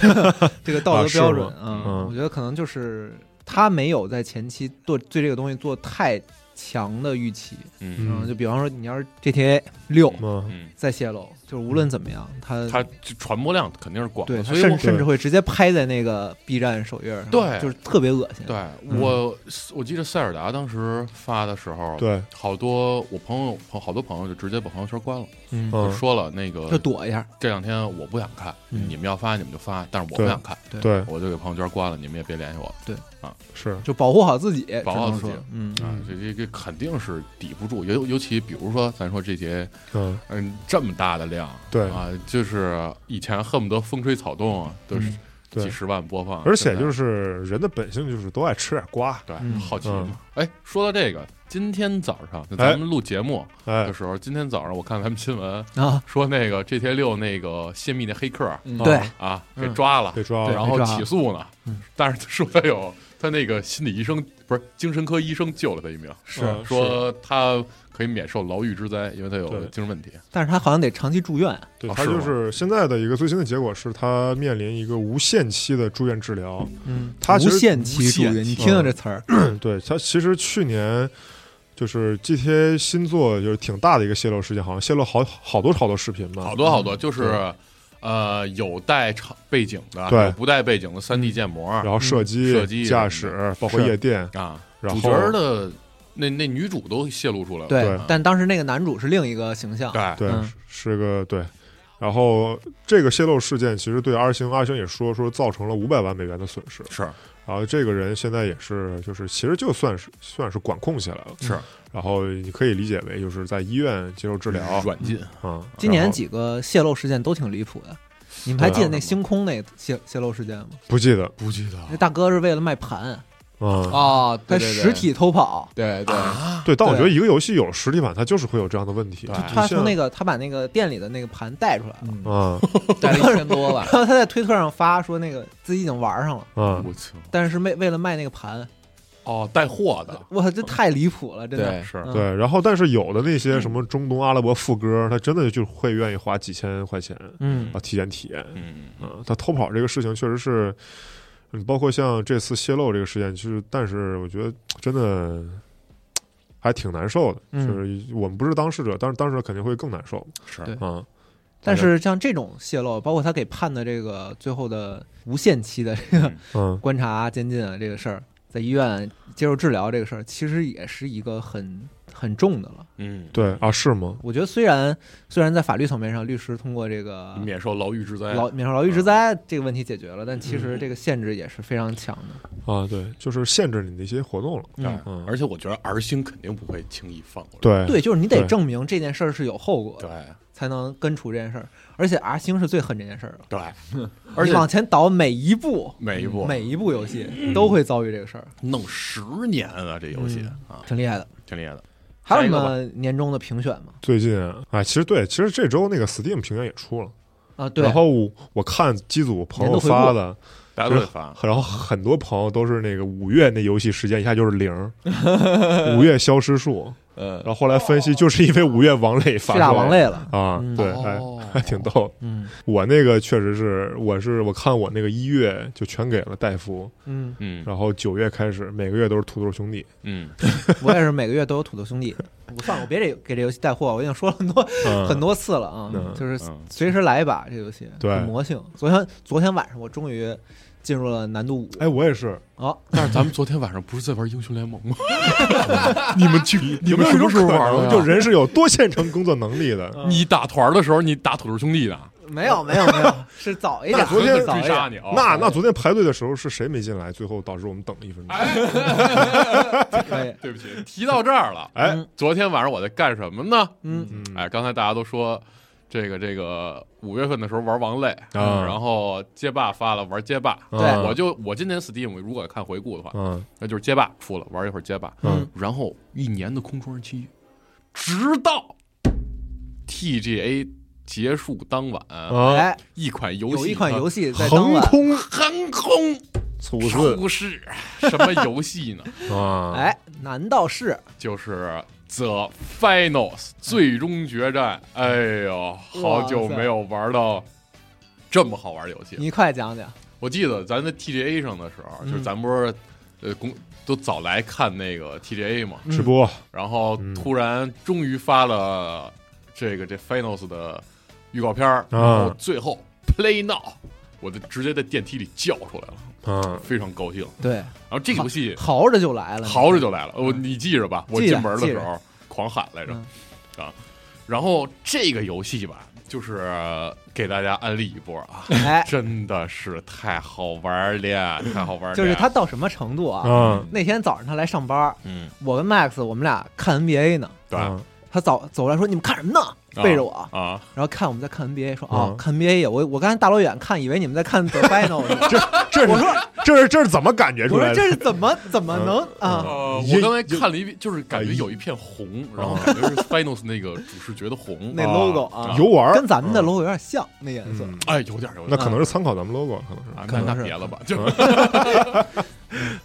S2: 这个道德标准
S3: 啊
S2: 啊
S4: 吗
S3: 嗯
S2: 我觉得可能就是他没有在前期做对这个东西做太强的预期，
S4: 嗯
S2: 嗯，就比方说你要是 GTA 六
S3: 嗯
S4: 嗯
S2: 再泄露，就是无论怎么样，它
S4: 它就传播量肯定是广的，
S2: 对它
S4: 所以我
S2: 甚甚至会直接拍在那个 B 站首页上，
S4: 对
S2: 就是特别恶心。
S4: 对
S2: 嗯
S4: 我我记得塞尔达当时发的时候，
S3: 对，
S4: 好多我朋友朋好多朋友就直接把朋友圈关了，
S2: 嗯，
S4: 就
S3: 嗯，
S4: 说了那
S2: 就
S4: 个
S2: 躲一下，
S4: 这两天我不想看，
S2: 嗯
S4: 你们要发你们就发，但是我不
S3: 对
S4: 想看，
S3: 对，
S4: 我就给朋友圈关了，你们也别联系我。
S3: 是，
S2: 就保护好自己，
S4: 保护好
S2: 只能
S4: 自己
S2: 说嗯，
S4: 啊，这这这肯定是抵不住，尤尤其比如说咱说这些，
S3: 嗯，
S4: 嗯，这么大的量，
S3: 对
S4: 啊，就是以前恨不得风吹草动啊，都是几
S3: 嗯对，
S4: 十万播放，
S3: 而且
S4: 现在
S3: 就是人的本性就是都爱吃点瓜，
S4: 对、
S2: 嗯
S4: 好奇
S3: 嗯
S4: 嘛。哎，说到这个，今天早上咱们录节目
S3: 哎
S4: 的，时候，今天早上我看咱们新闻
S2: 啊，
S4: 说那个 GTA 六那个泄密那黑客
S5: 嗯
S2: 对，
S4: 啊
S5: 嗯
S4: 给抓了，
S3: 被抓了，
S4: 然
S2: 被
S4: 后
S2: 抓了
S4: 起诉呢，
S2: 嗯
S4: 但是说他有他那个心理医生不是精神科医生救了他一命。
S2: 是，
S3: 嗯
S4: 说他可以免受牢狱之灾，因为他有
S3: 对
S4: 精神问题。
S2: 但是他好像得长期住院，
S3: 对
S4: 哦
S3: 他
S4: 是
S3: 就
S4: 吗
S3: 是现在的一个最新的结果是他面临一个无限期的住院治疗，
S2: 嗯，
S3: 他其
S2: 无
S3: 实
S2: 限期住院，你听听这词儿，
S3: 对他其实去年就是 GTA 新作就是挺大的一个泄露事件，好像泄露好好多好多视频吧，
S4: 好多好多，就是呃，有带场背景的，
S3: 对
S4: 有不带背景的三 D 建模
S3: 然后射击、
S4: 嗯射击
S3: 驾驶，包括
S2: 是
S3: 夜店，
S4: 啊，
S3: 然
S4: 主
S3: 后
S4: 角的那那女主都泄露出来了。
S2: 对
S3: 对，
S2: 但当时那个男主是另一个形象，
S4: 对
S3: 对，
S2: 嗯
S3: 是个对。然后这个泄露事件其实对阿星，阿星也说说造成了五百万美元的损失。
S4: 是
S3: 然后这个人现在也是，就是其实就算是算是管控起来了。
S4: 是
S3: 然后你可以理解为就是在医院接受治疗啊、
S4: 软禁，
S3: 嗯
S2: 今年
S3: 然后
S2: 几个泄露事件都挺离谱的，你们还记得那星空那泄泄露事件吗？
S3: 不记得
S4: 不记得
S2: 那大哥是为了卖盘，
S3: 啊、
S5: 哦，
S2: 他
S5: 对对对
S2: 实，体偷跑，
S5: 对对，
S3: 对，但我
S2: 啊对
S3: 觉得一个游戏有实体版，它就是会有这样的问题。
S4: 对
S2: 他从那个他把那个店里的那个盘带出来了，
S5: 嗯，
S3: 啊
S5: 带了一千多吧
S2: 然，后他在推特上发说那个自己已经玩上了，
S3: 啊，
S4: 我操！
S2: 但是是为为了卖那个 盘，
S4: 哦，带货的
S2: 哇，这太离谱了，真的。
S5: 对，
S4: 是
S2: 嗯
S3: 对。然后，但是有的那些什么中东阿拉伯副歌，他真的就会愿意花几千块钱
S2: 嗯
S3: 啊，体验体验。
S4: 嗯，
S3: 嗯，他偷跑这个事情确实是，嗯，包括像这次泄露这个事件，就是，但是我觉得真的还挺难受的，
S2: 嗯
S3: 就是我们不是当事者，但是当事者肯定会更难受
S4: 是
S2: 对
S3: 啊、
S2: 但是像这种泄露，包括他给判的这个最后的无限期的这个
S4: 嗯
S3: 嗯，
S2: 观察监禁啊这个事儿，在医院接受治疗这个事儿，其实也是一个很很重的了。
S4: 嗯，
S3: 对啊，是吗？
S2: 我觉得虽然虽然在法律层面上，律师通过这个
S4: 免受牢狱之灾。
S2: 劳免受劳役之灾这个问题解决了，但其实这个限制也是非常强的。
S3: 啊，对，就是限制你的一些活动了，
S4: 对
S3: 嗯
S4: 而且我觉得 R 星肯定不会轻易放过。
S3: 对
S2: 对，就是你得
S3: 对
S2: 证明这件事儿是有后果的，
S4: 对
S2: 才能根除这件事儿。而且 R 星是最恨这件事儿了，
S4: 对，而
S2: 你
S4: 且
S2: 往前倒每一步，
S4: 每一步
S2: 嗯
S4: 嗯
S2: 每一步游戏都会遭遇这个事儿，
S4: 弄十年啊，这游戏啊，
S2: 挺厉害的。
S4: 挺厉害的。
S2: 还有
S4: 下
S2: 什
S4: 一个吧
S2: 么年终的评选吗？
S3: 最近啊，哎，其实对，其实这周那个 Steam 评选也出了，
S2: 啊，对
S3: 然，后我我看机组朋友发的，
S4: 大家都得发，
S3: 然后很多朋友都是那个五月那游戏时间一下就是零，五月消失 数，
S5: 呃
S3: 然，后后来分析，就是因为五月王磊发
S2: 去打
S3: 出来
S2: 王累了。
S3: 啊
S2: 嗯，
S3: 对，还
S4: 哦
S3: 还挺逗。
S2: 嗯
S3: 我那个确实是，我是我看我那个一月就全给了戴夫，
S2: 嗯，
S4: 嗯
S3: 然后九月开始每个月都是土豆兄弟，
S4: 嗯，
S2: 我也是每个月都有土豆兄弟。我算了，我别这给这游戏带货，我已经说了很多
S3: 嗯
S2: 很多次了啊，
S3: 嗯
S2: 就是
S4: 嗯
S2: 随时来一把这游戏，
S3: 对
S2: 很魔性。昨天昨天晚上我终于进入了难度五，
S3: 哎，我也是，
S2: 哦，
S4: 但是咱们昨天晚上不是在玩英雄联盟吗？你们去，你们什
S3: 有一
S4: 么时候
S3: 种可
S4: 玩
S3: 能啊嗯
S4: 的呀？
S3: 就人是有多线程工作能力的。
S4: 你打团的时候，你打土豆兄弟呢？
S2: 没有没有没有，是早一点，
S3: 那昨天
S2: 早
S4: 追
S2: 一
S4: 杀
S2: 点，
S4: 你啊！
S3: 那那昨天排队的时候是谁没进来？最后导致我们等了一分钟。
S2: 可以，
S4: 哦 对不起，提到这儿了。
S3: 哎，
S2: 嗯
S4: 昨天晚上我在干什么呢？
S2: 嗯，
S3: 嗯，
S4: 哎，刚才大家都说这个这个五月份的时候玩王类，
S3: 啊
S4: 然后街霸发了玩街霸。
S2: 对
S4: 我就我今年 Steam 如果看回顾的话，
S3: 嗯
S4: 那就是街霸出了，玩一会儿街霸，
S2: 嗯，
S4: 然后一年的空窗期，直到 TGA 结束当晚，
S3: 啊，
S2: 哎，
S4: 一款游戏
S2: 有一款游戏在当
S3: 横
S2: 晚，
S3: 空
S4: 横空
S3: 出世
S4: 出世，什么游戏呢？
S3: 啊，
S2: 哎，难道是
S4: 就是。The Finals 最终决战，哎呦，好久没有玩到这么好玩的游戏了。
S2: 你快讲讲，
S4: 我记得咱在 TGA 上的时候，
S2: 嗯
S4: 就是咱不是呃公都早来看那个 TGA 嘛，
S3: 直播
S4: 然后
S3: 嗯
S4: 突然终于发了这个这 Finals 的预告片儿，
S3: 嗯
S4: 然后最后 play now，我就直接在电梯里叫出来了，
S3: 嗯，
S4: 非常高兴。
S2: 对，
S4: 然后这部戏
S2: 嚎着就来了，嗯
S4: 嚎着就来了，我你记着吧，我
S2: 记着
S4: 进门的
S2: 记
S4: 时
S2: 着嗯
S4: 候狂喊来着啊。然后这个游戏吧，就是给大家安利一波啊，
S2: 哎，
S4: 真的是太好玩了，太好玩了。
S2: 就是他到什么程度啊？
S3: 嗯，
S2: 那天早上他来上班，
S4: 嗯，
S2: 我跟 Max 我们俩看 NBA 呢，
S4: 对
S3: 嗯
S2: 他早走过来说：“你们看什么呢？”背着我，
S4: 啊，
S2: 然后看我们在看 NBA，说：“
S3: 嗯
S2: 哦，看 NBA 呀！”我我刚才大老远看，以为你们在看 The Final 呢。
S3: 这
S2: 我
S3: 是
S2: 说
S3: 这是这是怎么感觉出
S2: 我
S3: 来
S2: 说
S3: 的？啊嗯
S2: 这是怎么怎么能啊？
S4: 呃，
S3: 也
S4: 我刚才看了一遍，就是哎哦感觉有一片红，然后感觉是 Finals 那个主视觉的红，
S2: 那 logo 啊，
S3: 游玩儿
S2: 跟咱们的 logo 有点像，那颜色。
S3: 嗯
S4: 哎，有点儿有点儿。
S3: 那可能是参考咱们 logo，可能是
S4: 啊，
S2: 可
S4: 那
S2: 能
S4: 那
S2: 是嗯
S4: 别了吧，就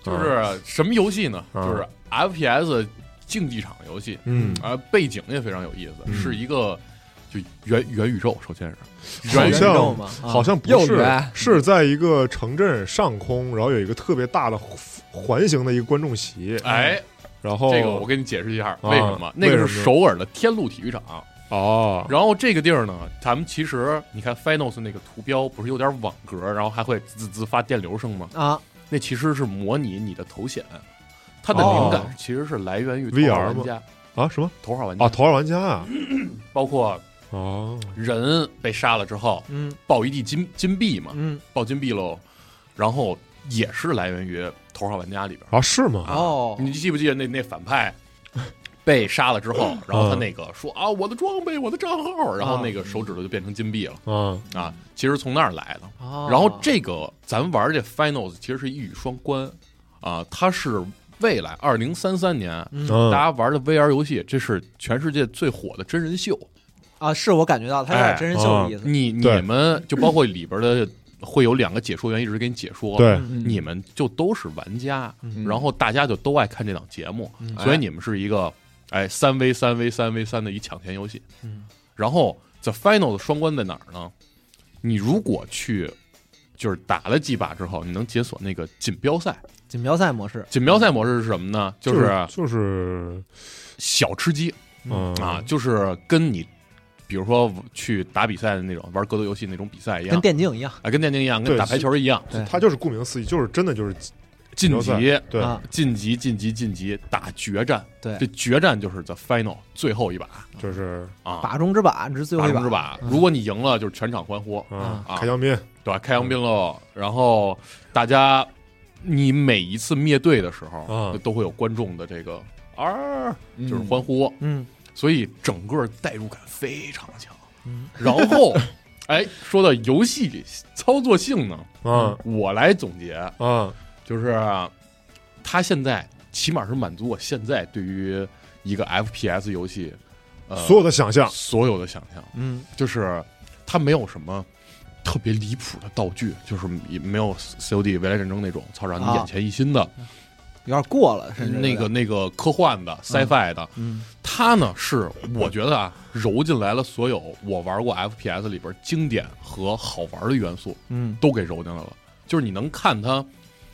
S4: 就是什么游戏呢？
S3: 嗯
S4: 就是 FPS 竞技场游戏，
S3: 嗯
S4: 啊，背景也非常有意思，
S3: 嗯
S4: 是一个就元元宇宙，首先是
S3: 好
S4: 元宇
S3: 像
S4: 宙，
S2: 嘛，啊
S3: 好像不
S2: 又
S3: 是
S2: 圆，
S3: 是在一个城镇上空，然后有一个特别大的环形的一个观众席，
S4: 哎，
S3: 然后
S4: 这个我给你解释一下
S3: 哦
S4: 为什么，那
S3: 为
S4: 个
S3: 什
S4: 是
S3: 么
S4: 首尔的天路体育场，
S3: 哦，
S4: 然后这个地儿呢，咱们其实你看 Finals 那个图标不是有点网格，然后还会滋滋滋发电流声吗？
S2: 啊，
S4: 那其实是模拟你的头显，它的灵
S3: 哦
S4: 感其实是来源于
S3: VR
S4: 头号玩家，
S3: 啊什么
S4: 头号玩家
S3: 啊？头号玩家啊？
S4: 嗯包括
S3: 哦，
S4: 人被杀了之后
S2: 嗯
S4: 爆一地金金币嘛，
S2: 嗯，
S4: 爆金币喽，然后也是来源于头号玩家里边。
S3: 啊嗯是吗？
S2: 哦，
S4: 你记不记得那那反派被杀了之后，
S3: 嗯
S4: 然后他那个说啊我的装备我的账号，然后那
S3: 嗯
S4: 个手指头就变成金币了
S3: 啊，
S4: 啊，其实从那儿来的。
S2: 哦
S4: 然后这个咱玩这 Finals 其实是一语双关啊，它是未来二零三三年。大
S3: 嗯，
S4: 家玩的 VR 游戏，这是全世界最火的真人秀。
S2: 啊，是我感觉到他有
S3: 哎
S2: 点真人秀的意思。
S4: 你你
S3: 对
S4: 们就包括里边的会有两个解说员一直给你解说，
S3: 对，
S2: 嗯
S4: 你们就都是玩家，
S2: 嗯
S4: 然后大家就都爱看这档节目，
S2: 嗯
S4: 所以你们是一个哎三 v 三 v 三 v 三的一抢钱游戏。
S2: 嗯
S4: 然后 The Final 的双关在哪儿呢？你如果去就是打了几把之后，你能解锁那个锦标赛。
S2: 锦标赛模式，
S4: 锦标赛模式是什么呢？就
S3: 就是就是
S4: 小吃鸡
S3: 嗯
S4: 啊，就是跟你比如说去打比赛的那种玩格斗游戏那种比赛一
S2: 跟
S4: 样，
S2: 电竞一样，
S4: 啊，跟电竞一样，跟
S3: 对
S4: 打排球一样，
S2: 对
S3: 他就是顾名思义，就是真的就是
S4: 晋
S3: 标赛
S4: 级
S3: 对，
S2: 啊，
S4: 晋级晋级晋级打决战。
S2: 对
S4: 这，决战就是 The Final 最后一把
S3: 就是
S4: 啊，
S2: 把中之把，这是最后
S4: 八
S2: 一
S4: 中之
S2: 把，
S4: 把。嗯如果你赢了，就是全场欢呼，
S3: 啊
S4: 啊，
S3: 开江斌，
S4: 对吧？开洋兵喽，然后大家，你每一次灭队的时候
S3: 啊，
S4: 都会有观众的这个啊，就是
S5: 嗯
S4: 欢呼，
S2: 嗯，
S4: 所以整个代入感非常强。然后，哎，说到游戏操作性呢，
S2: 嗯
S3: 啊
S4: 我来总结，
S3: 啊
S4: 就是他现在起码是满足我现在对于一个 FPS 游戏，呃，
S3: 所有的想象，
S4: 所有的想象，
S2: 嗯，
S4: 就是它没有什么特别离谱的道具，就是也没有 COD 未来战争那种，操，让你
S2: 啊
S4: 眼前一新的，
S2: 有点过了，甚至有
S4: 那
S2: 点
S4: 个，那个科幻的、sci-fi 的，
S2: 嗯，
S4: 它呢是我觉得啊，揉进来了所有我玩过 FPS 里边经典和好玩的元素
S2: 嗯，
S4: 都给揉进来了，就是你能看它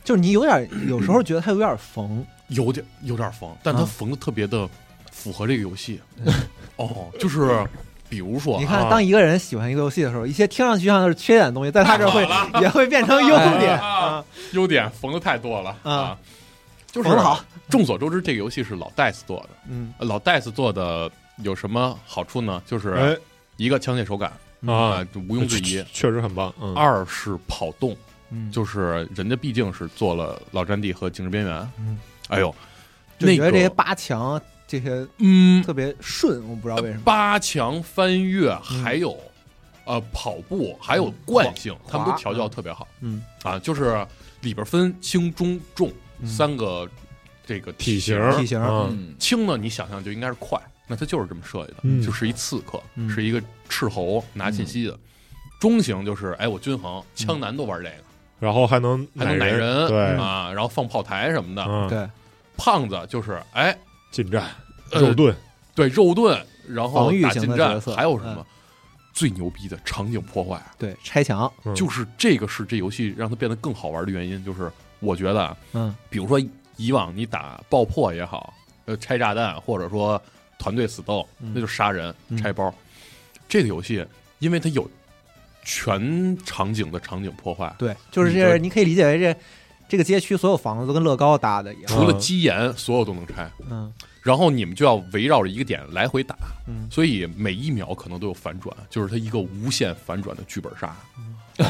S2: 就是你有点，有时候觉得他有点缝，
S4: 有点有点缝，但它
S2: 啊
S4: 缝的特别的符合这个 游戏，哦，就是比如说啊，
S2: 你看，当一个人喜欢一个游戏的时候，一些听上去像是缺点的东西，在他这儿会也会变成优点
S4: 啊，优点缝的太多了
S2: 啊
S4: 啊，就是
S2: 缝得好。
S4: 众所周知，这个游戏是老戴斯做的，
S2: 嗯
S4: 呃老戴斯做的有什么好处呢？就是
S3: 哎
S4: 一个枪械手感
S2: 嗯哎
S3: 啊，，
S4: 啊毋庸置疑
S3: 确。确实很棒，嗯
S4: 二是跑动，
S2: 嗯，
S4: 就是人家毕竟是做了老战地和静止边缘，
S2: 嗯，
S4: 哎呦，
S2: 就
S4: 那
S2: 觉得这些
S4: 个
S2: 八强这些
S4: 嗯，
S2: 特别顺，我不知道为什么。
S4: 八强翻越还有、呃跑步还有惯性，他们
S2: 嗯
S4: 都
S2: 滑
S4: 调教特别好
S2: 嗯
S4: 啊，就是里边分轻中重、
S2: 嗯
S4: 三个这个
S3: 体型
S4: 型。
S2: 体型
S3: 嗯
S5: 嗯
S4: 轻呢，你想象就应该是快，那它就是这么设计的，
S3: 嗯
S4: 就是一刺客，
S2: 嗯
S4: 是一个斥候拿信息的。中型就是哎，我均衡，枪男都玩这个，
S3: 然后还能
S4: 还能奶人，
S3: 嗯对，
S4: 啊，然后放炮台什么的。
S3: 嗯，
S2: 嗯对，
S4: 胖子就是哎，
S3: 近战
S4: 呃
S3: 肉盾，
S4: 对肉盾，然后
S2: 防御
S4: 打
S2: 型
S4: 近
S2: 的
S4: 战
S2: 角，色嗯
S4: 还有什么？最牛逼的场景破坏，
S2: 对，拆墙，
S3: 嗯
S4: 就是这个是这游戏让它变得更好玩的原因。就是我觉得，啊，
S2: 嗯
S4: 比如说以往你打爆破也好，呃，拆炸弹，或者说团队死斗，
S2: 嗯
S4: 那就是杀人
S2: 嗯
S4: 拆包。这个游戏，因因为它有全场景的场景破坏，
S2: 对，就是这
S4: 对
S2: 样，你可以理解为这这个街区所有房子都跟乐高搭的一样。
S4: 除了基岩，所有都能拆。
S2: 嗯
S4: 然后你们就要围绕着一个点来回打，
S2: 嗯，
S4: 所以每一秒可能都有反转，就是它一个无限反转的剧本杀。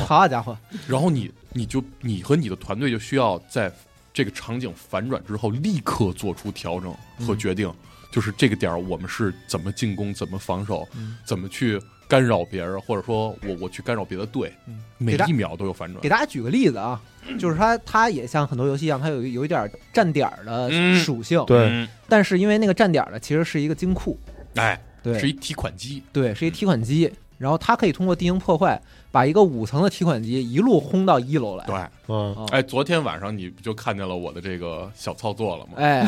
S2: 好啊家伙，
S4: 然后你你就你和你的团队就需要在这个场景反转之后立刻做出调整和决定，
S2: 嗯
S4: 就是这个点儿我们是怎么进攻、怎么防守、
S2: 嗯
S4: 怎么去干扰别人，或者说我我去干扰别的队，
S2: 嗯
S4: 每
S2: 给大
S4: 一秒都有反转
S2: 给。大家举个例子啊，就是它它也像很多游戏一样，它有一有一点站点儿的
S4: 嗯
S2: 属性，
S3: 对，
S4: 嗯，
S2: 但是因为那个站点儿的其实是一个金库，
S4: 哎，
S2: 对，
S4: 是一提款机，
S2: 对，是一提款机，然后它可以通过地形破坏，把一个五层的提款机一路轰到一楼来。
S4: 对。
S3: 嗯，
S4: 哎，昨天晚上你不就看见了我的这个小操作了吗？
S2: 哎，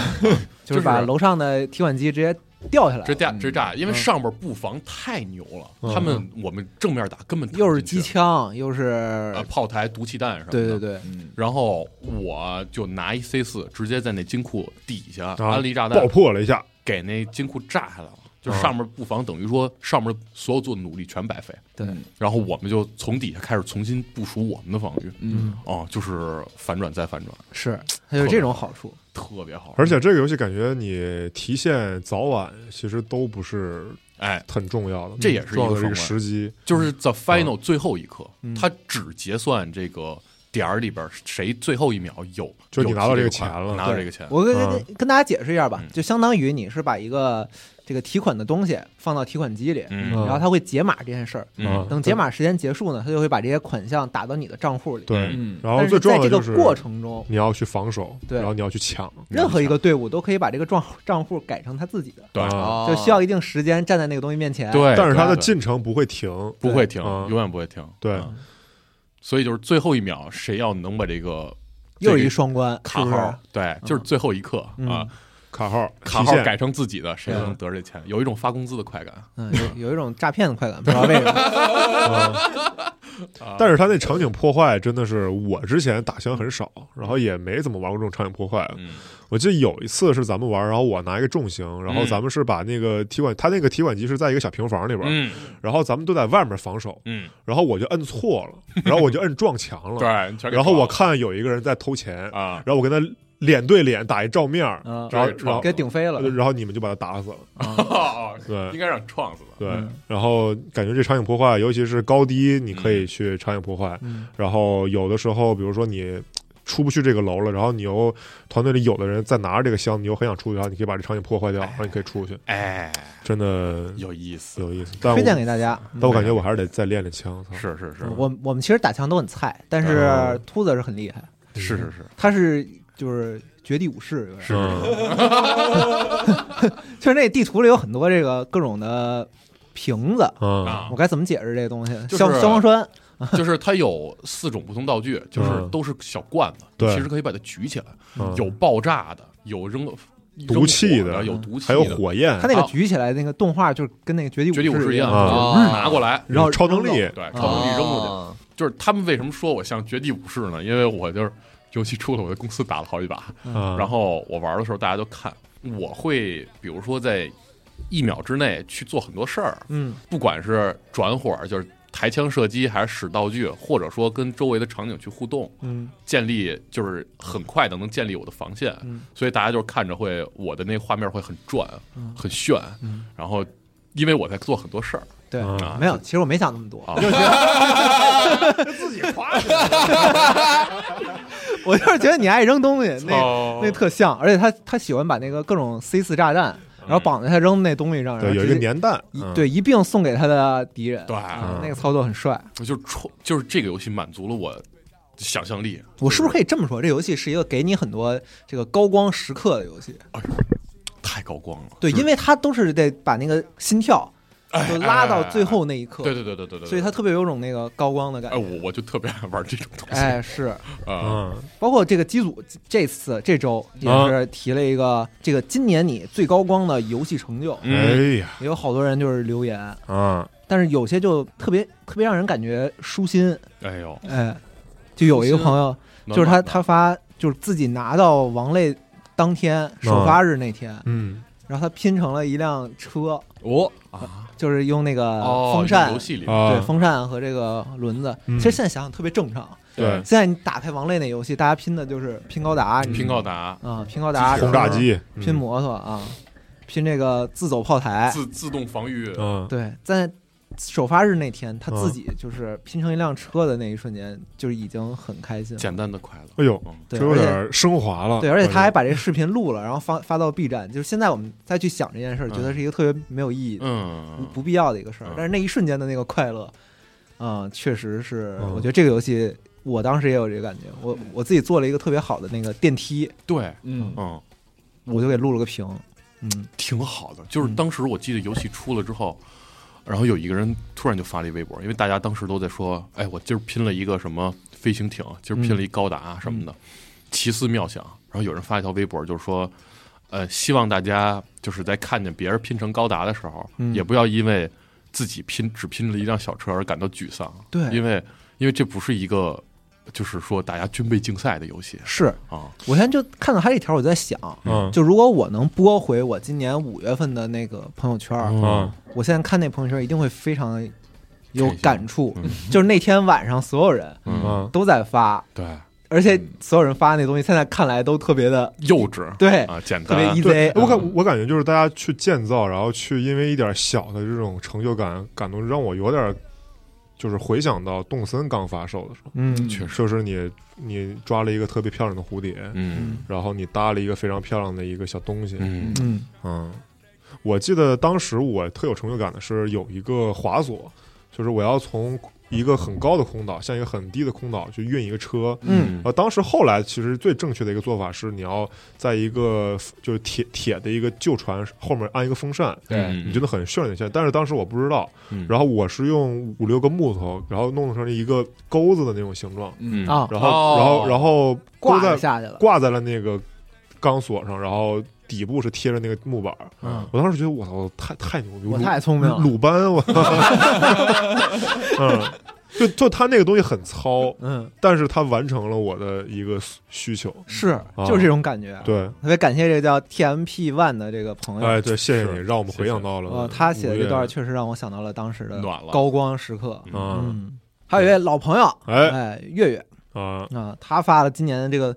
S2: 就是把
S4: 就是
S2: 楼上的提款机直接掉下来
S4: 这
S2: 了，
S4: 炸
S5: 嗯
S4: 这炸，因为
S2: 嗯
S4: 上边布防太牛了，
S3: 嗯
S4: 他们我们正面打根本打不
S2: 又是
S4: 进
S2: 机
S4: 去
S2: 枪，又是
S4: 啊，炮台、毒气弹什么的。
S2: 对对。对，
S5: 嗯，
S4: 然后我就拿一 C 四，直接在那金库底下
S3: 啊
S4: 安利炸弹
S3: 爆，破了一下，
S4: 给那金库炸下来了。就
S3: 啊
S4: 上面布防，等于说上面所有做的努力全白费。
S2: 对
S4: 然后我们就从底下开始重新部署我们的防御。
S5: 嗯，
S4: 哦，就是反转再反转，
S2: 是它有这种好处。
S4: 特别好。
S3: 而且这个游戏感觉你提现早晚其实都不是
S4: 哎，
S3: 很重要的，嗯
S4: 这也是一个
S3: 重要的这
S4: 双
S3: 个
S4: 关
S3: 时机。
S4: 就是
S3: 嗯
S4: the final 最后一刻
S2: 嗯，
S4: 它只结算这个点儿里边谁最后一秒有，
S3: 就你
S4: 有
S3: 拿到
S4: 提
S3: 这个
S4: 款
S3: 钱了
S4: 拿到这个钱。
S2: 我跟
S3: 嗯
S2: 跟大家解释一下吧
S4: 嗯，
S2: 就相当于你是把一个这个提款的东西放到提款机里，
S4: 嗯
S2: 然后它会解码这件事儿，
S3: 啊
S4: 嗯，
S2: 等解码时间结束呢，它就会把这些款项打到你的账户里。
S3: 对
S5: 嗯，
S3: 然后
S2: 但
S3: 最
S2: 是
S3: 重
S2: 在
S3: 要的
S2: 这个
S3: 就是
S2: 过程中，
S3: 你要去防守，
S2: 对
S3: 然后你要去抢，
S2: 任何一个队伍都可以把这个账账户改成他自己的，
S4: 对
S3: 啊，
S5: 哦
S2: 就需要一定时间站在那个东西面前。，
S4: 对，
S3: 但是它的
S4: 对
S3: 进程不会停，
S4: 不会停，
S3: 嗯
S4: 永远不会停。
S3: 对，
S4: 所以就是最后一秒，谁要能把这个
S2: 又是
S4: 这
S2: 一
S4: 个
S2: 双关，是
S4: 卡
S2: 不是？
S4: 号，对，就是最后一刻
S2: 嗯
S4: 啊，
S3: 卡号
S4: 卡
S3: 提
S4: 号
S3: 现嗯
S4: 改成自己的，谁就
S2: 对
S4: 能得这钱，有一种发工资的快感。
S2: 嗯， 有有一种诈骗的快感，不知道为什么。
S3: 但是他那场景破坏真的是我之前打枪很少，然后也没怎么玩过这种场景破坏。
S4: 嗯
S3: 我记得有一次是咱们玩，然后我拿一个重型，然后
S4: 嗯
S3: 咱们是把那个提款，他那个提款机是在一个小平房里边，
S4: 嗯
S3: 然后咱们都在外面防守，
S4: 嗯，
S3: 然后我就摁错了，然后我就摁撞墙了，
S4: 对，全给
S3: 然后我
S4: 搞
S3: 看有一个人在偷钱，
S4: 了啊，
S3: 然后我跟他脸对脸打一照面儿，
S2: 嗯
S3: 然后
S4: 这个
S3: 然后呃
S2: 给顶飞了，
S3: 然后你们就把他打死了， 对
S4: 啊应。该让撞死了。
S3: 对
S2: 嗯，
S3: 然后感觉这场景破坏，尤其是高低，你可以去场景破坏，
S2: 嗯，
S3: 然后有的时候，比如说你出不去这个楼了，然后你又团队里有的人在拿着这个箱，你又很想出去，然后你可以把这场景破坏掉，然后你可以出去，
S4: 哎，
S3: 真的
S4: 有意思，
S3: 有意思。但我
S2: 推荐给大家。嗯
S3: 但我感觉我还是得再练练枪，操
S4: 是是是
S2: 我我们其实打枪都很菜，但是
S3: 嗯
S2: 秃子是很厉害，
S4: 是是是
S2: 他是就是绝地武士，有点
S4: 是
S3: 嗯
S2: 就是那地图里有很多这个各种的瓶子，
S3: 嗯
S4: 啊
S2: 我，该怎么解释这个东西？
S4: 就是
S2: 消消防栓，
S4: 就是它有四种不同道具，就是
S3: 嗯
S4: 都是小罐子，
S3: 对
S4: 其实可以把它举起来，
S3: 嗯，
S4: 有爆炸的，有扔
S3: 毒气
S4: 的，
S3: 的
S4: 有毒气
S3: 还
S4: 的，
S3: 有火焰
S2: 他，那个
S4: 啊
S2: 举起来那个动画就是跟那个绝地
S4: 绝地武士
S2: 士
S4: 一样，
S2: 样，
S3: 啊
S5: 哦
S4: 就是拿过来，
S2: 然后
S3: 超能
S2: 扔
S3: 力
S2: 走，
S4: 对，超能力扔过
S3: 啊
S4: 去。就是他们为什么说我像绝地武士呢？因为我就是尤其出了我的公司打了好几把，
S3: 嗯
S4: 然后我玩的时候大家都看，我会比如说在一秒之内去做很多事儿，
S2: 嗯，
S4: 不管是转火，就是抬枪射击，还是使道具，或者说跟周围的场景去互动，
S2: 嗯，
S4: 建立就是很快的能建立我的防线，
S2: 嗯
S4: 所以大家就是看着会我的那画面会很转，
S2: 嗯
S4: 很炫，
S2: 嗯
S4: 然后因为我在做很多事儿，
S2: 对，
S3: 嗯
S2: 没有，其实我没想那么多，
S4: 啊
S3: 自己夸，
S2: 我就是觉得你爱扔东西，那
S4: 哦
S2: 那特像，而且他他喜欢把那个各种 C 四炸弹，
S4: 嗯
S2: 然后绑在他扔那东西上，然
S3: 对，
S2: 后
S3: 有一
S2: 直
S3: 个
S2: 接
S3: 粘蛋，
S2: 一
S3: 嗯
S2: 对一并送给他的敌人，
S4: 对，
S2: 啊，那个操作很帅。
S4: 我就是冲，就是这个游戏满足了我想象力。
S2: 我是不是可以这么说？这游戏是一个给你很多这个高光时刻的游戏，
S4: 太高光了？
S2: 对，因为它都是得把那个心跳
S4: 哎
S2: 就拉到最后那一刻，
S4: 对对对对对对，
S2: 所以它特别有种那个高光的感
S4: 哎，
S2: 觉。
S4: 我我就特别爱玩这种东西
S2: 哎，是，
S4: 啊，
S3: 嗯
S2: 包括这个机组这次这周也是提了一个这个今年你最高光的游戏成就，
S4: 嗯
S3: 哎呀，
S2: 也有好多人就是留言，
S3: 啊，
S2: 但是有些就特别特别让人感觉舒心，
S4: 哎呦，
S2: 哎，就有一个朋友，就是
S4: 嗯
S2: 他他发就是自己拿到王类当天首发日那天，
S3: 嗯
S2: 然后他拼成了一辆车，
S5: 哦，
S2: 就是用那个
S4: 哦，
S2: 呃风扇，
S4: 游戏里
S3: 啊，
S2: 对风扇和这个轮子。
S3: 嗯
S2: 其实现在想想特别正常。
S3: 对，
S2: 现在你打开王类那游戏，大家拼的就是拼高达，你
S4: 拼高达、
S2: 啊，拼高达，
S3: 轰炸机，嗯
S2: 拼摩托啊，拼这个自走炮台。
S4: 自自动防御，
S3: 嗯，
S2: 对，在首发日那天，他
S3: 嗯
S2: 自己就是拼成一辆车的那一瞬间，就是已经很开心了。
S4: 简单的快乐。
S3: 哎呦，
S4: 嗯
S2: 对，
S3: 这有
S2: 而且
S3: 点升华了。
S2: 对，而且他还
S3: 感觉
S2: 把这个视频录了，然后发发到 B 站。就是现在我们再去想这件事儿，
S4: 嗯
S2: 觉得是一个特别没有意义的、不
S4: 嗯，
S2: 不必要的一个事儿
S4: 嗯。
S2: 但是那一瞬间的那个快乐，嗯，确实是，
S3: 嗯
S2: 我觉得这个游戏。我当时也有这个感觉，我我自己做了一个特别好的那个电梯，
S4: 对，
S5: 嗯，
S4: 嗯，
S2: 我就给录了个屏，嗯，
S4: 挺好的。就是
S2: 嗯
S4: 当时我记得游戏出了之后，然后有一个人突然就发了一微博，因为大家当时都在说，哎，我今儿拼了一个什么飞行艇，今儿拼了一高达什么的，
S2: 嗯
S4: 奇思妙想。然后有人发一条微博，就是说，呃，希望大家就是在看见别人拼成高达的时候，
S2: 嗯
S4: 也不要因为自己拼只拼了一辆小车而感到沮丧，
S2: 对
S4: 因为因为这不是一个就是说大家军备竞赛的游戏
S2: 是
S4: 啊，
S2: 我现在就看到他这条，我就在想，
S3: 嗯
S2: 就如果我能拨回我今年五月份的那个朋友圈儿，
S3: 嗯
S2: 我现在看那朋友圈儿一定会非常有
S4: 开心
S2: 感触，
S4: 嗯
S2: 就是那天晚上所有人
S4: 嗯，
S3: 嗯，
S2: 都在发，
S4: 对，
S2: 而且所有人发那东西，现在看来都特别的
S4: 幼稚。
S2: 对，
S4: 啊，简
S2: 特
S4: 单，
S2: 别 easy
S3: 对，。哎我
S4: 啊
S3: 感我感觉就是大家去建造，然后去因为一点小的这种成就感感动，让我有点就是回想到动森刚发售的时候，
S2: 嗯，
S4: 确实，
S3: 就是你你抓了一个特别漂亮的蝴蝶，
S4: 嗯
S3: 然后你搭了一个非常漂亮的一个小东西，
S4: 嗯
S2: 嗯
S3: 嗯，我记得当时我特有成就感的是有一个滑索，就是我要从一个很高的空岛向一个很低的空岛去运一个车。
S2: 嗯
S3: 呃，当时后来其实最正确的一个做法是，你要在一个就是铁铁的一个旧船后面安一个风扇，
S4: 哎
S5: 对，
S3: 你真的很炫的炫。但是当时我不知道，
S4: 嗯
S3: 然后我是用五六个木头，然后弄成一个钩子的那种形状，
S5: 嗯
S2: 啊，
S3: 然后、
S4: 哦
S3: 然后然后
S2: 挂
S3: 挂
S2: 着
S3: 在
S2: 下去了，
S3: 挂在了那个钢索上，然后底部是贴着那个木板儿。
S2: 嗯，
S3: 我当时觉得我操，太太牛逼，
S2: 我
S3: 鲁
S2: 太聪明了，
S3: 鲁班，我， 嗯，就就他那个东西很糙，
S2: 嗯，
S3: 但是他完成了我的一个需求，
S2: 是，就是这种感觉。，
S3: 对，
S2: 特别感谢这个叫 TMP One 的这个朋友，
S3: 哎，对，谢谢你
S4: 是
S3: 让我们回想到
S2: 呃，
S3: 了，
S2: 他写的这段确实让我想到了当时的
S4: 暖了
S2: 高光时刻。
S3: 嗯
S2: 嗯，还有一位老朋友，
S3: 哎
S2: 哎，月月
S3: 啊
S2: 啊，他发了今年的这个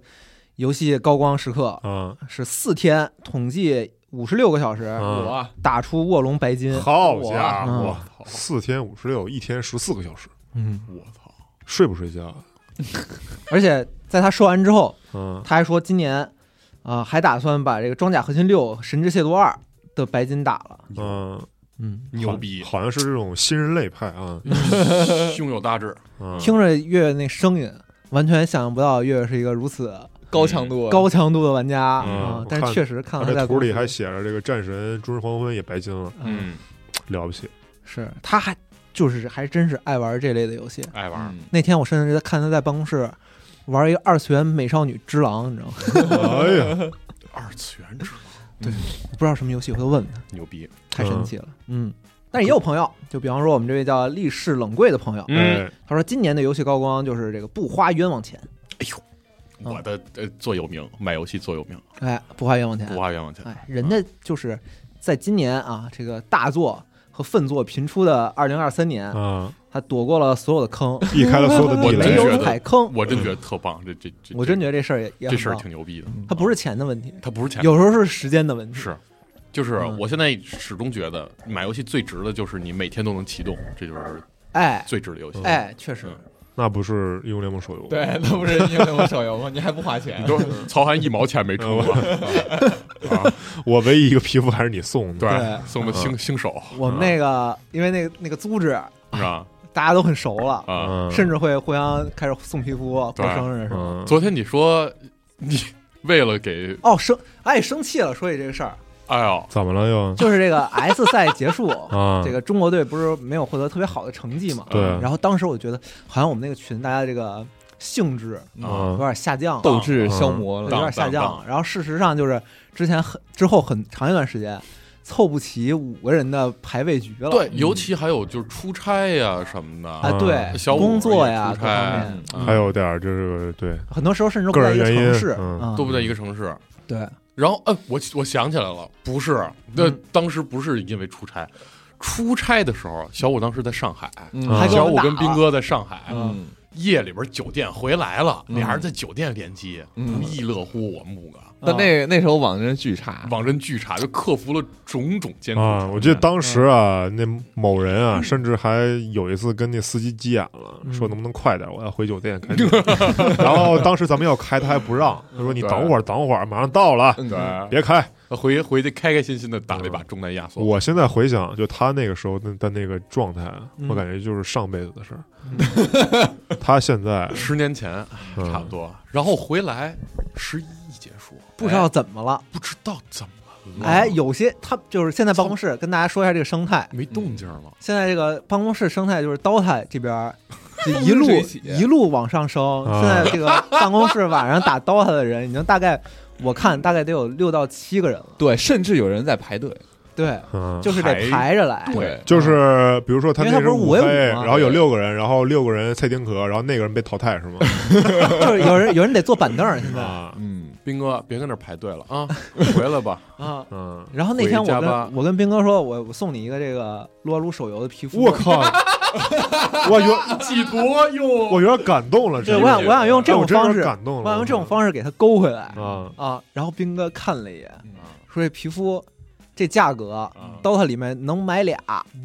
S2: 游戏高光时刻
S3: 啊，
S2: 是四天，统计五十六个小时，
S3: 嗯
S5: 我啊，
S2: 打出卧龙白金。
S3: 好家
S2: 嗯
S3: 伙，四天五十六，一天十四个小时，
S2: 嗯，
S4: 我操，
S3: 睡不睡觉？啊
S2: 而且在他说完之后，
S3: 嗯
S2: 他还说今年啊、呃还打算把这个《装甲核心六》《神之械斗二》的白金打了。
S3: 嗯，
S2: 嗯，
S4: 牛逼，
S3: 好像是这种新人类派啊，
S4: 胸有大志，
S3: 嗯
S2: 听着月月那声音，完全想象不到月月是一个如此
S5: 高强度，
S2: 高强度的玩家啊、
S3: 嗯我
S2: 但是
S3: 看
S2: 确实看
S3: 他
S2: 到他在
S3: 这图里
S2: 公司
S3: 还写着这个战神《诸神黄昏》也白金了，
S2: 嗯，
S3: 了不起，
S2: 是他还就是还真是爱玩这类的游戏。
S4: 爱玩儿，
S5: 嗯，
S2: 那天我甚至在看他在办公室玩一个二次元美少女之狼，你知道吗？
S3: 哎呀，
S4: 二次元之
S2: 我不知道什么游戏，回头问问他，
S4: 牛逼，
S2: 太神奇了。嗯，但是也有朋友，就比方说我们这位叫立世冷贵的朋友，
S4: 嗯
S3: 哎
S2: 他说今年的游戏高光就是这个不花冤枉钱，嗯
S4: 我的呃座右铭，买游戏座右铭，
S2: 哎，不花冤枉钱
S4: 不，花冤枉钱，
S2: 哎，人家就是在今年啊这个大作和粪作频出的二零二三年，
S3: 啊，
S2: 他躲过了所有的坑，
S3: 避开了所有 的地
S4: 嗯我真
S2: 没
S3: 雷
S4: 觉。
S2: 有
S4: 得
S2: 踩坑。
S4: 我真觉得特棒，这这这，
S2: 我真觉得这事儿也也
S4: 这
S2: 很
S4: 事儿
S2: 棒
S4: 挺牛逼的，
S2: 它不是钱的问题，
S4: 它不是钱，
S2: 有时候是时间的问题。
S4: 是。就是
S2: 嗯
S4: 我现在始终觉得买游戏最值的就是你每天都能启动，这就是
S2: 哎
S4: 最值的游戏。，
S2: 哎，确实，
S3: 那不是英雄联盟手游，
S5: 对，那 不是英雄联盟手游吗？你还不花钱？
S4: 都是曹涵一毛钱没出过，
S3: 我唯一一个皮肤还是你送 的，
S2: 对
S4: 送的星星手
S2: 我们那个因为那个那个组织
S4: 是吧？
S2: 大家都很熟了，
S4: 啊，
S3: 嗯，
S2: 甚至会互相开始送皮肤、过
S4: 对
S2: 生日什么。
S3: 嗯，
S4: 昨天你说你为了给，
S2: 哦，生哎生气了，说起这个事儿，
S4: 哎呦，
S3: 怎么了又？
S2: 就是这个 S 赛结束，
S3: 啊，
S2: 这个中国队不是没有获得特别好的成绩嘛？
S3: 对
S2: 然后当时我觉得，好像我们那个群大家这个兴致嗯有
S3: 啊，
S2: 点下降了，
S5: 斗志
S3: 嗯
S5: 消磨
S2: 有
S5: 了，
S4: 当
S2: 点下降了
S4: 当。
S2: 然后事实上就是之前很之后很长一段时间凑不齐五个人的排位局了。嗯
S4: 对，尤其还有就是出差呀什么的，
S2: 啊，对，
S4: 小五
S2: 工作呀
S4: 出
S2: 各
S4: 差
S2: 方面，
S4: 嗯
S3: 还有点儿就是对
S2: 很多时候甚至不在一个城市
S3: 个人原因，嗯
S2: 嗯
S4: 都不在一个城市。
S2: 对，
S4: 然后，呃，我我想起来了，不是，
S2: 嗯
S4: 那、当时不是因为出差，出差的时候，小五当时在上海，
S2: 还跟我
S4: 小
S2: 们
S4: 五
S2: 打
S4: 跟斌
S2: 了
S4: 哥在上海，
S5: 嗯
S4: 夜里边酒店回来了，俩人在酒店联机，
S2: 嗯
S4: 不亦乐乎。我们五个
S2: 啊
S6: 但那那时候网真巨差，
S4: 网阵巨差，就克服了种种艰苦。
S3: 啊，我记得当时啊，
S2: 嗯
S3: 那某人啊，甚至还有一次跟那司机急眼了，
S2: 嗯
S3: 说能不能快点，我要回酒店 赶紧。然后当时咱们要开，他还不让，
S2: 嗯
S3: 他说你等会儿，等会儿，马上到了，啊
S5: 嗯
S4: 对，
S3: 别开。
S4: 回回去开开心心的打了一
S2: 嗯
S4: 把中南亚索，
S3: 我现在回想，就他那个时候的的那个状态，啊
S2: 嗯
S3: 我感觉就是上辈子的事儿。 他现在
S4: 十年前
S3: 嗯
S4: 差不多。然后回来十一一结束，
S2: 不知道怎么了。
S4: 不知道怎么了，
S2: 哎，有些他就是现在办公室跟大家说一下这个生态。
S4: 没动静了。
S2: 现在这个办公室生态就是 DOTA 这边儿 就一路
S5: 风生水起
S2: 一路往上升。
S3: 啊
S2: 现在这个办公室晚上打 DOTA 的人已经大概我看大概得有六到七个人了。
S5: 对，甚至有人在排队，
S2: 对，
S4: 啊
S3: 嗯，
S2: 就是得排着来。
S5: 对，
S3: 就是比如说他
S2: 因
S3: 那
S2: 为他
S3: 是
S2: 不是
S3: 五
S2: 五 v 五
S3: A，
S2: 吗
S3: 然后有六个人，然后六个人蔡丁壳，然后那个人被淘汰是吗？
S2: 就是有人有人得坐板凳儿现在
S3: 啊，
S5: 嗯，
S4: 斌哥，别跟那儿排队了 啊，回来吧。
S2: 啊。
S3: 嗯，
S2: 然后那天我
S4: 回家吧
S2: 跟我跟斌哥说，我我送你一个这个撸啊撸手游的皮肤。
S3: 我！ 靠，我有
S4: 几多哟？
S3: 我有点感动了，
S2: 对，
S3: 真
S2: 我
S3: 的
S2: 想我想用这种
S3: 哎我真有
S2: 方式，
S3: 点感动了
S2: 我想用这种方式给他勾回来
S3: 啊，
S2: 啊。然后斌哥看了一眼，说这皮肤这价格，DOTA 里面能买俩。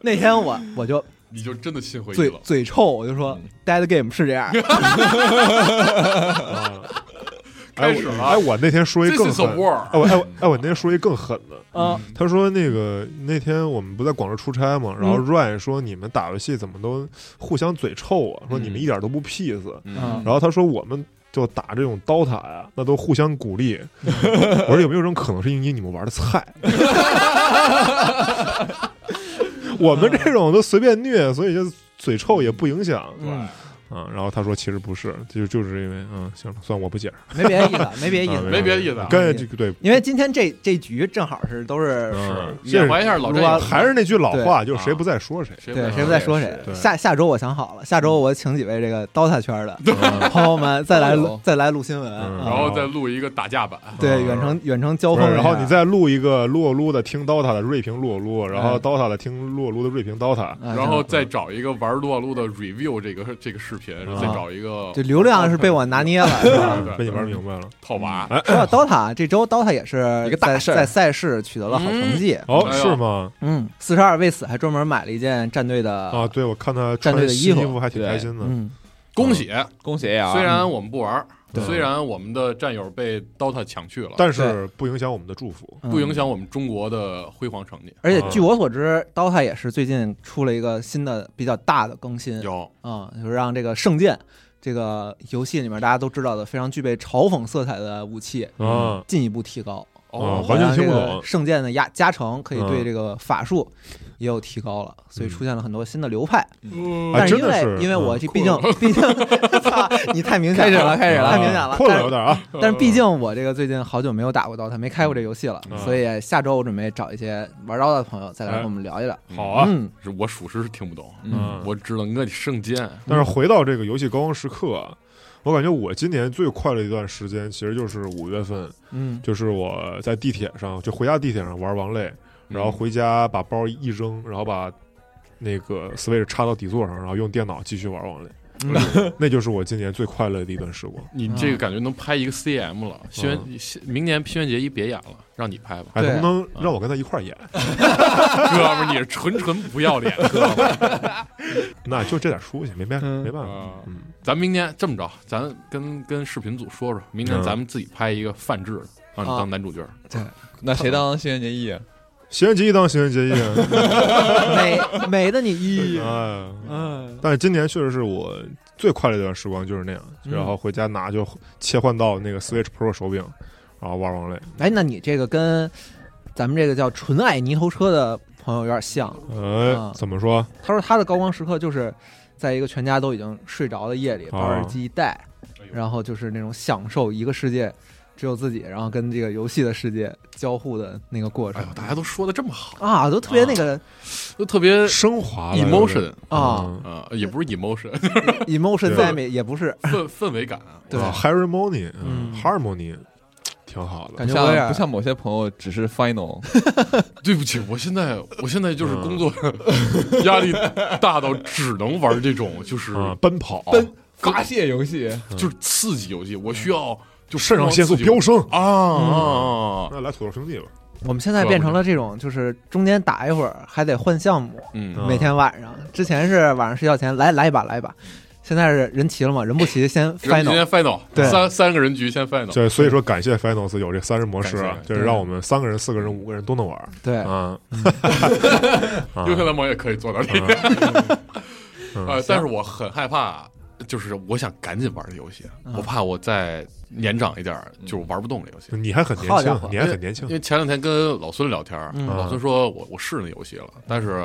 S2: 那天我我就
S4: 你就真的心灰意
S2: 嘴
S4: 冷。
S2: 嘴臭，我就说 Dead Game 是这样，
S3: 哎
S4: 开始了
S3: 哎，我那天说一
S4: This
S3: 更
S4: is a
S3: 狠，
S4: war。
S3: 哎我哎我哎我那天说一更狠的，
S2: 啊，
S3: 他说那个那天我们不在广州出差嘛，然后
S2: 嗯
S3: Ryan 说你们打游戏怎么都互相嘴臭啊，说你们一点都不 peace，
S2: 嗯
S3: 然后他说我们。就打这种刀塔呀，那都互相鼓励。我说有没有这种可能是因为你们玩的菜？ 我们这种都随便虐，所以就嘴臭也不影响。
S2: 嗯，
S3: 啊，然后他说其实不是，就就是因为嗯，行了，算我不解释，
S2: 没别的意思，没别的意
S3: 啊
S2: 思。
S4: 没别的意思啊
S3: 跟这个对，
S2: 因为今天这这局正好是都是
S3: 嗯这
S4: 缅怀一下老
S2: 如
S4: 战
S2: 果
S4: 友，
S3: 还是那句老
S2: 对
S3: 话，就是
S4: 啊
S3: 谁不在说谁。
S4: 谁
S2: 对，
S4: 不
S2: 谁不在说谁
S3: 对？
S2: 下下周我想好了，下周我请几位这个 DOTA 圈的 朋友们再来录再来录新闻，
S3: 嗯
S4: 然
S2: 啊
S4: 后再录一个打架版，
S2: 对远程远程交
S3: 不
S2: 锋
S3: 是
S2: 一下，
S3: 然后你再录一个撸啊撸的听 DOTA 的锐评撸啊撸，然后
S2: 嗯
S3: DOTA 的听撸啊撸的锐评 DOTA，
S2: 啊
S4: 然后再找一个玩撸啊撸的 review 这个这个视频，然后再找一个
S2: 就流量是被我拿捏了。是吧
S4: 对对
S3: 被你玩明白了。
S4: 套娃，哎
S2: 说到 DOTA，这周 DOTA 也是
S5: 一个大
S2: 在
S5: 事儿
S2: 在赛事取得了好成绩。
S3: 哦，
S4: 哎呦
S3: 是吗？
S2: 嗯，四十二未死还专门买了一件战队的
S3: 啊，，对，我看他
S2: 战
S3: 穿
S2: 队的
S3: 新
S2: 衣服
S3: 服还挺开心的。
S2: 嗯，
S4: 恭喜！
S2: 哎
S5: 恭喜啊！
S4: 虽然我们不玩，
S2: 对
S4: 虽然我们的战友被 DOTA 抢去了，
S3: 但是不影响我们的祝福。
S2: 嗯
S4: 不影。响我们中国的辉煌成绩。
S2: 而且据我所知，DOTA 也是最近出了一个新的比较大的更新，
S4: 有
S2: 啊、就是让这个圣剑这个游戏里面大家都知道的非常具备嘲讽色彩的武器
S3: 啊
S2: 进一步提高。
S3: 啊，
S4: 哦，
S3: 完全听不
S2: 然后这
S3: 懂
S2: 个。圣剑的加加成可以对
S3: 嗯
S2: 这个法术也有提高了，所以出现了很多新的流派。
S4: 嗯
S3: 啊
S2: 但是
S3: 真
S2: 因
S3: 的
S2: 为
S3: 是
S2: 因为我
S3: 嗯
S2: 这毕竟 毕竟， 操你太明显
S5: 开始了开始了
S2: 太明显了。
S3: 困
S2: 但
S3: 了有
S2: 是
S3: 点啊。
S2: 但是毕竟我这个最近好久没有打过 DOTA，没开过这游戏了，
S3: 嗯
S2: 所以下周我准备找一些玩 DOTA 的朋友再来
S3: 哎
S2: 跟我们聊一聊。
S3: 好啊，
S2: 嗯，
S4: 是我属实是听不懂，
S3: 嗯
S4: 我只能跟你圣剑。
S3: 但是回到这个游戏高光时刻啊，我感觉我今年最快乐的一段时间，其实就是五月份，
S2: 嗯
S3: 就是我在地铁上，就回家地铁上玩王类，然
S2: 嗯
S3: 后回家把包一扔，然后把那个 Switch 插到底座上，然后用电脑继续玩王类，
S2: 嗯
S3: 那就是我今年最快乐的一段时光。，
S4: 你这个感觉能拍一个 CM 了，新垣新明年新垣结衣别演了，让你拍吧
S3: 哎，
S2: 对啊
S3: 能不能让我跟他一块儿演？
S4: 哥们儿，你是纯纯不要脸，哥们儿。
S3: 那就这点出息，没办
S2: 嗯
S3: 没办法。
S4: 啊
S3: 嗯，
S4: 咱明年这么着，咱跟跟视频组说说，明年
S3: 嗯
S4: 咱们自己拍一个范制的，让你
S2: 啊
S4: 当男主角。
S5: 那谁当新垣结衣啊？
S3: 新垣结衣当新垣结衣啊，
S2: 美美的你 一，
S3: 哎，
S2: 嗯
S3: 但是今年确实是我最快乐的一段时光就是那样，
S2: 嗯
S3: 然后回家拿就切换到那个 Switch Pro 手柄，然后玩王类。
S2: 哎，那你这个跟咱们这个叫纯爱泥头车的朋友有点像。
S3: 呃
S2: 啊，
S3: 怎么说？
S2: 他说他的高光时刻就是在一个全
S5: 哦
S4: 哎
S2: 家都已经睡着的夜里，把耳机一戴，然后就是那种享受一个世界只有自己，然后跟这个游戏的世界交互的那个过
S4: 哎
S2: 程
S4: 呦，大家都说的这么好，
S2: 啊，都特别那个
S4: 都特别
S3: 升华了
S4: 呃 emotion
S5: 嗯
S3: 嗯
S2: 啊
S4: 啊，也不是 emotion，
S2: ，emotion
S3: 对
S2: 在美也不是，
S4: 氛氛围感啊，
S2: 对
S3: 啊，harmony，
S2: 嗯
S3: 嗯，harmony，挺好的
S2: 感。觉我有点
S5: 像不像某些朋友只是 final
S4: 对不起，我现在我现在就是工作 压力大到只能玩这种就是
S3: 啊，奔跑，
S5: 发泄游戏？
S4: 就是刺激游戏，我需要就
S3: 嗯肾上腺素飙升
S4: 啊啊，啊
S3: 那来土豆兄弟吧，
S2: 我们现在变成了这种，就是中间打一会儿还得换项目，
S4: 嗯
S3: 嗯
S2: 每天晚上，之前是晚上睡觉前来来一把来一把，现在是人齐了嘛，人不齐先
S4: 人今
S2: final，
S4: 天 final，
S2: 对
S4: 三三个人局先 final，
S3: 这所以说感谢 Finals 有这三人模式啊
S4: 感，谢
S3: 就是让我们三个人、四个人、五个人都能玩儿
S2: 对，
S3: 啊。啊
S4: 优秀联盟也可以做到这点
S3: 嗯
S4: 啊，但是我很害怕，就是我想赶紧玩这游戏，
S3: 嗯
S4: 我怕我再年长一点儿就玩不动这游戏。
S3: 你还很年
S2: 好家伙
S3: 轻，你还很年轻
S4: 因，为前两天跟老孙聊天儿，
S2: 嗯
S4: 老孙说我我试那游戏了，
S3: 嗯
S4: 但是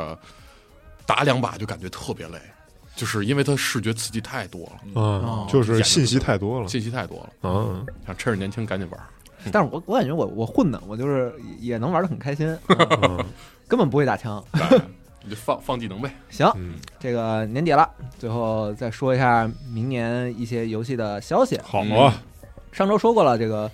S4: 打两把就感觉特别累，就是因为它视觉刺激太多了，
S3: 啊，就是信息太多了
S4: 信息太多了，
S3: 啊。
S4: 想趁着年轻赶紧玩儿。
S2: 但是我我感觉我我混的，我就是也能玩的很开心，
S3: 嗯
S2: 根本不会打枪。
S4: 对你就放放技能呗。
S2: 行，
S3: 嗯，
S2: 这个年底了，最后再说一下明年一些游戏的消息。
S3: 好啊，
S2: 上周说过了，这个《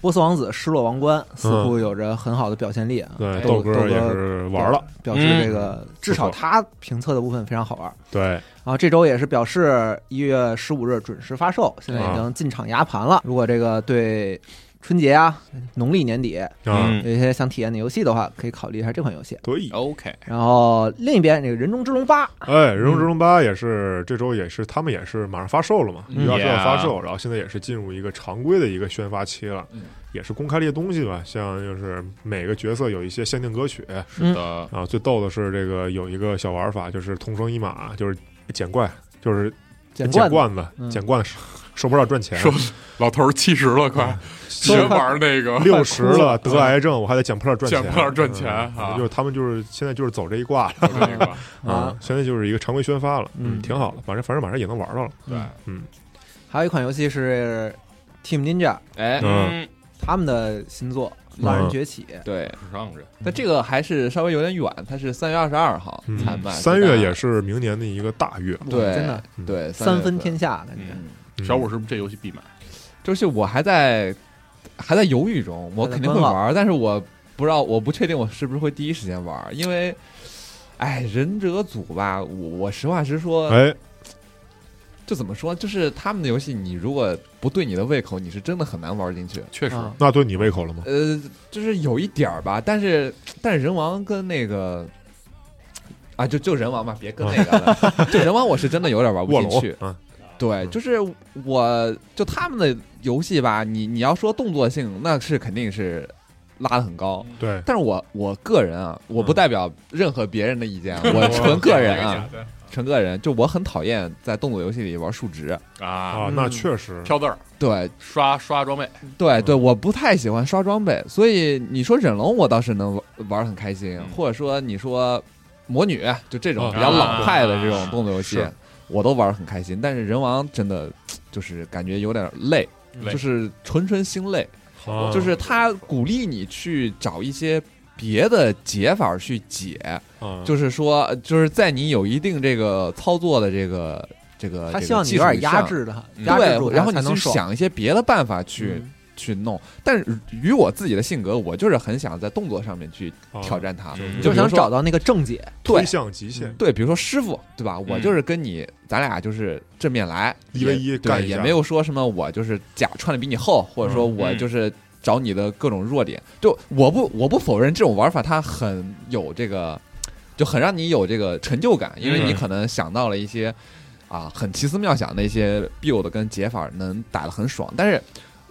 S2: 波斯王子：失落王冠》似乎有着很好的表现力啊。
S3: 对，
S2: 豆
S3: 豆
S2: 哥
S3: 哥也是嗯玩了，嗯
S2: 表示这个至少
S3: 不错
S2: 他评测的部分非常好玩。
S3: 对，
S2: 然后这周也是表示一月十五日准时发售，现在
S3: 啊
S2: 已经进场压盘了。如果这个对春节啊、农历年底
S3: 啊，
S2: 有一些想体验的游戏的话，可以考虑一下这款游戏。
S3: 对，
S4: ，OK，
S2: 然后另一边这个《人中之龙八》
S3: 哎，《人中之龙八》也是这周也是他们也是马上发售了嘛，
S4: 嗯
S3: 一月二十号
S4: Yeah
S3: 发售，然后现在也是进入一个常规的一个宣发期了
S5: 嗯，
S3: 也是公开这些东西吧，像就是每个角色有一些限定歌曲
S2: 嗯
S4: 的，
S3: 啊，最逗的是这个有一个小玩法就是同生一马，就是捡怪，就是
S2: 捡
S3: 捡
S2: 罐子，
S3: 罐子
S2: 嗯，
S3: 捡罐子，手不少赚钱，啊
S4: 说老头儿七十了，快
S3: 嗯
S4: 别玩那 个
S3: 六十了得癌症，我还得捡破烂赚钱，
S4: 捡破烂赚钱
S3: 嗯
S4: 啊
S3: 就是他们就是现在就是走这一挂了
S4: 那个。
S2: 啊
S3: 嗯现在就是一个常规宣发了，
S2: 嗯
S3: 挺好的，反正反正马上也能玩到了，
S4: 对，
S2: 还有一款游戏是 Team Ninja
S5: 哎，
S3: 嗯，
S4: 嗯，
S2: 他们的新作《浪人崛起》
S5: 对，
S4: 让着，
S5: 但这个还是稍微有点远，它是三月二十二号
S3: 嗯
S5: 才卖，
S3: 三月也是明年的一个大月，
S5: 对，
S2: 真的
S3: 嗯
S5: 对
S2: 三分
S5: 月份
S2: 天下感觉。
S4: 嗯，
S3: 嗯
S4: 小五是不是这游戏必买？
S5: 就是我还在还在犹豫中，我肯定会玩，但是我不知道，我不确定我是不是会第一时间玩，因为，哎，忍者组吧，我我实话实说，
S3: 哎，
S5: 就怎么说，就是他们的游戏，你如果不对你的胃口，你是真的很难玩进去。
S4: 确实，
S2: 啊
S3: 那对你胃口了吗？
S5: 呃，就是有一点儿吧，但是但是人王跟那个。啊，就就人王吧，别跟那个 了。就人王，呃我是真的有点玩不
S3: 卧
S5: 进
S3: 龙
S5: 去。，
S3: 嗯
S5: 对，
S3: 嗯
S5: 就是我就他们的游戏吧，你你要说动作性，那是肯定是拉的很高。
S3: 对，
S5: 但是我我个人啊，我不
S3: 嗯
S5: 代表任何别人的意见啊，我纯个人啊，纯个人，就我很讨厌在动作游戏里玩数值。
S4: 啊，
S3: 啊，
S2: 嗯
S3: 那确实，
S4: 挑字儿，
S5: 对
S4: 刷刷装备，
S5: 对
S3: 嗯
S5: 对，我不太喜欢刷装备，所以你说忍龙我倒是能玩玩得很开心
S4: 嗯，
S5: 或者说你说魔女就这种
S3: 啊
S5: 比较老派的这
S4: 啊
S5: 种动作游戏
S3: 是，
S5: 我都玩得很开心。但是人王真的就是感觉有点累，
S4: 累
S5: 就是纯纯心累。
S3: 啊
S5: 就是他鼓励你去找一些别的解法去解，
S3: 啊
S5: 就是说，就是在你有一定这个操作的这个这个，
S2: 他
S5: 这个
S2: 希望你
S5: 技
S2: 有
S5: 术
S2: 点
S5: 以上
S2: 压。制他，
S4: 嗯
S2: 压制住
S5: 对，
S2: 他
S5: 然后你
S2: 才能
S5: 去
S2: 爽。
S5: 想一些别的办法去、
S2: 嗯
S5: 去弄，但是与我自己的性格，我就是很想在动作上面去
S3: 啊
S5: 挑战它，
S4: 嗯
S2: 就
S5: 哦比
S2: 想
S5: 如说
S2: 找到那个正解，
S5: 对
S3: 推向极限，
S5: 对，比如说师傅，对吧？我
S4: 嗯
S5: 就是跟你，咱俩就是正面来，
S3: 一 v
S5: 也
S3: 一干
S5: 对，
S3: 一下
S5: 也没有说什么我就是甲穿的比你厚，或者说
S4: 嗯
S5: 我
S4: 嗯
S5: 就是找你的各种弱点。就我不我不否认这种玩法它很有这个，就很让你有这个成就感，因为你
S3: 嗯
S5: 可能想到了一些啊很奇思妙想的一些 build 跟解法，能打得很爽。但是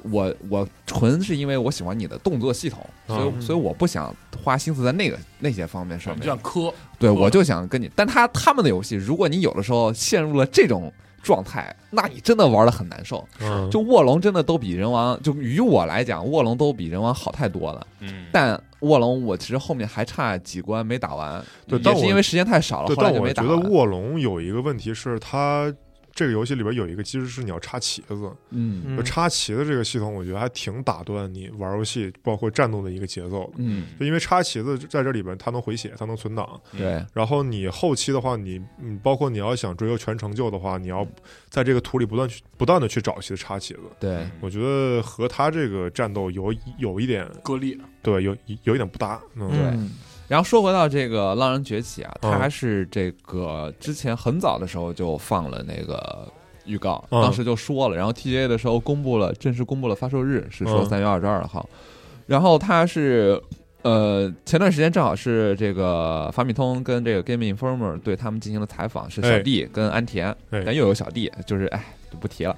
S5: 我我纯是因为我喜欢你的动作系统，所以、
S2: 嗯
S5: 所以我不想花心思在那个那些方面上
S4: 就
S3: 啊
S5: 面。
S4: 像磕，
S5: 对，
S4: 嗯
S5: 我就想跟你，但他他们的游戏，如果你有的时候陷入了这种状态，那你真的玩的很难受。
S3: 嗯
S5: 就卧龙真的都比人王，就于我来讲，卧龙都比人王好太多了。
S4: 嗯，
S5: 但卧龙我其实后面还差几关没打完，
S3: 对
S5: 也
S3: 但
S5: 是
S3: 我
S5: 因为时间太少了，
S3: 对，
S5: 后来
S3: 但
S5: 就
S3: 我
S5: 没打
S3: 觉得
S5: 完。
S3: 卧龙有一个问题是它这个游戏里边有一个机制是你要插旗子，
S5: 嗯
S3: 就插旗子这个系统，我觉得还挺打断你玩游戏包括战斗的一个节奏的。
S5: 嗯，
S3: 就因为插旗子在这里边，它能回血，它能存档。
S5: 对，
S3: 然后你后期的话，你你包括你要想追求全成就的话，你要在这个图里不断去不断的去找些插旗子。
S5: 对，
S4: 嗯
S3: 我觉得和他这个战斗有有一点
S4: 割裂，
S3: 对，有有一点不搭。嗯
S5: 对
S2: 嗯
S5: 然后说回到这个《浪人崛起》啊，
S3: 嗯
S5: 它是这个之前很早的时候就放了那个预告，
S3: 嗯
S5: 当时就说了，然后 TGA 的时候公布了，正式公布了发售日是说
S3: 嗯
S5: 三月二十二号，然后它是。呃，前段时间正好是这个法米通跟这个 Game Informer 对他们进行了采访，是小
S3: 哎
S5: 弟跟安田，
S3: 哎嗯
S5: 但又有小弟，就是哎，就不提了。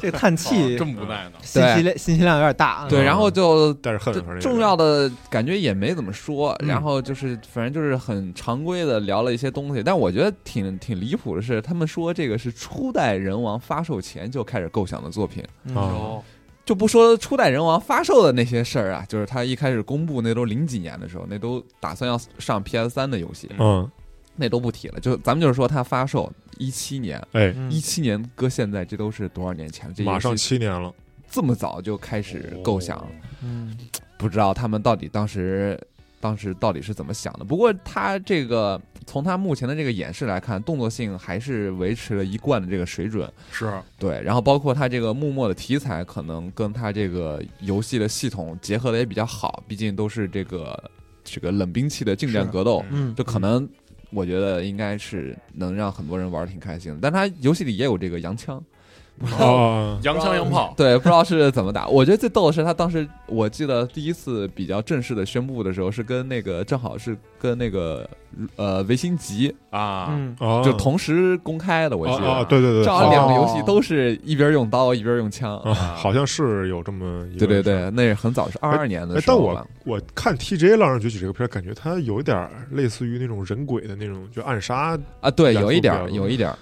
S2: 这叹气
S4: 哦这么无奈呢。
S2: 信息量信息量有点大。
S5: 对，
S3: 嗯
S5: 然后就
S3: 但是恨
S5: 这
S3: 反正
S5: 重要的感觉也没怎么说，
S3: 嗯
S5: 然后就是反正就是很常规的聊了一些东西，但我觉得挺挺离谱的是，他们说这个是初代人王发售前就开始构想的作品，
S2: 嗯
S4: 哦
S5: 哦
S3: 啊，
S5: 就不说初代人王发售的那些事儿啊，就是他一开始公布那都零几年的时候，那都打算要上 PS 三的游戏，
S3: 嗯，
S5: 那都不提了，就咱们就是说他发售一七年。
S3: 哎，
S2: 嗯
S5: 一七年搁现在，这都是多少年前了？这
S3: 马上哦
S5: 游戏
S3: 七年了，
S5: 这么早就开始构想了，
S2: 嗯
S5: 不知道他们到底当时当时到底是怎么想的。不过他这个从他目前的这个演示来看，动作性还是维持了一贯的这个水准。
S4: 是
S5: 对，然后包括他这个幕末的题材，可能跟他这个游戏的系统结合的也比较好，毕竟都是这个这个冷兵器的近战格斗，
S2: 嗯，
S5: 就可能。我觉得应该是能让很多人玩的挺开心的，但他游戏里也有这个洋枪，
S3: 哦，
S4: 洋枪洋炮，
S5: 对，不知道是怎么打。我觉得最逗的是，他当时我记得第一次比较正式的宣布的时候，是跟那个正好是跟那个呃维新集
S4: 啊，
S2: 嗯
S3: 哦
S5: 就同时公开的，我记
S3: 哦，
S5: 得。
S3: 哦对对对，
S5: 正
S3: 好
S5: 好两个游
S4: 哦
S5: 戏都是一边用刀一边用枪。
S3: 啊，好像是有这么一个
S5: 对对对，那是很早，是二二年的
S3: 哎，
S5: 时
S3: 但
S5: 候
S3: 我
S5: 吧。
S3: 我看 TJ《浪人崛起》这个片儿，感觉它有点儿类似于那种人鬼的那种，就暗杀
S5: 啊，对，有一点
S3: 两
S5: 儿，
S3: 个
S5: 有一点儿，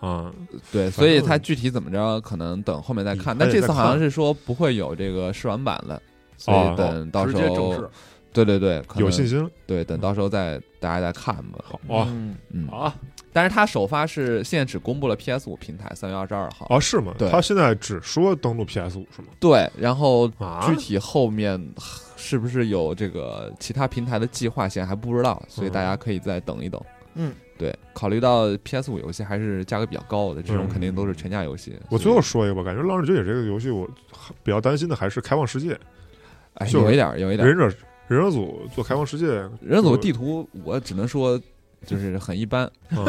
S3: 啊，
S5: 对，所以它具体怎么着，可能等后面再看。
S3: 嗯
S5: 但
S3: 还
S5: 这
S3: 得
S5: 次
S3: 再
S5: 好像
S3: 看
S5: 是说不会有这个试玩版的，所
S3: 哦
S5: 以等到
S4: 直
S5: 时
S4: 接正
S5: 候
S4: 式，
S5: 对对对，可
S3: 有
S5: 能
S3: 信心了。
S5: 对，等到时候再大家再看吧。
S3: 好啊，
S2: 嗯
S5: 嗯，
S4: 好啊，
S5: 但是它首发是现在只公布了 PS 五平台，三月二十二号。
S3: 啊是吗？
S5: 对
S3: 他现在只说登录 PS 五是吗？
S5: 对，然后
S3: 啊
S5: 具体后面是不是有这个其他平台的计划，现在还不知道，
S3: 嗯
S5: 所以大家可以再等一等。
S2: 嗯，
S5: 对，考虑到 PS 五游戏还是价格比较高的，这种
S3: 嗯
S5: 肯定都是全价游戏。
S3: 我最
S5: 所以
S3: 后说一个吧，感觉《浪人崛起》这个游戏，我比较担心的还是开放世界，
S5: 哎，
S3: 就是
S5: 有一点儿，有一点儿。
S3: 忍者忍者组做开放世界，
S5: 人组地图，我只能说就是很一般。
S3: 嗯，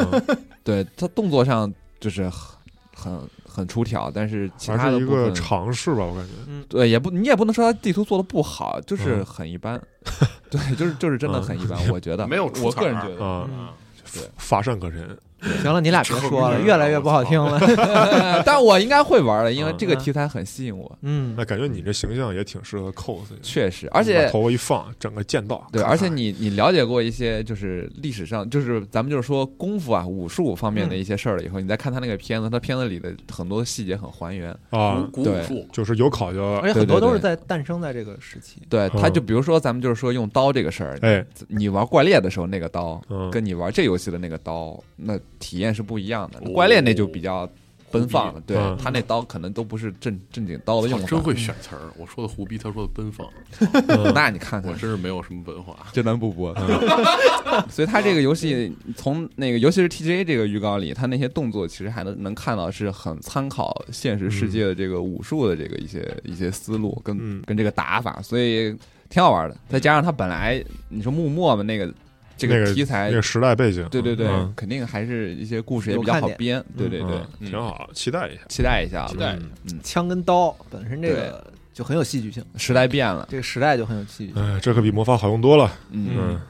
S5: 对，它动作上就是很很很出挑，但是其
S3: 还
S5: 他的
S3: 是一
S5: 部
S3: 个
S5: 分
S3: 尝试吧，我感觉。
S5: 对，也不你也不能说他地图做的不好，就是
S3: 嗯
S5: 很一般。 对，就是就是真的很一般，我觉得
S4: 没有出
S5: 我
S4: 彩
S5: 个人
S4: 儿
S5: 觉得，
S3: 啊，
S4: 啊，
S3: 乏善可陈。
S2: 行了，你俩别说了，越来越不好听了。
S5: 但我应该会玩的，因为
S3: 嗯
S5: 这个题材很吸引我，
S2: 嗯
S3: 那感觉你这形象也挺适合 cos，的
S5: 确实，嗯而
S3: 把
S5: 且
S3: 头发一放，整个剑道。
S5: 对，
S3: 咔
S5: 而且
S3: 咔
S5: 你你了解过一些就是历史上就是咱们就是说功夫啊武术方
S3: 嗯
S5: 面的一些事儿了以后，你再看他那个片子，他片子里的很多细节很还原。
S3: 啊，
S4: 古古武
S5: 对
S4: 术，
S3: 就是有考究
S2: 而且很
S5: 对对对
S2: 多都是在诞生在这个时期。
S5: 对，他
S3: 嗯
S5: 就比如说咱们就是说用刀这个事儿，
S3: 哎，
S5: 你玩怪猎的时候那个刀，
S3: 嗯，
S5: 跟你玩这游戏的那个刀，那体验是不一样的。
S4: 哦
S5: 怪猎那就比较奔放了，对
S3: 嗯
S5: 他那刀可能都不是正正经刀的用
S4: 操
S5: 法。
S4: 真会选词儿。我说的胡逼，他说的奔放，
S3: 嗯
S5: 那你看
S4: 我
S5: 看，
S4: 真是没有什么文化。
S5: 这咱不 播。
S3: 嗯
S5: 所以他这个游戏从那个，尤其是 TGA 这个预告里，他那些动作其实还能能看到是很参考现实世界的这个武术的这个一些一些思路跟
S3: 嗯
S5: 跟这个打法，所以挺好玩的。再加上他本来你说幕末嘛那个这
S3: 那
S5: 个
S3: 个
S5: 题材
S3: 那个。时代背景，
S5: 对对对，
S3: 嗯
S5: 肯定还是一些故事也比
S2: 有
S5: 较
S2: 看
S5: 好
S2: 点
S5: 编，对对对，
S3: 嗯挺好，期待一下。
S5: 期待一下吧，啊
S4: 期待
S3: 嗯
S2: 枪跟刀本身这个就很有戏剧性，
S5: 时代变了，
S2: 这个时代就很有戏剧性。
S3: 哎，这可比魔法好用多了。
S5: 嗯，
S3: 嗯，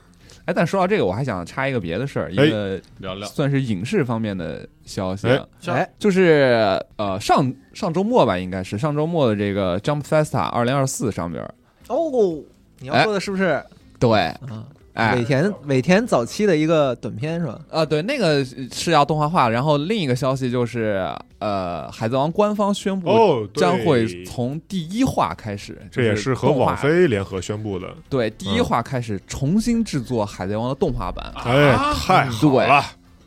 S5: 哎，但说到这个，我还想插一个别的事儿，一个
S4: 聊聊
S5: 算是影视方面的消息，
S3: 哎
S5: 啊，
S4: 行
S2: 哎，
S5: 就是呃上上周末吧，应该是上周末的这个 Jump Festa 二零二四上边儿，
S2: 哦，你要
S5: 哎
S2: 说的是不是？
S5: 对，
S2: 啊，尾
S5: 哎。
S2: 田尾田早期的一个短片是吧？
S5: 啊，对，那个是要动画化。然后另一个消息就是，呃，《海贼王》官方宣布
S3: 哦，对
S5: 将会从第一话开始，
S3: 这也
S5: 是
S3: 是和
S5: 动画
S3: 网飞联合宣布的。
S5: 对第一
S3: 嗯啊
S5: 话开始重新制作《海贼王》的动画版。
S3: 哎，太好了！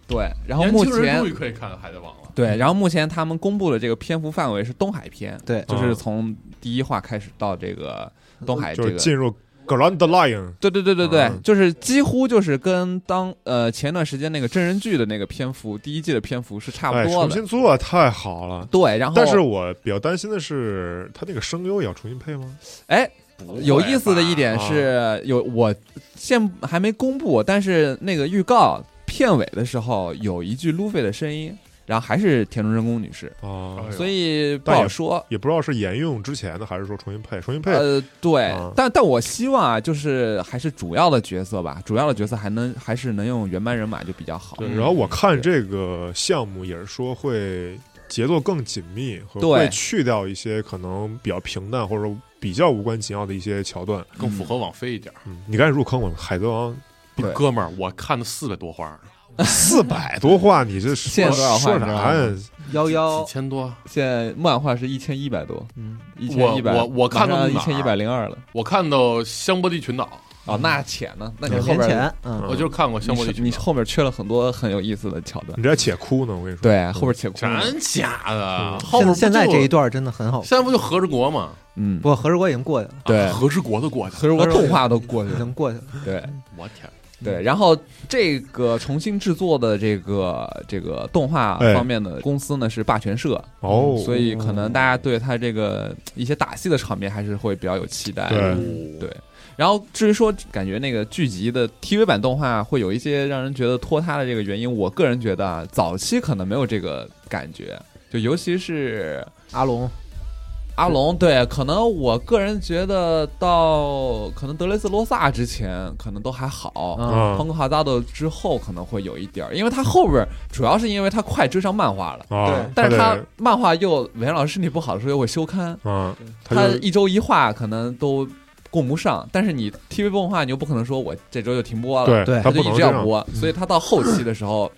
S5: 对，然后
S4: 年
S5: 目
S4: 轻人
S5: 前
S4: 终于可以看《海贼王》了，
S5: 对，然后目前他们公布的这个篇幅范围是东海篇，
S2: 对
S5: 就是从第一话开始到这个东哎海这
S3: 嗯就是
S5: 个。
S3: 进入 Grand Lion，
S5: 对对对对对，
S3: 嗯
S5: 就是几乎就是跟当呃前段时间那个真人剧的那个篇幅，第一季的篇幅是差
S3: 哎，
S5: 不多
S3: 重
S5: 的。
S3: 新做太好了。
S5: 对，然后
S3: 但是我比较担心的是，他那个声优也要重新配吗？
S5: 哎，有意思的一点
S3: 吧
S5: 是有我现还没公布，但是那个预告片尾的时候有一句路飞的声音，然后还是田中真弓女士，
S3: 啊
S4: 哎，呦
S5: 所以不
S3: 但
S5: 好
S3: 也
S5: 说。
S3: 也不知道是沿用之前的，还是说重新配。重新配，
S5: 呃，对，
S3: 啊
S5: 但但我希望啊，就是还是主要的角色吧，主要的角色还能还是能用原班人马就比较好。
S3: 对。然后我看这个项目也是说会节奏更紧密，和
S5: 对
S3: 会去掉一些可能比较平淡或者说比较无关紧要的一些桥段。
S4: 更符合网飞一点儿。
S3: 嗯，你赶紧入坑我们《海贼王》
S5: 对
S4: 哥们儿，我看了四百多话呢，
S3: 四百多话，你这说
S5: 现在多少话
S3: 说
S5: 你知道
S3: 啥啊呀？
S2: 幺幺
S4: 几，千多。
S5: 现在漫画是一千一百多，
S2: 嗯，
S5: 一千一百，
S4: 我我看到
S5: 一
S4: 哪儿
S5: 千一百零二了。
S4: 我看到香波地群岛，
S5: 哦，那浅呢？那你
S2: 两
S5: 后
S2: 年
S5: 边
S2: 前，嗯，
S4: 我就是看过香波地
S5: 你
S4: 群
S5: 你
S4: 岛，
S5: 后面缺了很多很有意思的桥段。
S3: 你这还且哭呢，我跟你说。
S5: 对，后边且哭。
S4: 真假的？
S3: 嗯
S4: 后边
S2: 现现
S4: 不
S2: 在
S4: 就
S2: 这一段真的很好，
S4: 现在不就合着国吗？
S5: 嗯
S2: 不，过何时国已经过去了，
S5: 对
S4: 啊何之国的国家。
S5: 可是我动画都过去
S2: 已
S5: 了。
S2: 经过去了，
S5: 对
S4: 我天，
S5: 对，然后这个重新制作的这个这个动画
S3: 哎
S5: 方面的公司呢是霸权社，
S3: 哦，
S5: 所以可能大家对他这个一些打戏的场面还是会比较有期待。
S3: 对
S5: 对然后至于说感觉那个剧集的 TV 版动画会有一些让人觉得拖沓的这个原因，我个人觉得啊，早期可能没有这个感觉，就尤其是
S2: 阿龙，
S5: 阿龙，对，可能我个人觉得到可能德雷斯罗萨之前可能都还好，
S2: 嗯
S3: 啊
S5: 彭克哈扎德之后可能会有一点儿，因为他后边儿主要是因为他快追上漫画了，
S3: 啊，
S5: 但是他
S3: 得
S5: 漫画又韦恩老师身体不好的时候又会休刊，
S3: 啊，
S5: 他
S3: 就
S5: 一周一画可能都供不上，但是你 TV 动画你又不可能说我这周就停播了，
S3: 对
S2: 对
S3: 他
S5: 呃就一
S3: 不能
S5: 直
S3: 这
S5: 要
S3: 样。
S5: 播，所以他到后期的时候。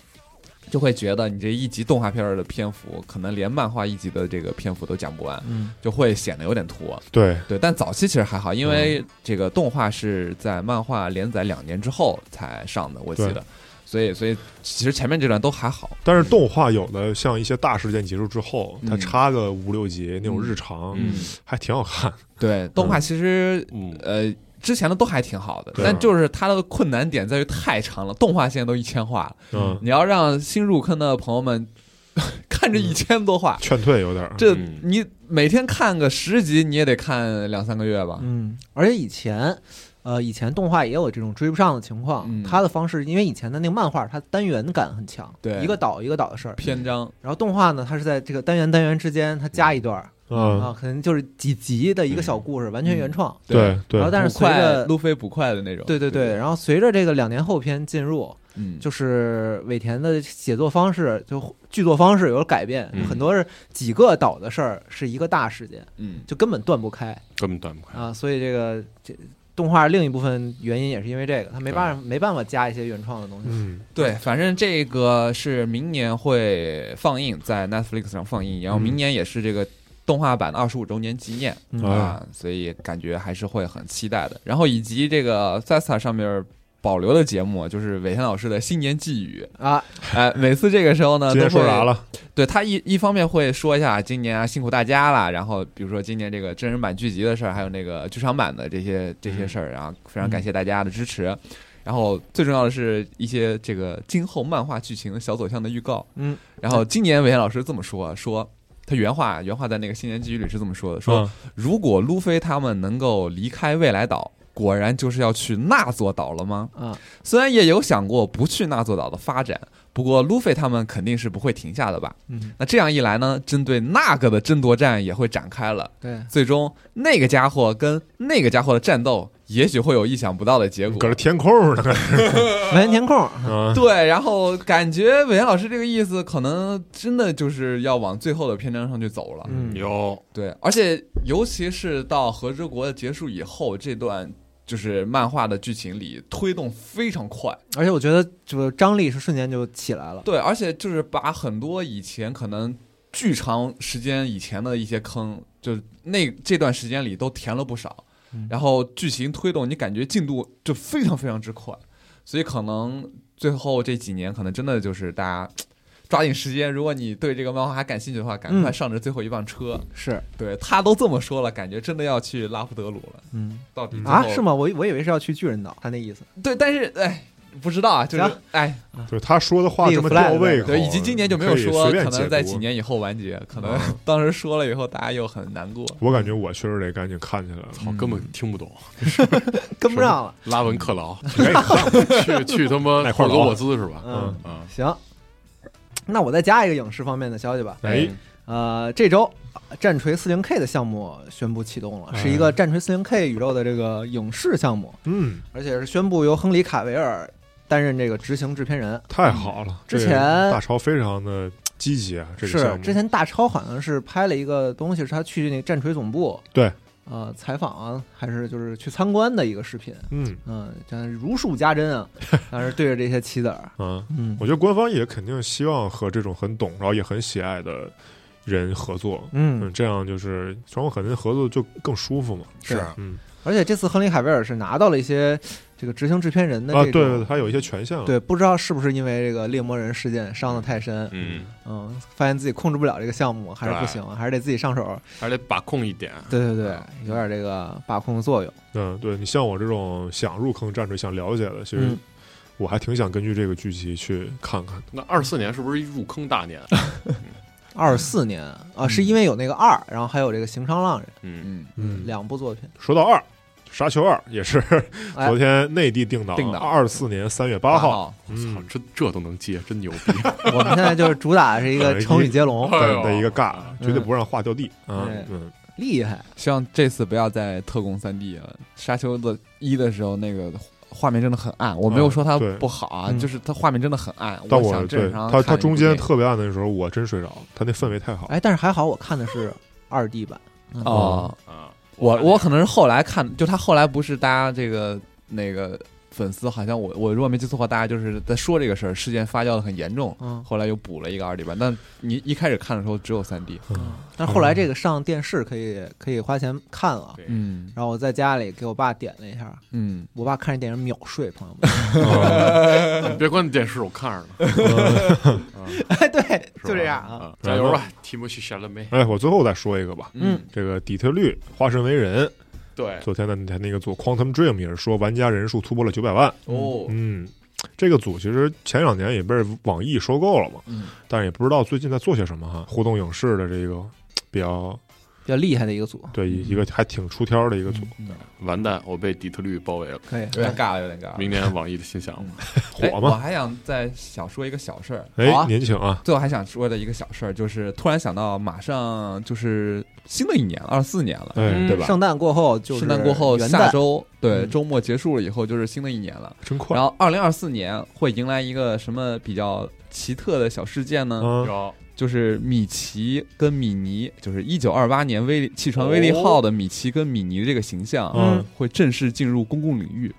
S5: 就会觉得你这一集动画片儿的篇幅，可能连漫画一集的这个篇幅都讲不完，
S2: 嗯，
S5: 就会显得有点拖。
S3: 对，
S5: 对，但早期其实还好，因为这个动画是在漫画连载两年之后才上的，我记得
S3: 对，
S5: 所以所以其实前面这段都还好。
S3: 但是动画有的像一些大事件结束之后，
S5: 嗯
S3: 它插个五六集那种日常，
S4: 嗯，
S3: 还挺好看。
S5: 对，动画其实、
S4: 嗯，
S5: 呃之前的都还挺好的，
S3: 对
S5: 但就是它的困难点在于太长了，动画现在都一千话了，
S3: 嗯，
S5: 你要让新入坑的朋友们 看这一千多话，
S3: 劝退有点儿。
S5: 这
S4: 嗯
S5: 你每天看个十集，你也得看两三个月吧？
S2: 嗯，而且以前，呃，以前动画也有这种追不上的情况。
S5: 嗯
S2: 它的方式，因为以前的那个漫画，它单元感很强，
S5: 对
S2: 一个岛一个岛的事儿。
S5: 篇章
S2: 然后动画呢，它是在这个单元单元之间，它加一段儿、
S3: 嗯，
S2: 啊，可能就是几集的一个小故事，完全原创。
S3: 对对
S2: 然后，但是
S5: 捕
S2: 随
S5: 快
S2: 着
S5: 路飞捕快的那种，
S2: 对对对，，然后随着这个两年后篇进入，
S5: 嗯，
S2: 就是尾田的写作方式，就剧作方式有了改变，
S4: 嗯
S2: 很多是几个岛的事儿是一个大事件，
S5: 嗯
S2: 就根本断不开。
S4: 根本断不开。
S2: 啊，所以这个这动画另一部分原因也是因为这个，它没办法没办法加一些原创的东西。
S3: 嗯，
S5: 对，反正这个是明年会放映在 Netflix 上放映，然后明年也是这个动画版的二十五周年纪念、
S2: 嗯
S5: 啊，所以感觉还是会很期待的。然后以及这个 Zesta 上面。保留的节目就是伟天老师的新年寄语，
S2: 啊，
S5: 哎，每次这个时候呢，
S3: 今
S5: 都
S3: 天说
S5: 会
S3: 啥了？啊
S5: 对他一一方面会说一下今年啊辛苦大家啦，然后比如说今年这个真人版剧集的事儿，还有那个剧场版的这些这些事儿，然后非常感谢大家的支持。然后最重要的是一些这个今后漫画剧情小走向的预告。
S2: 嗯，
S5: 然后今年韦恩老师这么说，说他原话原话在那个新年寄语里是这么说的，说、
S3: 嗯
S5: 如果路飞他们能够离开未来岛，果然就是要去那座岛了吗？
S2: 啊，
S5: 虽然也有想过不去那座岛的发展，不过路飞他们肯定是不会停下的吧？
S2: 嗯，
S5: 那这样一来呢，针对那个的争夺战也会展开了。
S2: 对，
S5: 最终，那个家伙跟那个家伙的战斗，也许会有意想不到的结
S3: 嗯搁这
S5: 果。
S3: 填空呢？
S2: 完全填空，
S3: 啊，
S5: 对，然后感觉伟岩老师这个意思，可能真的就是要往最后的篇章上去走了。
S2: 嗯，
S4: 有
S5: 对，而且尤其是到《和之国》结束以后，这段就是漫画的剧情里推动非常快。
S2: 而且我觉得就是张力是瞬间就起来了。
S5: 对，而且就是把很多以前可能巨长时间以前的一些坑，就是那这段时间里都填了不少，
S2: 嗯
S5: 然后剧情推动你感觉进度就非常非常之快，所以可能最后这几年可能真的就是大家。抓紧时间，如果你对这个漫画还感兴趣的话，赶
S2: 嗯
S5: 快上着最后一辆车。
S2: 是，
S5: 对他都这么说了，感觉真的要去拉夫德鲁了。
S2: 嗯
S5: 到底最
S2: 啊，
S5: 后
S2: 是？吗？我我以为是要去巨人岛，他那意思。
S5: 对，但是哎，不知道啊，就是
S2: 行
S5: 哎，
S3: 就是他说的话这么到位，
S5: 对，以及今年就没有
S3: 可以
S5: 说，
S3: 随便
S5: 可
S3: 解
S5: 能
S3: 读啊
S5: 在几。年以后完结，可能 当时说了以后，大家又很难过。
S3: 我感觉我确实得赶紧看起来了，
S4: 操，根本听不懂。
S2: 跟不上了。
S4: 拉文克劳
S3: 赶紧看吧。
S4: 去去他妈
S3: 哪块
S4: 霍
S3: 儿
S4: 格
S3: 劳
S4: 沃兹是吧？
S2: 嗯，
S4: 啊，
S2: 行，那我再加一个影视方面的消息吧。
S3: 哎，
S2: 呃，这周呃战锤 40K 的项目宣布启动了，是一
S3: 哎
S2: 个战锤 40K 宇宙的这个影视项目，
S3: 嗯，
S2: 而且是宣布由亨利·卡维尔担任这个执行制片人。
S3: 太好了。
S2: 之
S3: 这
S2: 前
S3: 大潮非常的积极啊，这个项
S2: 是
S3: 目
S2: 之前大超好像是拍了一个东西，是他去那个战锤总部
S3: 对，
S2: 呃采访啊，还是就是去参观的一个视频。
S3: 嗯
S2: 嗯，真是如数家珍 啊！当时对着这些棋子儿，
S3: 啊，
S2: 嗯
S3: 我觉得官方也肯定希望和这种很懂，然后也很喜爱的人合作。
S2: 嗯
S3: 嗯，，这样就是双方肯定合作就更舒服嘛。
S2: 是
S3: 嗯
S2: 而且这次亨利·凯维尔是拿到了一些这个执行制片人的
S3: 啊，
S2: 这
S3: 对对，
S2: 种
S3: 对他有一些权限了。
S2: 对，不知道是不是因为这个猎魔人事件伤得太深，
S4: 嗯，
S2: 嗯，发现自己控制不了这个项目，还是不行，还是得自己上手。
S4: 还得把控一点。
S2: 对对对，有点这个把控的作用。
S3: 嗯，对你像我这种想入坑战锤、想了解的，其实
S2: 嗯
S3: 我还挺想根据这个剧集去看看的。
S4: 那二四年是不是一入坑大年？
S2: 二四年啊，是因为有那个二，然后还有这个《行商浪人
S5: 嗯，》
S4: 嗯，
S3: 嗯，
S2: 两部作品。
S3: 说到二，沙丘二也是
S2: 哎
S3: 昨天内地定档，
S5: 定档
S3: 二四年三月八
S5: 八
S3: 号。
S5: 号，
S4: 操
S3: 嗯，，
S4: 这这都能接，真牛逼！
S2: 我们现在就是主打是一 个
S3: 哎
S2: 成语接龙，
S4: 哎
S3: 的
S4: 呦
S3: 的一个尬，绝对
S2: 嗯
S3: 不让话掉地啊
S2: 对。
S3: 嗯，
S2: 厉害。
S5: 希望这次不要再特供三 D 了。沙丘的一的时候，那个画面真的很暗，我没有说它
S3: 嗯对
S5: 不好啊，
S2: 嗯
S5: 就是它画面真的很暗。
S3: 但
S5: 我
S3: 我
S5: 想
S3: 对
S5: 正常
S3: 它它
S5: 看一部
S3: 中间
S5: 电影
S3: 特别暗的时候，我真睡着了，它那氛围太好。
S2: 哎，但是还好我看的是二 D 版，嗯
S5: 哦，
S4: 啊，
S5: 我我可能是后来看，就他后来不是大家这个那个粉丝好像我我如果没记错的话，大家就是在说这个事儿，事件发酵的很严重，
S2: 嗯，
S5: 后来又补了一个二 D 版，但你一开始看的时候只有三 D，
S2: 但是后来这个上电视可以可以花钱看了。
S4: 对
S5: 嗯
S2: 然后我在家里给我爸点了一下，
S5: 嗯，
S2: 我爸看这电影秒睡，朋友 们。
S4: 你别关电视，我看 着呢。
S2: 哎，对，
S4: 是吧
S2: 就这样啊。
S4: 啊，加油吧，提莫西·夏勒梅。
S3: 哎，我最后再说一个吧，
S2: 嗯，
S3: 这个底特律化身为人，
S4: 对，
S3: 昨天的他那个组 Quantum Dream 也是说玩家人数突破了九百万。
S5: 哦，
S3: 嗯，这个组其实前两年也被网易收购了嘛，
S5: 嗯
S3: 但是也不知道最近在做些什么哈。互动影视的这个比较
S2: 比较厉害的一个组，
S3: 对
S5: 嗯
S3: 一个还挺出挑的一个组，
S4: 完蛋，我被底特律包围了。
S2: 可以。嗯
S5: 有点尬了，有点尬了。
S4: 明年网易的新项目，
S5: 哎
S3: 火
S5: 我
S3: 嘛。
S5: 还想再小说一个小事儿，
S3: 哎
S5: 好，啊
S3: 您请啊，
S5: 最后还想说的一个小事儿，就是突然想到，马上就是新的一年了，二四年了，
S3: 哎，
S5: 嗯对吧？
S2: 圣诞过后就是
S5: 圣诞过后，
S2: 元
S5: 下
S2: 旦，
S5: 周对
S2: 嗯
S5: 周末结束了以后，就是新的一年了。
S3: 真快
S5: 然。后，二零二四年会迎来一个什么比较奇特的小事件呢？
S3: 嗯，
S4: 要
S5: 就是米奇跟米妮，就是一九二八年威力汽船威力号的米奇跟米妮这个形象，
S3: 嗯
S5: 会正式进入公共领域。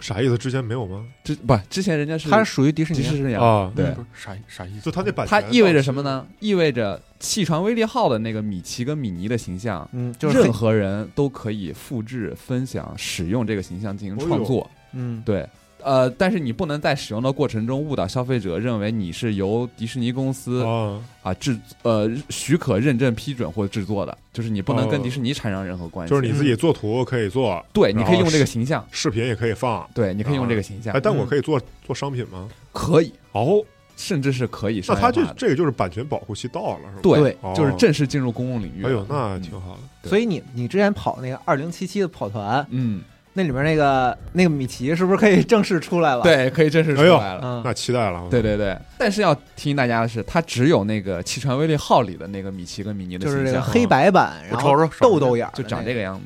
S3: 啥意思？之前没有吗？
S5: 之不，之前人家是
S2: 它是属于迪士
S5: 迪
S2: 尼
S5: 士尼啊，
S3: 啊，
S5: 对
S4: 不是啥啥意思？
S3: 就他那版
S5: 它
S3: 权
S5: 意味着什么呢？意味着汽船威力号的那个米奇跟米妮的形象，
S2: 嗯，就是
S5: 任
S2: 黑
S5: 何人都可以复制、分享、使用这个形象进行创
S3: 哎
S5: 作。
S2: 嗯，
S5: 对，呃，但是你不能在使用的过程中误导消费者，认为你是由迪士尼公司啊、
S3: 啊？
S5: 制呃许可、认证、批准或制作的，就是你不能跟
S3: 哦
S5: 迪士尼产生任何关系。嗯
S3: 就是你自己做图可以做，
S5: 对，
S3: 然后
S5: 你可以用这个形象，
S3: 视频也可以放。
S5: 对，你可以用这个形象
S3: 哎，，但我
S2: 嗯
S3: 可以做做商品吗？
S5: 可以，
S3: 哦，
S5: 甚至是可以
S3: 那
S5: 商业
S3: 他
S5: 化
S3: 这
S5: 的。
S3: 这个就是版权保护期到了，是吧？
S5: 对
S3: 哦，
S5: 就是正式进入公共领域了。
S3: 哎呦，那
S5: 嗯
S3: 挺好的。
S5: 对
S2: 所以你你之前跑那个二零七七的跑团，
S5: 嗯，
S2: 那里面那个那个米奇是不是可以正式出来了？，
S5: 对，可以正式出
S3: 哎呦
S5: 来了。
S2: 嗯，
S3: 那期待了。啊
S5: 对对对，但是要提醒大家的是，它只有那个《汽船威力号》里的那个米奇跟米妮的
S2: 就是
S5: 形
S2: 这个
S5: 象，
S2: 黑白版，然后
S4: 瞅瞅瞅
S2: 豆豆眼儿的那
S5: 就
S2: 个，
S5: 长这个样子。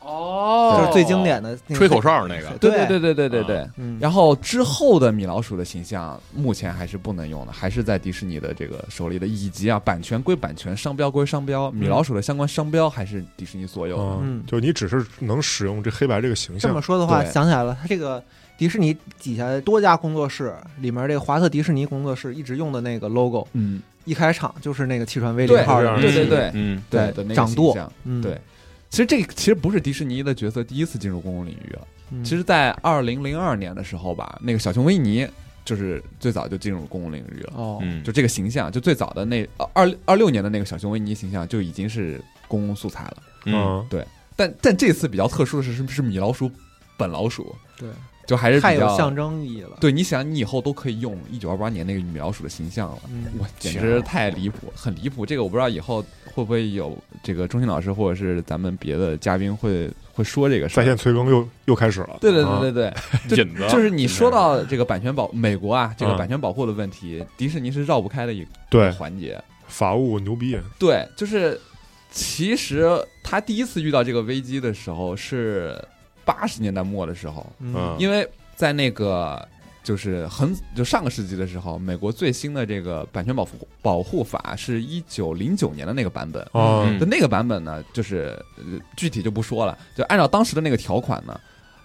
S4: 哦
S2: 就是最经典的那个
S4: 吹口哨那个
S2: 黑。
S5: 对
S2: 对
S5: 对对对对
S4: 啊
S5: 对。
S2: 嗯，
S5: 然后之后的米老鼠的形象，目前还是不能用的，还是在迪士尼的这个手里的，以及啊，版权归版权，商标归商标，米老鼠的相关商标还是迪士尼所有的。
S3: 嗯
S2: 嗯，
S3: 就是你只是能使用这黑白这个形
S2: 这
S3: 象
S2: 么，说的话，
S5: 对
S2: 想起来了，它这个迪士尼底下多家工作室里面这个华特迪士尼工作室一直用的那个 logo，
S5: 嗯，
S2: 一开场就是那个汽船威力
S5: 对
S2: 号的
S3: 嗯
S2: 那个，
S5: 对对对
S4: 嗯，
S5: 对
S2: 对
S5: 的那个
S2: 掌
S5: 形
S2: 舵
S5: 象。
S2: 嗯，
S5: 对，其实这个其实不是迪士尼的角色第一次进入公共领域了。啊
S2: 嗯，
S5: 其实，在二零零二年的时候吧，那个小熊维尼就是最早就进入公共领域了。
S2: 哦，
S4: 嗯，
S5: 就这个形象，就最早的那呃二二六年的那个小熊维尼形象就已经是公共素材了。
S4: 嗯，
S3: 啊
S5: 但但这次比较特殊的是，是是米老鼠本老鼠，
S2: 对，
S5: 就还是
S2: 太
S5: 比
S2: 有
S5: 较
S2: 象征意义了。
S5: 对，你想，你以后都可以用一九二八年那个米老鼠的形象了，
S2: 嗯
S5: 哇，简直太离谱，很离谱。这个我不知道以后会不会有这个钟欣老师或者是咱们别的嘉宾会会说这个事
S3: 在
S5: 儿。
S3: 线催更又又开始了。
S5: 对对
S3: 啊
S5: 对对对，
S4: 引子
S5: 就是你说到这个版权保美国啊，这个
S3: 嗯
S5: 版权保护的问题，迪士尼是绕不开的一个
S3: 对，
S5: 环节。
S3: 法务牛逼，啊
S5: 对，就是其实他第一次遇到这个危机的时候是八十年代末的时候，
S2: 嗯
S4: 嗯，
S5: 因为在那个就是很就上个世纪的时候，美国最新的这个版权保护保护法是一九零九年的那个版本。
S3: 啊，
S4: 嗯
S5: 就那个版本呢，就是呃具体就不说了，就按照当时的那个条款呢，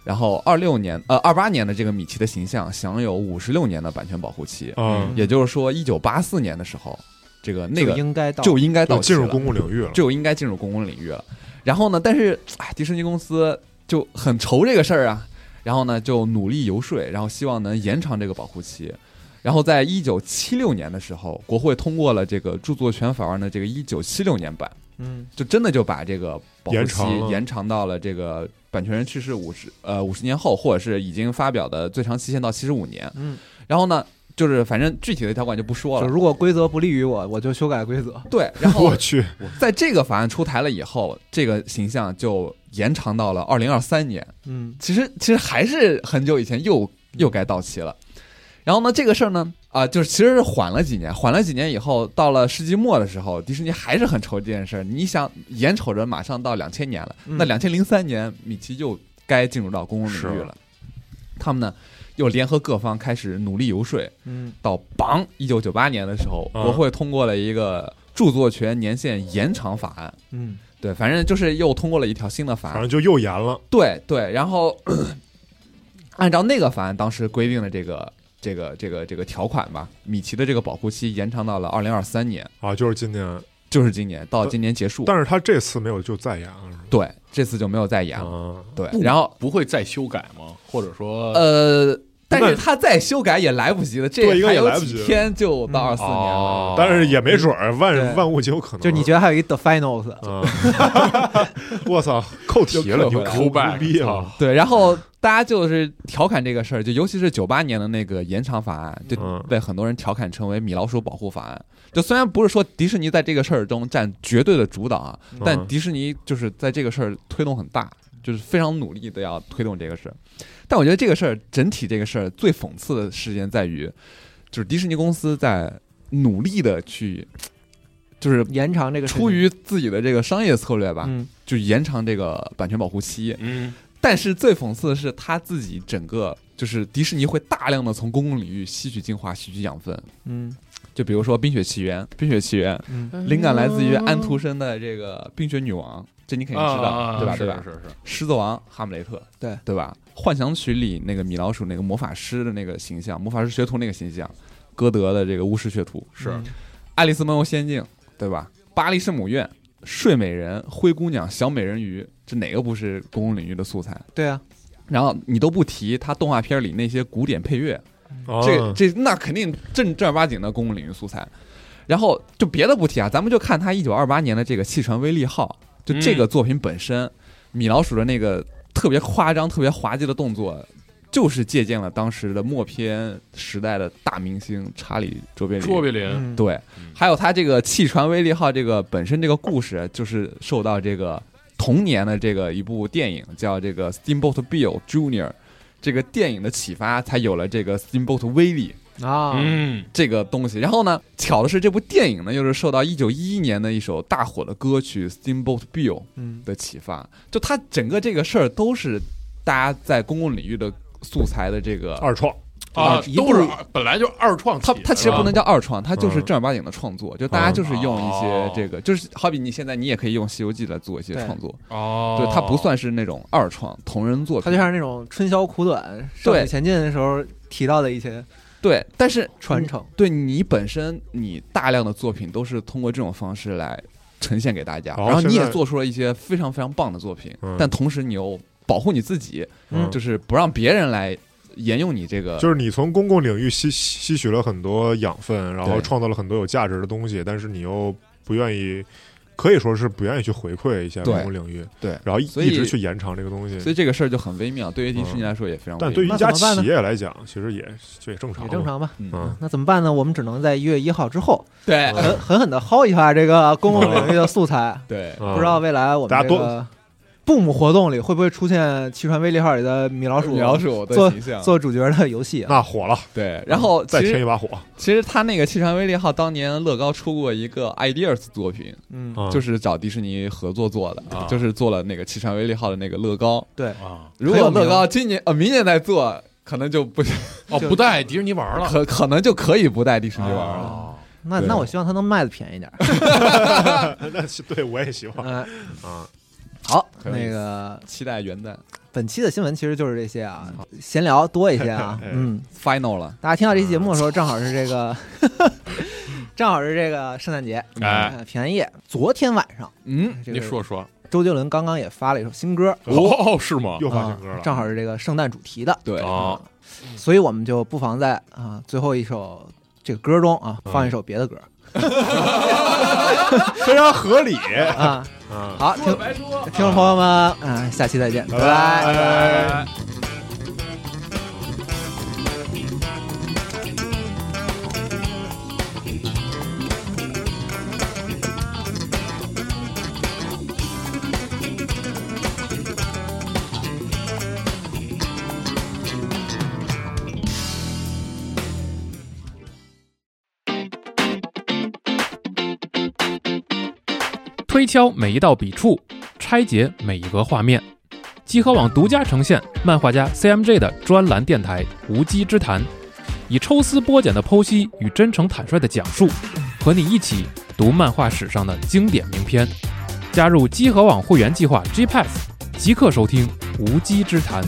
S5: 然后二六年呃二八年的这个米奇的形象享有五十六年的版权保护期，
S3: 啊，
S5: 也就是说一九八四年的时候，这个那
S2: 就
S5: 个
S2: 应该到
S5: 就应该到
S3: 就进入
S5: 公。
S3: 公共领域了。
S5: 就应该进入公共领域了。然后呢，但是哎，迪士尼公司就很愁这个事儿啊，然后呢就努力游说，然后希望能延长这个保护期。然后在一九七六年的时候，国会通过了这个著作权法案的这个一九七六年版，
S2: 嗯
S5: 就真的就把这个保护
S3: 延
S5: 期
S3: 长了
S5: 延长到了这个版权人去世五十呃五十年后，或者是已经发表的最长期限到七十五年。
S2: 嗯，
S5: 然后呢，就是反正具体的条款就不说
S2: 就
S5: 了。
S2: 如果规则不利于我，我就修改规则。
S5: 对，然后
S3: 我去，
S5: 在这个法案出台了以后，这个形象就延长到了二零二三年。
S2: 嗯
S5: 其实其实还是很久以前又又该到期了。然后呢，这个事儿呢，啊、就是其实是缓了几年，缓了几年以后，到了世纪末的时候，迪士尼还是很愁这件事儿。你想，眼瞅着马上到两千年了，
S2: 嗯
S5: 那两千零三年米奇就该进入到公共领域了。他们呢，又联合各方开始努力游说，
S2: 嗯
S5: 到榜一九九八年的时候，
S3: 嗯
S5: 国会通过了一个著作权年限延长法案。
S2: 嗯，
S5: 对，反正就是又通过了一条新的法
S3: 反
S5: 案
S3: 正。就又严了。
S5: 对对，然后 按照那个法案当时规定的这个这个这个这个条款吧，米奇的这个保护期延长到了二零二三年，
S3: 啊，就是今年，
S5: 就是今年到今年结束。
S3: 但是他这次没有就再严了，是吗
S5: 对，这次就没有再延了。
S3: 啊，
S5: 对，然后
S4: 不会再修改吗？或者说，
S5: 呃。但
S3: 那
S5: 是他再修改也来不及了，这
S3: 对应该
S5: 还
S3: 也
S5: 有
S3: 来不及
S5: 几
S3: 了嗯
S5: 天就到二四年了。
S4: 哦
S3: 但是也没准儿，
S2: 对
S3: 万万物皆有可能。
S2: 就你觉得还有一 the finals，
S5: 嗯
S3: 啊， 我操，扣题了，
S5: 又
S3: 牛
S5: 扣回来
S3: 牛
S4: Callback，
S3: 逼啊
S4: 操
S3: 了，
S5: 对，然后大家就是调侃这个事儿，就尤其是九八年的那个延长法案，就
S3: 嗯
S5: 被很多人调侃成为“米老鼠保护法案”。就虽然不是说迪士尼在这个事儿中占绝对的主导啊，但
S3: 嗯
S5: 迪士尼就是在这个事儿推动很大，就是非常努力的要推动这个事儿。但我觉得这个事儿整体这个事儿最讽刺的事件在于，就是迪士尼公司在努力的去，就是
S2: 延长这个时间
S5: 出于自己的这个商业策略吧，
S2: 嗯
S5: 就延长这个版权保护期。
S4: 嗯，
S5: 但是最讽刺的是，他自己整个就是迪士尼会大量的从公共领域吸取精华、吸取养分。
S2: 嗯
S5: 就比如说《冰雪奇缘》，《冰雪奇缘
S2: 嗯》
S5: 灵感来自于安徒生的这个《冰雪女王》，这你肯定知道，
S4: 啊
S5: 对吧？
S4: 是
S5: 对吧？
S4: 是是，
S5: 狮子王、哈姆雷特，
S2: 对
S5: 对吧？《幻想曲》里那个米老鼠那个魔法师的那个形象，魔法师学徒那个形象，歌德的这个巫师学徒，
S4: 是
S2: 嗯
S5: 《爱丽丝梦游仙境》，对吧？《巴黎圣母院》、《睡美人》、《灰姑娘》、《小美人鱼》，这哪个不是公共领域的素材？
S2: 对啊，
S5: 然后你都不提他动画片里那些古典配乐，
S3: 啊
S5: 这个这那肯定正正儿八经的公共领域素材。然后就别的不提啊，咱们就看他一九二八年的这个《汽船威利号》，就这个作品本身，米老鼠的那个特别夸张、特别滑稽的动作，就是借鉴了当时的默片时代的大明星查理卓别林。
S4: 卓别林，
S2: 嗯，
S5: 对，还有他这个汽船威利号这个本身这个故事，就是受到这个同年的这个一部电影叫这个 Steamboat Bill Jr. 这个电影的启发，才有了这个 Steamboat 威利
S2: 啊，
S4: 嗯，
S5: 这个东西。然后呢，巧的是这部电影呢，又是受到1911年的一首大火的歌曲 Steamboat Bill
S2: 嗯
S5: 的启发。就它整个这个事儿都是大家在公共领域的素材的这个
S3: 二创
S4: 啊，
S2: 一
S4: 都是
S2: 部
S4: 二本来就二创体，
S5: 它它其实
S4: 是吧
S5: 不能叫二创，它就是
S3: 嗯哦
S5: 正儿八经的创作，就大家就是用一些这个，就是好比你现在你也可以用《西游记》来做一些
S2: 对
S5: 创作，
S4: 哦，
S5: 对，它不算是那种二创同人作
S2: 它
S5: 品，
S2: 就像是那种春宵苦短、少
S5: 对
S2: 女前进的时候提到的一些
S5: 对，但是
S2: 传承。
S5: 对你本身你大量的作品都是通过这种方式来呈现给大家，
S3: 哦
S5: 然后你
S3: 现
S5: 也
S3: 在
S5: 做出了一些非常非常棒的作品
S3: 嗯，
S5: 但同时你又保护你自己，
S3: 嗯
S5: 就是不让别人来沿用你这
S2: 呃
S5: 个，
S3: 就是你从公共领域吸吸取了很多养分，然后
S5: 对
S3: 创造了很多有价值的东西，但是你又不愿意，可以说是不愿意去回馈一下
S5: 对
S3: 公共领域，
S5: 对
S3: 然后一
S5: 所以
S3: 一直去延长这个东
S5: 所以
S3: 西。
S5: 这个事儿就很微妙，对于迪士尼来说也非常微妙。
S3: 嗯但对于一
S2: 那
S3: 家
S2: 怎么办
S3: 企
S2: 呢
S3: 业来讲，其实也这也正常，
S2: 也正。常吧。
S3: 嗯，
S2: 那怎么办呢？我们只能在一月一号之后，
S5: 对
S2: 狠狠狠的薅一下这个公共领域的素材。
S5: 对
S3: 不
S2: 不知道未来我
S3: 嗯大
S2: 们
S3: 家
S2: 这
S3: 多
S2: 个 boom 活动里会不会出现《汽船威力号》里的米老鼠
S5: 描述
S2: 做
S5: 的形象，
S2: 做主角的游戏啊？
S3: 那火了，
S5: 对，然后
S3: 再
S5: 其
S3: 添
S5: 实
S3: 一把火，
S5: 其实他那个《汽船威力号》当年乐高出过一个 Ideas 作品，
S2: 嗯，
S3: 嗯
S5: 就是找迪士尼合作做的，
S4: 啊
S5: 就是做了那个《汽船威力号》的那个乐高。
S2: 对，
S4: 啊，
S5: 如
S2: 很
S5: 果
S2: 有名
S5: 乐高今年呃明年再做，可能就不
S4: 哦，
S2: 就
S4: 不带迪士尼玩了，
S5: 可可能就可以不带迪士尼玩了。
S4: 哦，
S2: 那
S5: 对
S2: 那我希望它能卖的便宜点儿。
S3: 那是对我也希望
S2: 嗯，
S3: 啊，
S2: 好，
S5: 可以
S2: 那个
S5: 期待元旦
S2: 本期的新闻其实就是这些啊，闲聊多一些啊
S3: 哎，
S2: 嗯，
S5: final 了，
S2: 大家听到这期节目的时候，正好是这个， 正好是这个圣诞节，
S4: 哎，
S2: 呃平安夜。昨天晚上，
S5: 嗯，
S2: 这个
S4: 你说说，
S2: 周杰伦刚刚也发了一首新歌，
S4: 哦，是吗？
S3: 又发
S2: 啊
S3: 新歌了，
S2: 正好是这个圣诞主题的，
S5: 对，
S4: 哦，
S2: 所以我们就不妨在啊最后一首这个歌中啊
S3: 嗯
S2: 放一首别的歌
S3: 非常 合理
S2: 啊。
S3: 啊。
S2: 好，听听众朋友们，嗯，下期再见，拜拜。
S3: 拜。
S7: 推敲每一道笔触，拆解每一个画面。集合网独家呈现漫画家 CMJ 的专栏电台《无稽之谈》，以抽丝剥茧的剖析与真诚坦率的讲述，和你一起读漫画史上的经典名篇。加入集合网会员计划 G Pass，即刻收听《无稽之谈》。